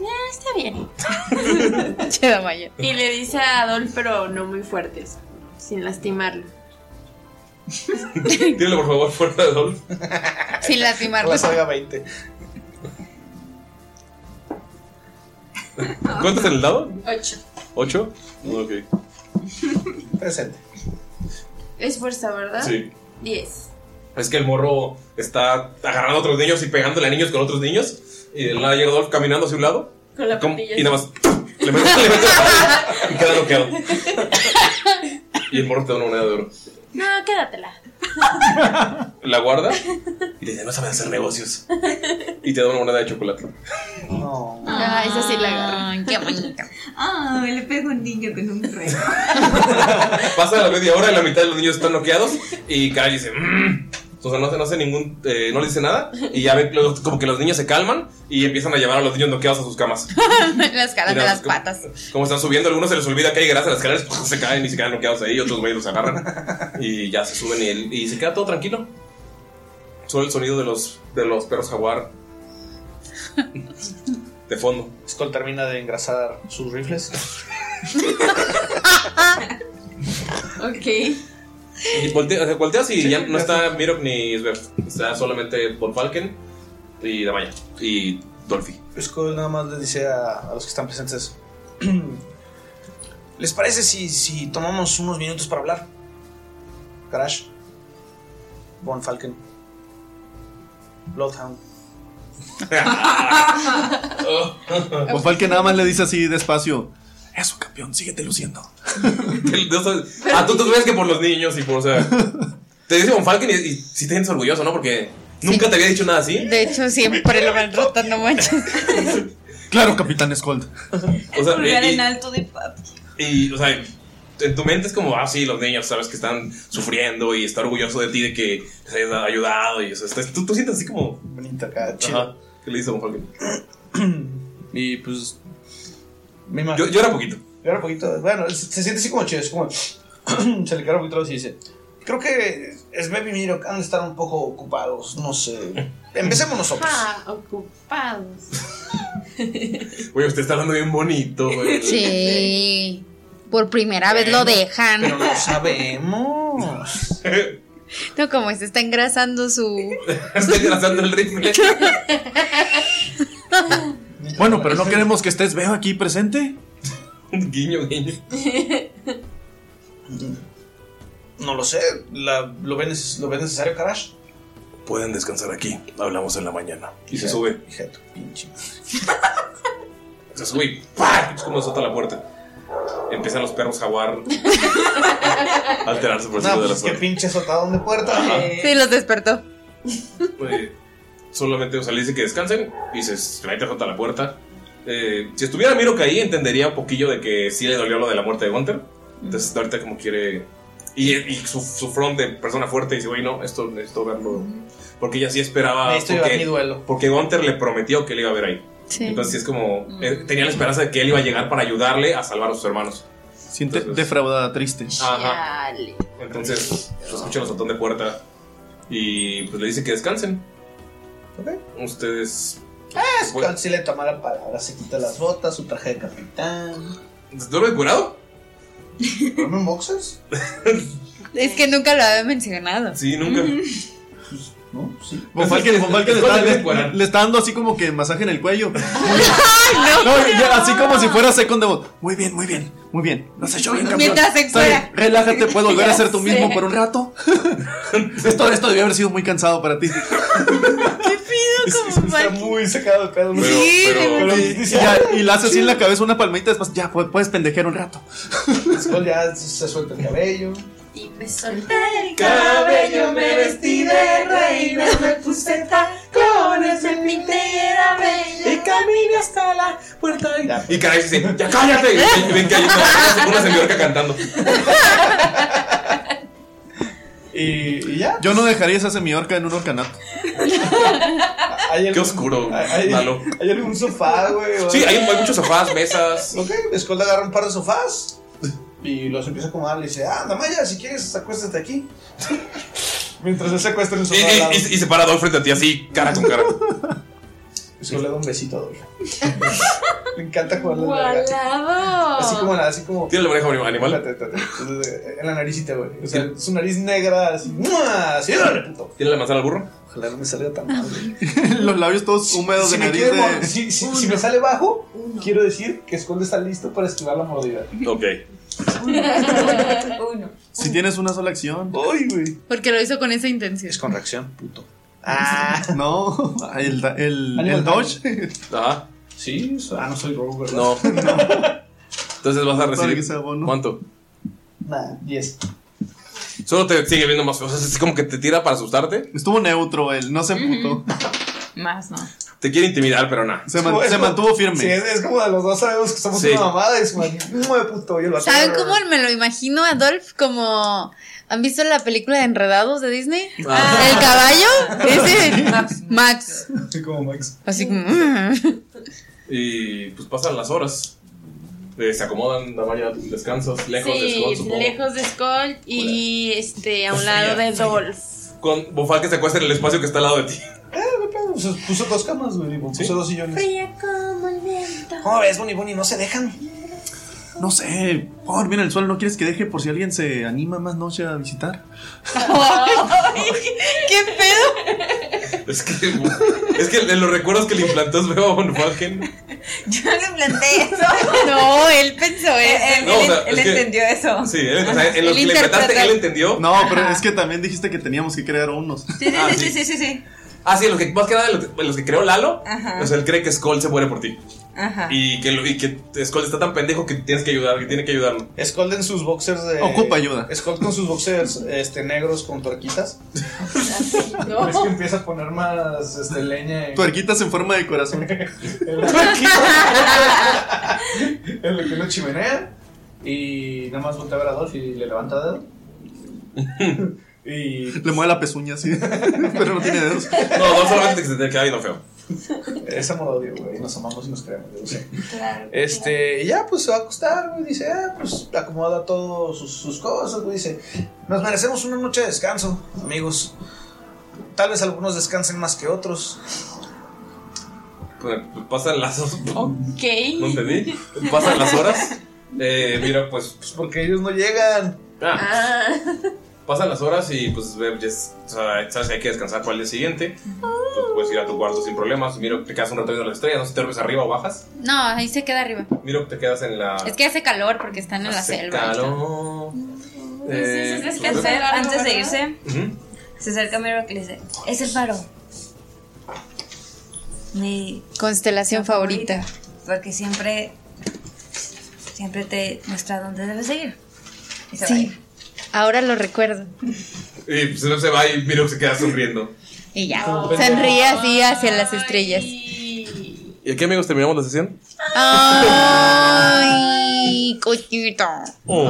Ya, está bien.
Cheda Maya.
Y le dice a Adol, pero no muy fuerte, o sea, sin lastimarlo.
Dile por favor, fuera de Adolf.
Sin lastimarlo.
La saga 20.
¿Cuánto es el dado?
Ocho.
¿Ocho? Ok.
Presente.
Es fuerza, ¿verdad?
Sí.
Diez.
Es que el morro está agarrando a otros niños y pegándole a niños con otros niños. Y de la nada llega Adolf caminando hacia un lado.
Con la
¿Cómo?
patilla.
Y nada más le meto, le meto la pala y queda noqueado. Y el morro te da una moneda de oro.
No, quédatela.
La guarda y le dice: No sabes hacer negocios. Y te da una moneda de chocolate.
Ah, esa sí la agarra.
qué bonita.
Ah, le pego un niño con un rey.
Pasa la media hora y la mitad de los niños están noqueados. Y Kyle dice: "Mm". O sea, no, hace- no hace ningún. eh, no le dice nada. Y ya ven los- como que los niños se calman y empiezan a llevar a los niños noqueados a sus camas.
Las caras de
Mira,
las
¿cómo?
patas.
Como están subiendo, algunos se les olvida que hay grasa en las escaleras, se caen y se quedan bloqueados ahí, otros güeyes los agarran y ya se suben y, él- y se queda todo tranquilo. Solo el sonido de los, de los perros jaguar. de fondo.
Skull termina de engrasar sus rifles.
Ok.
Y volte- o sea, volteas y ya no está Mirok ni Sver. Está solamente Von Falken y Damaya. Y Dolphy.
Skull nada más le dice a, a los que están presentes.
¿Les parece si, si tomamos unos minutos para hablar?
Crash. Von Falken. Bloodhound.
O Pues fue el que nada más le dice así despacio: Eso, campeón, síguete luciendo.
ah, tú, tú crees que por los niños y por, o sea. Te dice Von Falken y, y sí te sientes orgulloso, ¿no? Porque nunca te había dicho nada así.
De hecho, siempre lo van rotando, manches.
Claro, capitán Scold.
O sea,
Pulgar
y-
en alto de papi.
Y, o sea, en tu mente es como, ah, sí, los niños, sabes que están sufriendo y está orgulloso de ti de que les hayas ayudado. Y, o sea, estás- tú, tú sientes así como.
Bonita acá, chido.
Ajá, ¿Qué le hizo Von Falken?
Y pues.
Yo, yo era poquito.
Llora un poquito. Bueno, se, se siente así como chido. Es como. se le cae un poquito la voz y dice: Creo que es Baby Miro han de estar un poco ocupados. No sé. Empecemos nosotros.
Ah, ocupados.
Güey, usted está hablando bien bonito, güey.
Sí. Por primera vez lo dejan.
Lo sabemos.
No, como se está engrasando su.
está engrasando el rifle.
Bueno, pero no queremos que estés veo aquí presente.
guiño, guiño.
No lo sé. La- lo, ven, ¿Lo ven necesario, Karash?
Pueden descansar aquí. Hablamos en la mañana. Y se
Hija-
sube.
Hija de tu pinche.
Se sube y ¡pah! Es como azota la puerta. Empiezan los perros jaguar a alterarse por el
No,
cielo de
pues
la
es que
zona.
pinche azotadón de puerta.
Sí, los despertó.
Eh, solamente, o sea, le dice que descansen y se, se mete junto a la puerta. Eh, si estuviera Miro que ahí, entendería un poquillo de que sí le dolió lo de la muerte de Gunter. Entonces, ahorita como quiere. Y, y su, su front de persona fuerte dice, güey, no, esto necesito verlo. Porque ella sí esperaba.
Necesito
porque,
llevar mi duelo.
Porque Gunter le prometió que le iba a ver ahí.
Sí.
Entonces, sí es como. eh, tenía la esperanza de que él iba a llegar para ayudarle a salvar a sus hermanos.
Siente defraudada, triste.
Ajá. Entonces, se escucha el azotón de puerta. Y pues le dice que descansen. Ustedes pues,
Ah, Skull sí le toma la palabra. Se quita las botas, su traje de capitán.
¿Duerme curado?
¿Duerme en boxes?
Es que nunca lo había mencionado.
Sí, nunca.
¿No? Sí.
Von Falken, Von Falken le, está, le- le está dando así como que masaje en el cuello. No, y ya, así como si fuera second de voz. Muy bien, muy bien, muy bien. Lo has hecho bien, campeón.
Mientras se
Está bien,
fuera.
Relájate, puedes volver a
Ya
ser tú
sé.
mismo por un rato. esto, esto debió haber sido muy cansado para ti.
Está muy sacado de pedo. ¿no?
Pero- Sí, pero- pero- Y, ya, y le hace así en la cabeza una palmadita después. Ya, pu- puedes pendejear un rato.
Skull ya se- se suelta el cabello.
Y me solté el
cabello, me
vestí
de reina,
me puse tacones en mi entera bella. Y caminé hasta la puerta.
Y caray dice, ya cállate. Y ven que hay una, una señorca cantando.
Y, y ya.
Yo no dejaría esa semiorca en un orcanato.
Qué
oscuro,
Hay,
Lalo.
hay algún sofá, güey. o
Sí, hay,
algo?
hay muchos sofás, mesas.
Ok, Skull agarra un par de sofás y los empieza a acomodar. Le dice, ah, Damaya, si quieres, acuéstate aquí. Mientras él se acuesta en el
Y,
sofá. al lado.
y- y- y se para Dolph frente a ti, así, cara con cara.
Skull le da un besito a Dolph. Le encanta jugarle a la verga. Así
¡Gualado!
como, la- así como.
Tiene la oreja animal.
Espérate, espérate. Entonces, En la naricita, güey. O sea, su nariz negra, así. ¡mua! Así, órale, puto.
Tiene la manzana al burro.
Ojalá no me salga tan mal, güey.
Los labios todos húmedos
Si
de
me,
nariz.
quiere
de-
mor- si- si- si me sale bajo, quiero decir que Skull está listo para esquivar la mordida.
Ok.
Uno.
Si tienes una sola acción.
Uy, güey.
Porque lo hizo con esa intención.
Es con reacción, puto.
Ah.
No, el, da- el,
Animal
el dodge.
Ajá.
Sí, so- ah, no soy rogue, ¿verdad?
No. Entonces vas a
Para que
recibir.
sea bono.
¿Cuánto?
Nah, 10.
Solo te sigue viendo más. O sea, es como que te tira para asustarte.
Estuvo neutro él, no se emputó.
Más no.
Te quiere intimidar, pero nada.
Se, man- se mantuvo firme.
Sí, es, es como de los dos sabemos que somos
Sí.
una mamada y su muy puto. Y el vato-
¿Saben cómo me lo imagino, Adolf? Como. ¿Han visto la película de Enredados de Disney?
Ah.
Ah, ¿El caballo? Ese. Max.
Sí, como Max.
Así como. "Mm".
Y pues pasan las horas. Eh, se acomodan, Damaya, descansas, lejos de Scott,
Sí,
supongo.
lejos de Skull y este a un lado de Dolph.
Con Bofal que se acuesta en el espacio que está al lado de ti.
Eh, no pedo,
pues, puso dos camas, güey. Puso dos sillones.
Fría como el viento.
¿Cómo ves, Bonnie Bonnie? No se dejan.
No sé, por mira el suelo, ¿no quieres que deje por si alguien se anima más noche a visitar?
¿Qué pedo?
Es que, es que en los recuerdos que le implantó es Beba Von Falken.
Yo no le planteé eso.
No, él pensó
Eh,
eso.
No, o sea, es que- Sí, él, o
Ah,
sea, en los que le implantaste, él entendió.
No, pero es que también dijiste que teníamos que crear unos.
Ah,
sí, sí, sí, sí.
Ah, sí, los que, más que nada, los que, los que creó Lalo.
Ajá.
O sea, él cree que Skull se muere por ti.
Ah.
Ajá.
Y que, lo- y que Skull está tan pendejo que tienes que ayudar, que tiene que ayudarlo.
Skull en sus boxers de.
Ocupa ayuda.
Skull con sus boxers este, negros con tuerquitas.
No.
Es que empieza a poner más este, leña en.
Tuerquitas en forma de corazón.
en la que lo chimenea. Y nada más voltea a ver a Adolf y le levanta dedo. y.
Le mueve la pezuña así, pero no tiene dedos.
No, no solamente que se te queda viendo feo.
Es amor odio, güey. Nos amamos y nos queremos, yo lo sé.
Claro.
Este, y ya pues se va a acostar, güey. Dice, ah, pues acomoda todas sus, sus cosas, güey. Dice,
Nos merecemos una noche de descanso, amigos. Tal vez algunos descansen más que otros.
Pues, Pasan las horas. No
Ok.
entendí. Pasan las horas. Eh, mira, pues.
porque ellos no llegan.
ah, pasan las horas y pues ve- ya es- o sea, sabes que hay que descansar para el día siguiente. Pues puedes ir a tu cuarto sin problemas. Miro, te quedas un rato viendo las estrellas. No sé si te duermes arriba o bajas.
No, ahí se queda arriba.
Miro, te quedas en la.
Es que hace calor porque están en la
Hace
selva.
calor. Eh,
Entonces,
pues,
César, antes de irse,
Ujú.
se acerca a Miro y le dice: Es el faro. Mi
Constelación favorita.
Porque siempre, siempre te muestra dónde debes seguir.
Sí. Ahora lo recuerdo.
Y pues no se va y Miro se queda sonriendo.
Y ya.
Como pendejo.
Sonríe así hacia las estrellas.
¿Y aquí, amigos, terminamos la sesión?
Ay, cochito.
Oh.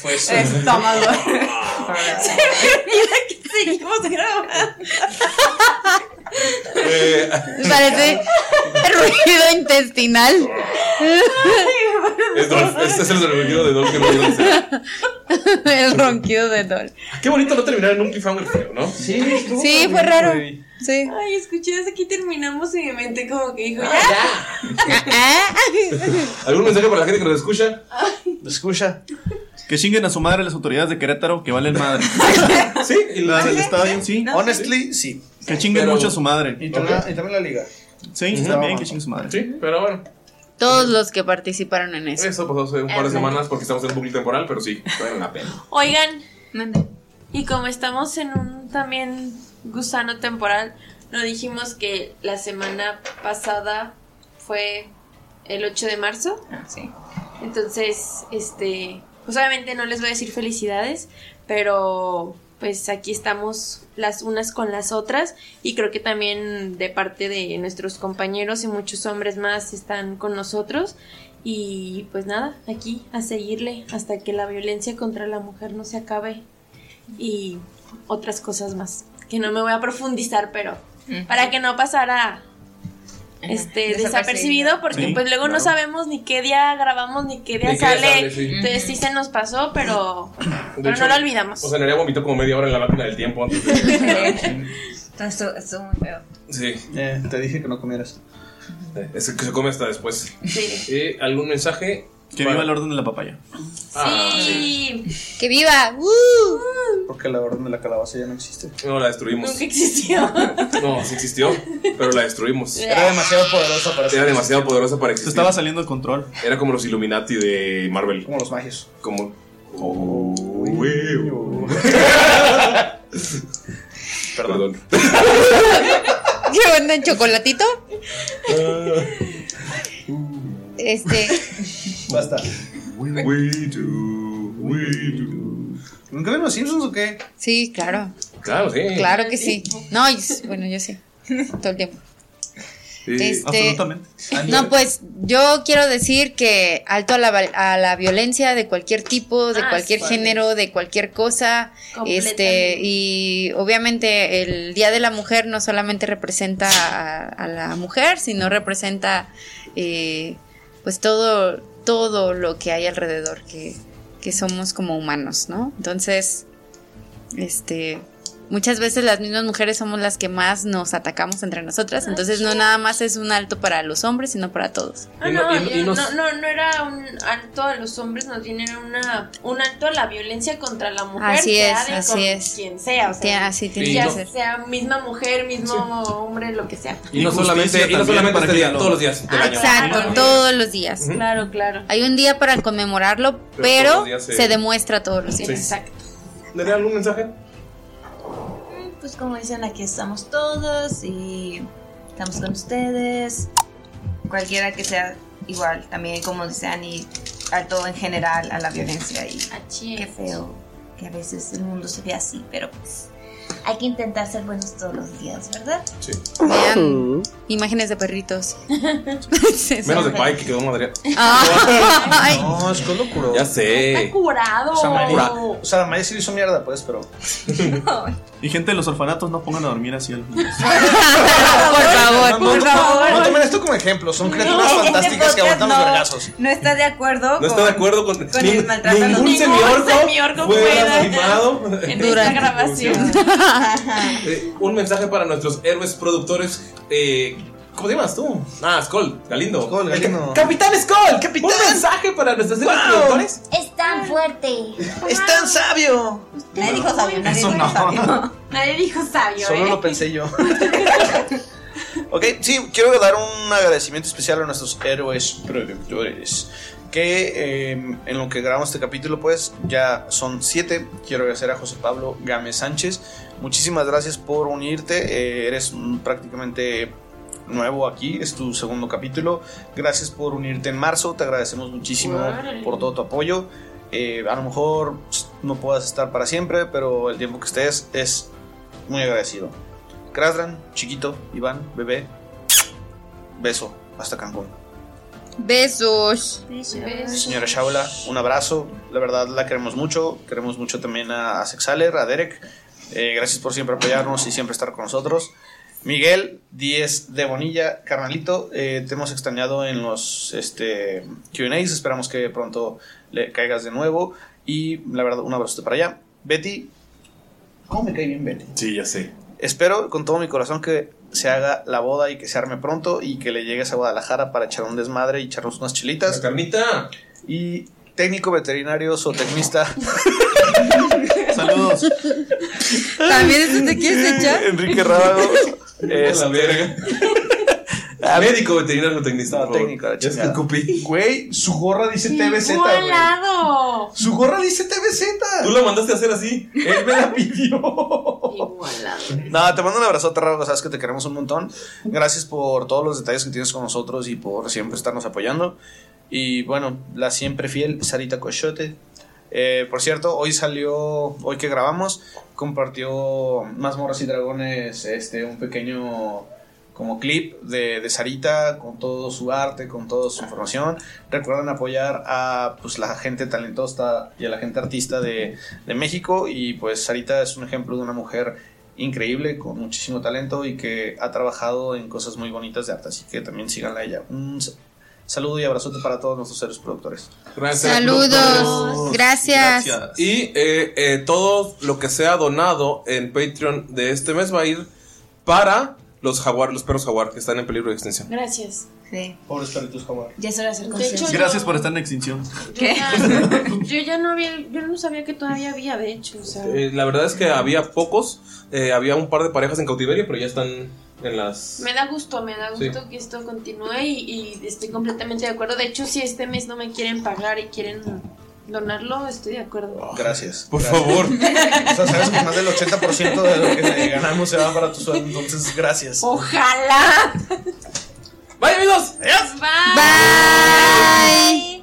Fue eso.
Estómago. Se olvida que seguimos grabando.
Parece ruido intestinal.
Es Dolph, este es el sonido de Dolph que me dio.
El ronquido de Dol.
Qué bonito no terminar en un cliffhanger feo, ¿no?
Sí,
Sí, fue raro. Sí.
Ay, escuché desde aquí terminamos y mi mente como que dijo,
Ah, ¿Algún mensaje para la gente que nos escucha?
Escucha.
Que chinguen a su madre las autoridades de Querétaro, que valen madre.
sí, y
las del estadio, sí.
Honestly, sí.
Que chinguen
Pero-
mucho a su madre.
Y también, y también la liga.
Sí,
Ujú.
también que chinguen a su madre.
Sí, pero bueno.
Todos los que participaron en eso.
Eso pasó hace un par de semanas porque estamos en un bucle temporal, pero sí, vale la pena.
Oigan, y como estamos en un también gusano temporal, no dijimos que la semana pasada fue el 8 de marzo.
Sí.
Entonces, este, pues obviamente no les voy a decir felicidades, pero pues aquí estamos las unas con las otras y creo que también de parte de nuestros compañeros y muchos hombres más están con nosotros y pues nada, aquí a seguirle hasta que la violencia contra la mujer no se acabe y otras cosas más que no me voy a profundizar, pero para que no pasara este
Desapercibido.
desapercibido porque
Sí,
pues luego no
claro.
sabemos ni qué día grabamos ni qué día
Ni qué día
sale.
sale, sí.
Entonces sí se nos pasó, pero
De
pero
hecho,
no lo olvidamos.
O sea, Nerea vomitó como media hora en la máquina del tiempo antes de...
Entonces, estuvo- estuvo muy feo.
Sí.
Eh,
Eh,
te dije que no comieras.
Es que se come hasta después.
Sí.
Eh, ¿Algún mensaje?
Que viva el orden de la papaya.
Ah,
¡Que viva!
Porque la orden de la calabaza ya no existe.
No, la destruimos.
Nunca existió.
No, sí existió, pero la destruimos.
Era demasiado poderosa para
Era
ser-
demasiado poderosa para existir.
estaba saliendo de control.
Era como los Illuminati de Marvel.
Como los magios.
Como. Oh, güey. Perdón.
¿Qué onda en chocolatito? Este.
Basta.
We do, we do.
¿Nunca vieron los Simpsons o qué?
Sí, claro.
Claro, sí.
Claro que sí. No, yo s- bueno, yo sí. Todo el tiempo. Este- absolutamente. No, pues yo quiero decir que alto a la, val- a la violencia de cualquier tipo, de
Ah,
cualquier
sí.
género, de cualquier cosa. Este,
Completamente.
y obviamente el Día de la Mujer no solamente representa a, a la mujer, sino representa eh, pues todo, todo lo que hay alrededor que, que somos como humanos, ¿no? Entonces, este, muchas veces las mismas mujeres somos las que más nos atacamos entre nosotras, entonces no nada más es un alto para los hombres, sino para todos.
Ah, no, yo- no, no, no era un alto a los hombres, no tienen una, un alto a la violencia contra la mujer.
Así
sea
es,
de
así
con
es.
Quien sea, o sea,
Tien- así tiene
ya
que ser.
sea misma mujer, mismo hombre, lo que sea.
Y no solamente, y no solamente este día, todos los días del año.
Exacto, todos los días.
Claro, claro.
Hay un día para conmemorarlo,
Pero todos
pero,
los días se-
se... demuestra todos los días.
Sí.
Exacto.
¿Daría algún mensaje?
Pues como dicen, aquí estamos todos y estamos con ustedes. Cualquiera que sea igual, también como dice Ani, a todo en general, a la violencia y qué feo que a veces el mundo se ve así, pero pues hay que intentar ser buenos todos los días, ¿verdad?
Sí.
Vean imágenes de perritos.
Menos de Pai, que quedó madre.
Ay.
No, es lo curó.
Ya sé.
curado.
O sea, María,
Curado.
o sea, María sí le hizo mierda, pues, pero.
Y gente de los orfanatos no pongan a dormir así al
Por favor,
No, no,
por
no,
favor.
No tomen esto como ejemplo, son criaturas
Este
fantásticas que
podcast
aguantamos
no-
vergazos.
No está de acuerdo.
No está de acuerdo con,
con
ni-
el maltrato a los
ningún
niños.
semiorco,
Ningún semiorco
fue
puede.
lastimado
En esta grabación.
Eh, un mensaje para nuestros héroes productores. eh, ¿Cómo te llamas tú? Ah, Skoll, Galindo. Skoll,
Galindo.
Capitán Skoll, capitán. Un mensaje para nuestros héroes
Wow.
productores.
Es tan fuerte.
¡Es tan sabio!
Nadie dijo sabio, nadie dijo sabio.
Nadie dijo sabio,
Solo lo pensé yo. ok, sí, quiero dar un agradecimiento especial a nuestros héroes productores. Que eh, en lo que grabamos este capítulo, pues ya son siete. Quiero agradecer a José Pablo Gámez Sánchez. Muchísimas gracias por unirte. eh, eres mm, prácticamente nuevo aquí, es tu segundo capítulo. Gracias por unirte en marzo, te agradecemos muchísimo
Órale.
por todo tu apoyo. Eh, a lo mejor pues, no puedas estar para siempre, pero el tiempo que estés es muy agradecido. Krasdran, chiquito, Iván, bebé, beso, hasta Cancún.
Besos.
Señora Shaula, un abrazo. La verdad la queremos mucho. Queremos mucho también a, a Sexaler, a Derek. Eh, gracias por siempre apoyarnos y siempre estar con nosotros. Miguel, 10 de Bonilla, carnalito, eh, te hemos extrañado en los este, QAs. Esperamos que pronto le caigas de nuevo. Y la verdad, un abrazo para allá. Betty. ¿Cómo me cae bien Betty?
Sí, ya sé.
Espero con todo mi corazón que se haga la boda y que se arme pronto y que le llegues a Guadalajara para echar un desmadre y echarnos unas chilitas.
carnita.
Y técnico veterinario zootecnista.
Saludos.
También este eso te quieres echar.
Enrique Rábago.
la verga. Médico veterinario tecnista. por favor. Ya se escupí.
Güey, su gorra dice TVZ, güey.
Igualado.
Su gorra dice TVZ.
Tú la mandaste a hacer así. Él me la
No, te mando un abrazo, Rábago. Sabes que te queremos un montón. Gracias por todos los detalles que tienes con nosotros y por siempre estarnos apoyando. Y bueno, la siempre fiel Sarita Cochote. Eh, por cierto, hoy salió, hoy que grabamos, compartió Mazmorras y Dragones este, un pequeño como clip de, de Sarita con todo su arte, con toda su información. Recuerden apoyar a pues, la gente talentosa y a la gente artista de, de México. Y pues Sarita es un ejemplo de una mujer increíble, con muchísimo talento y que ha trabajado en cosas muy bonitas de arte. Así que también síganla a ella. Un s- saludo y abrazote para todos nuestros seres productores.
Gracias.
Saludos. Gracias.
Y eh, eh, todo lo que sea donado en Patreon de este mes va a ir para los jaguar, los perros jaguar que están en peligro de extinción.
Gracias.
Sí.
Pobres perritos jaguar.
Ya es hora de hacer
De hecho,
conciencia.
Gracias por estar en extinción.
Yo ya, yo ya no había, yo no sabía que todavía había, de hecho, o sea.
Eh, la verdad es que había pocos, eh, había un par de parejas en cautiverio, pero ya están en las...
Me da gusto, me da gusto
Sí.
que esto continúe y, y estoy completamente de acuerdo. De hecho, si este mes no me quieren pagar y quieren donarlo, estoy de acuerdo.
Gracias.
Por favor.
O sea, sabes que más del 80% de lo que ganamos se va para tu sueldo, entonces gracias.
Ojalá.
Bye amigos.
Bye. Bye.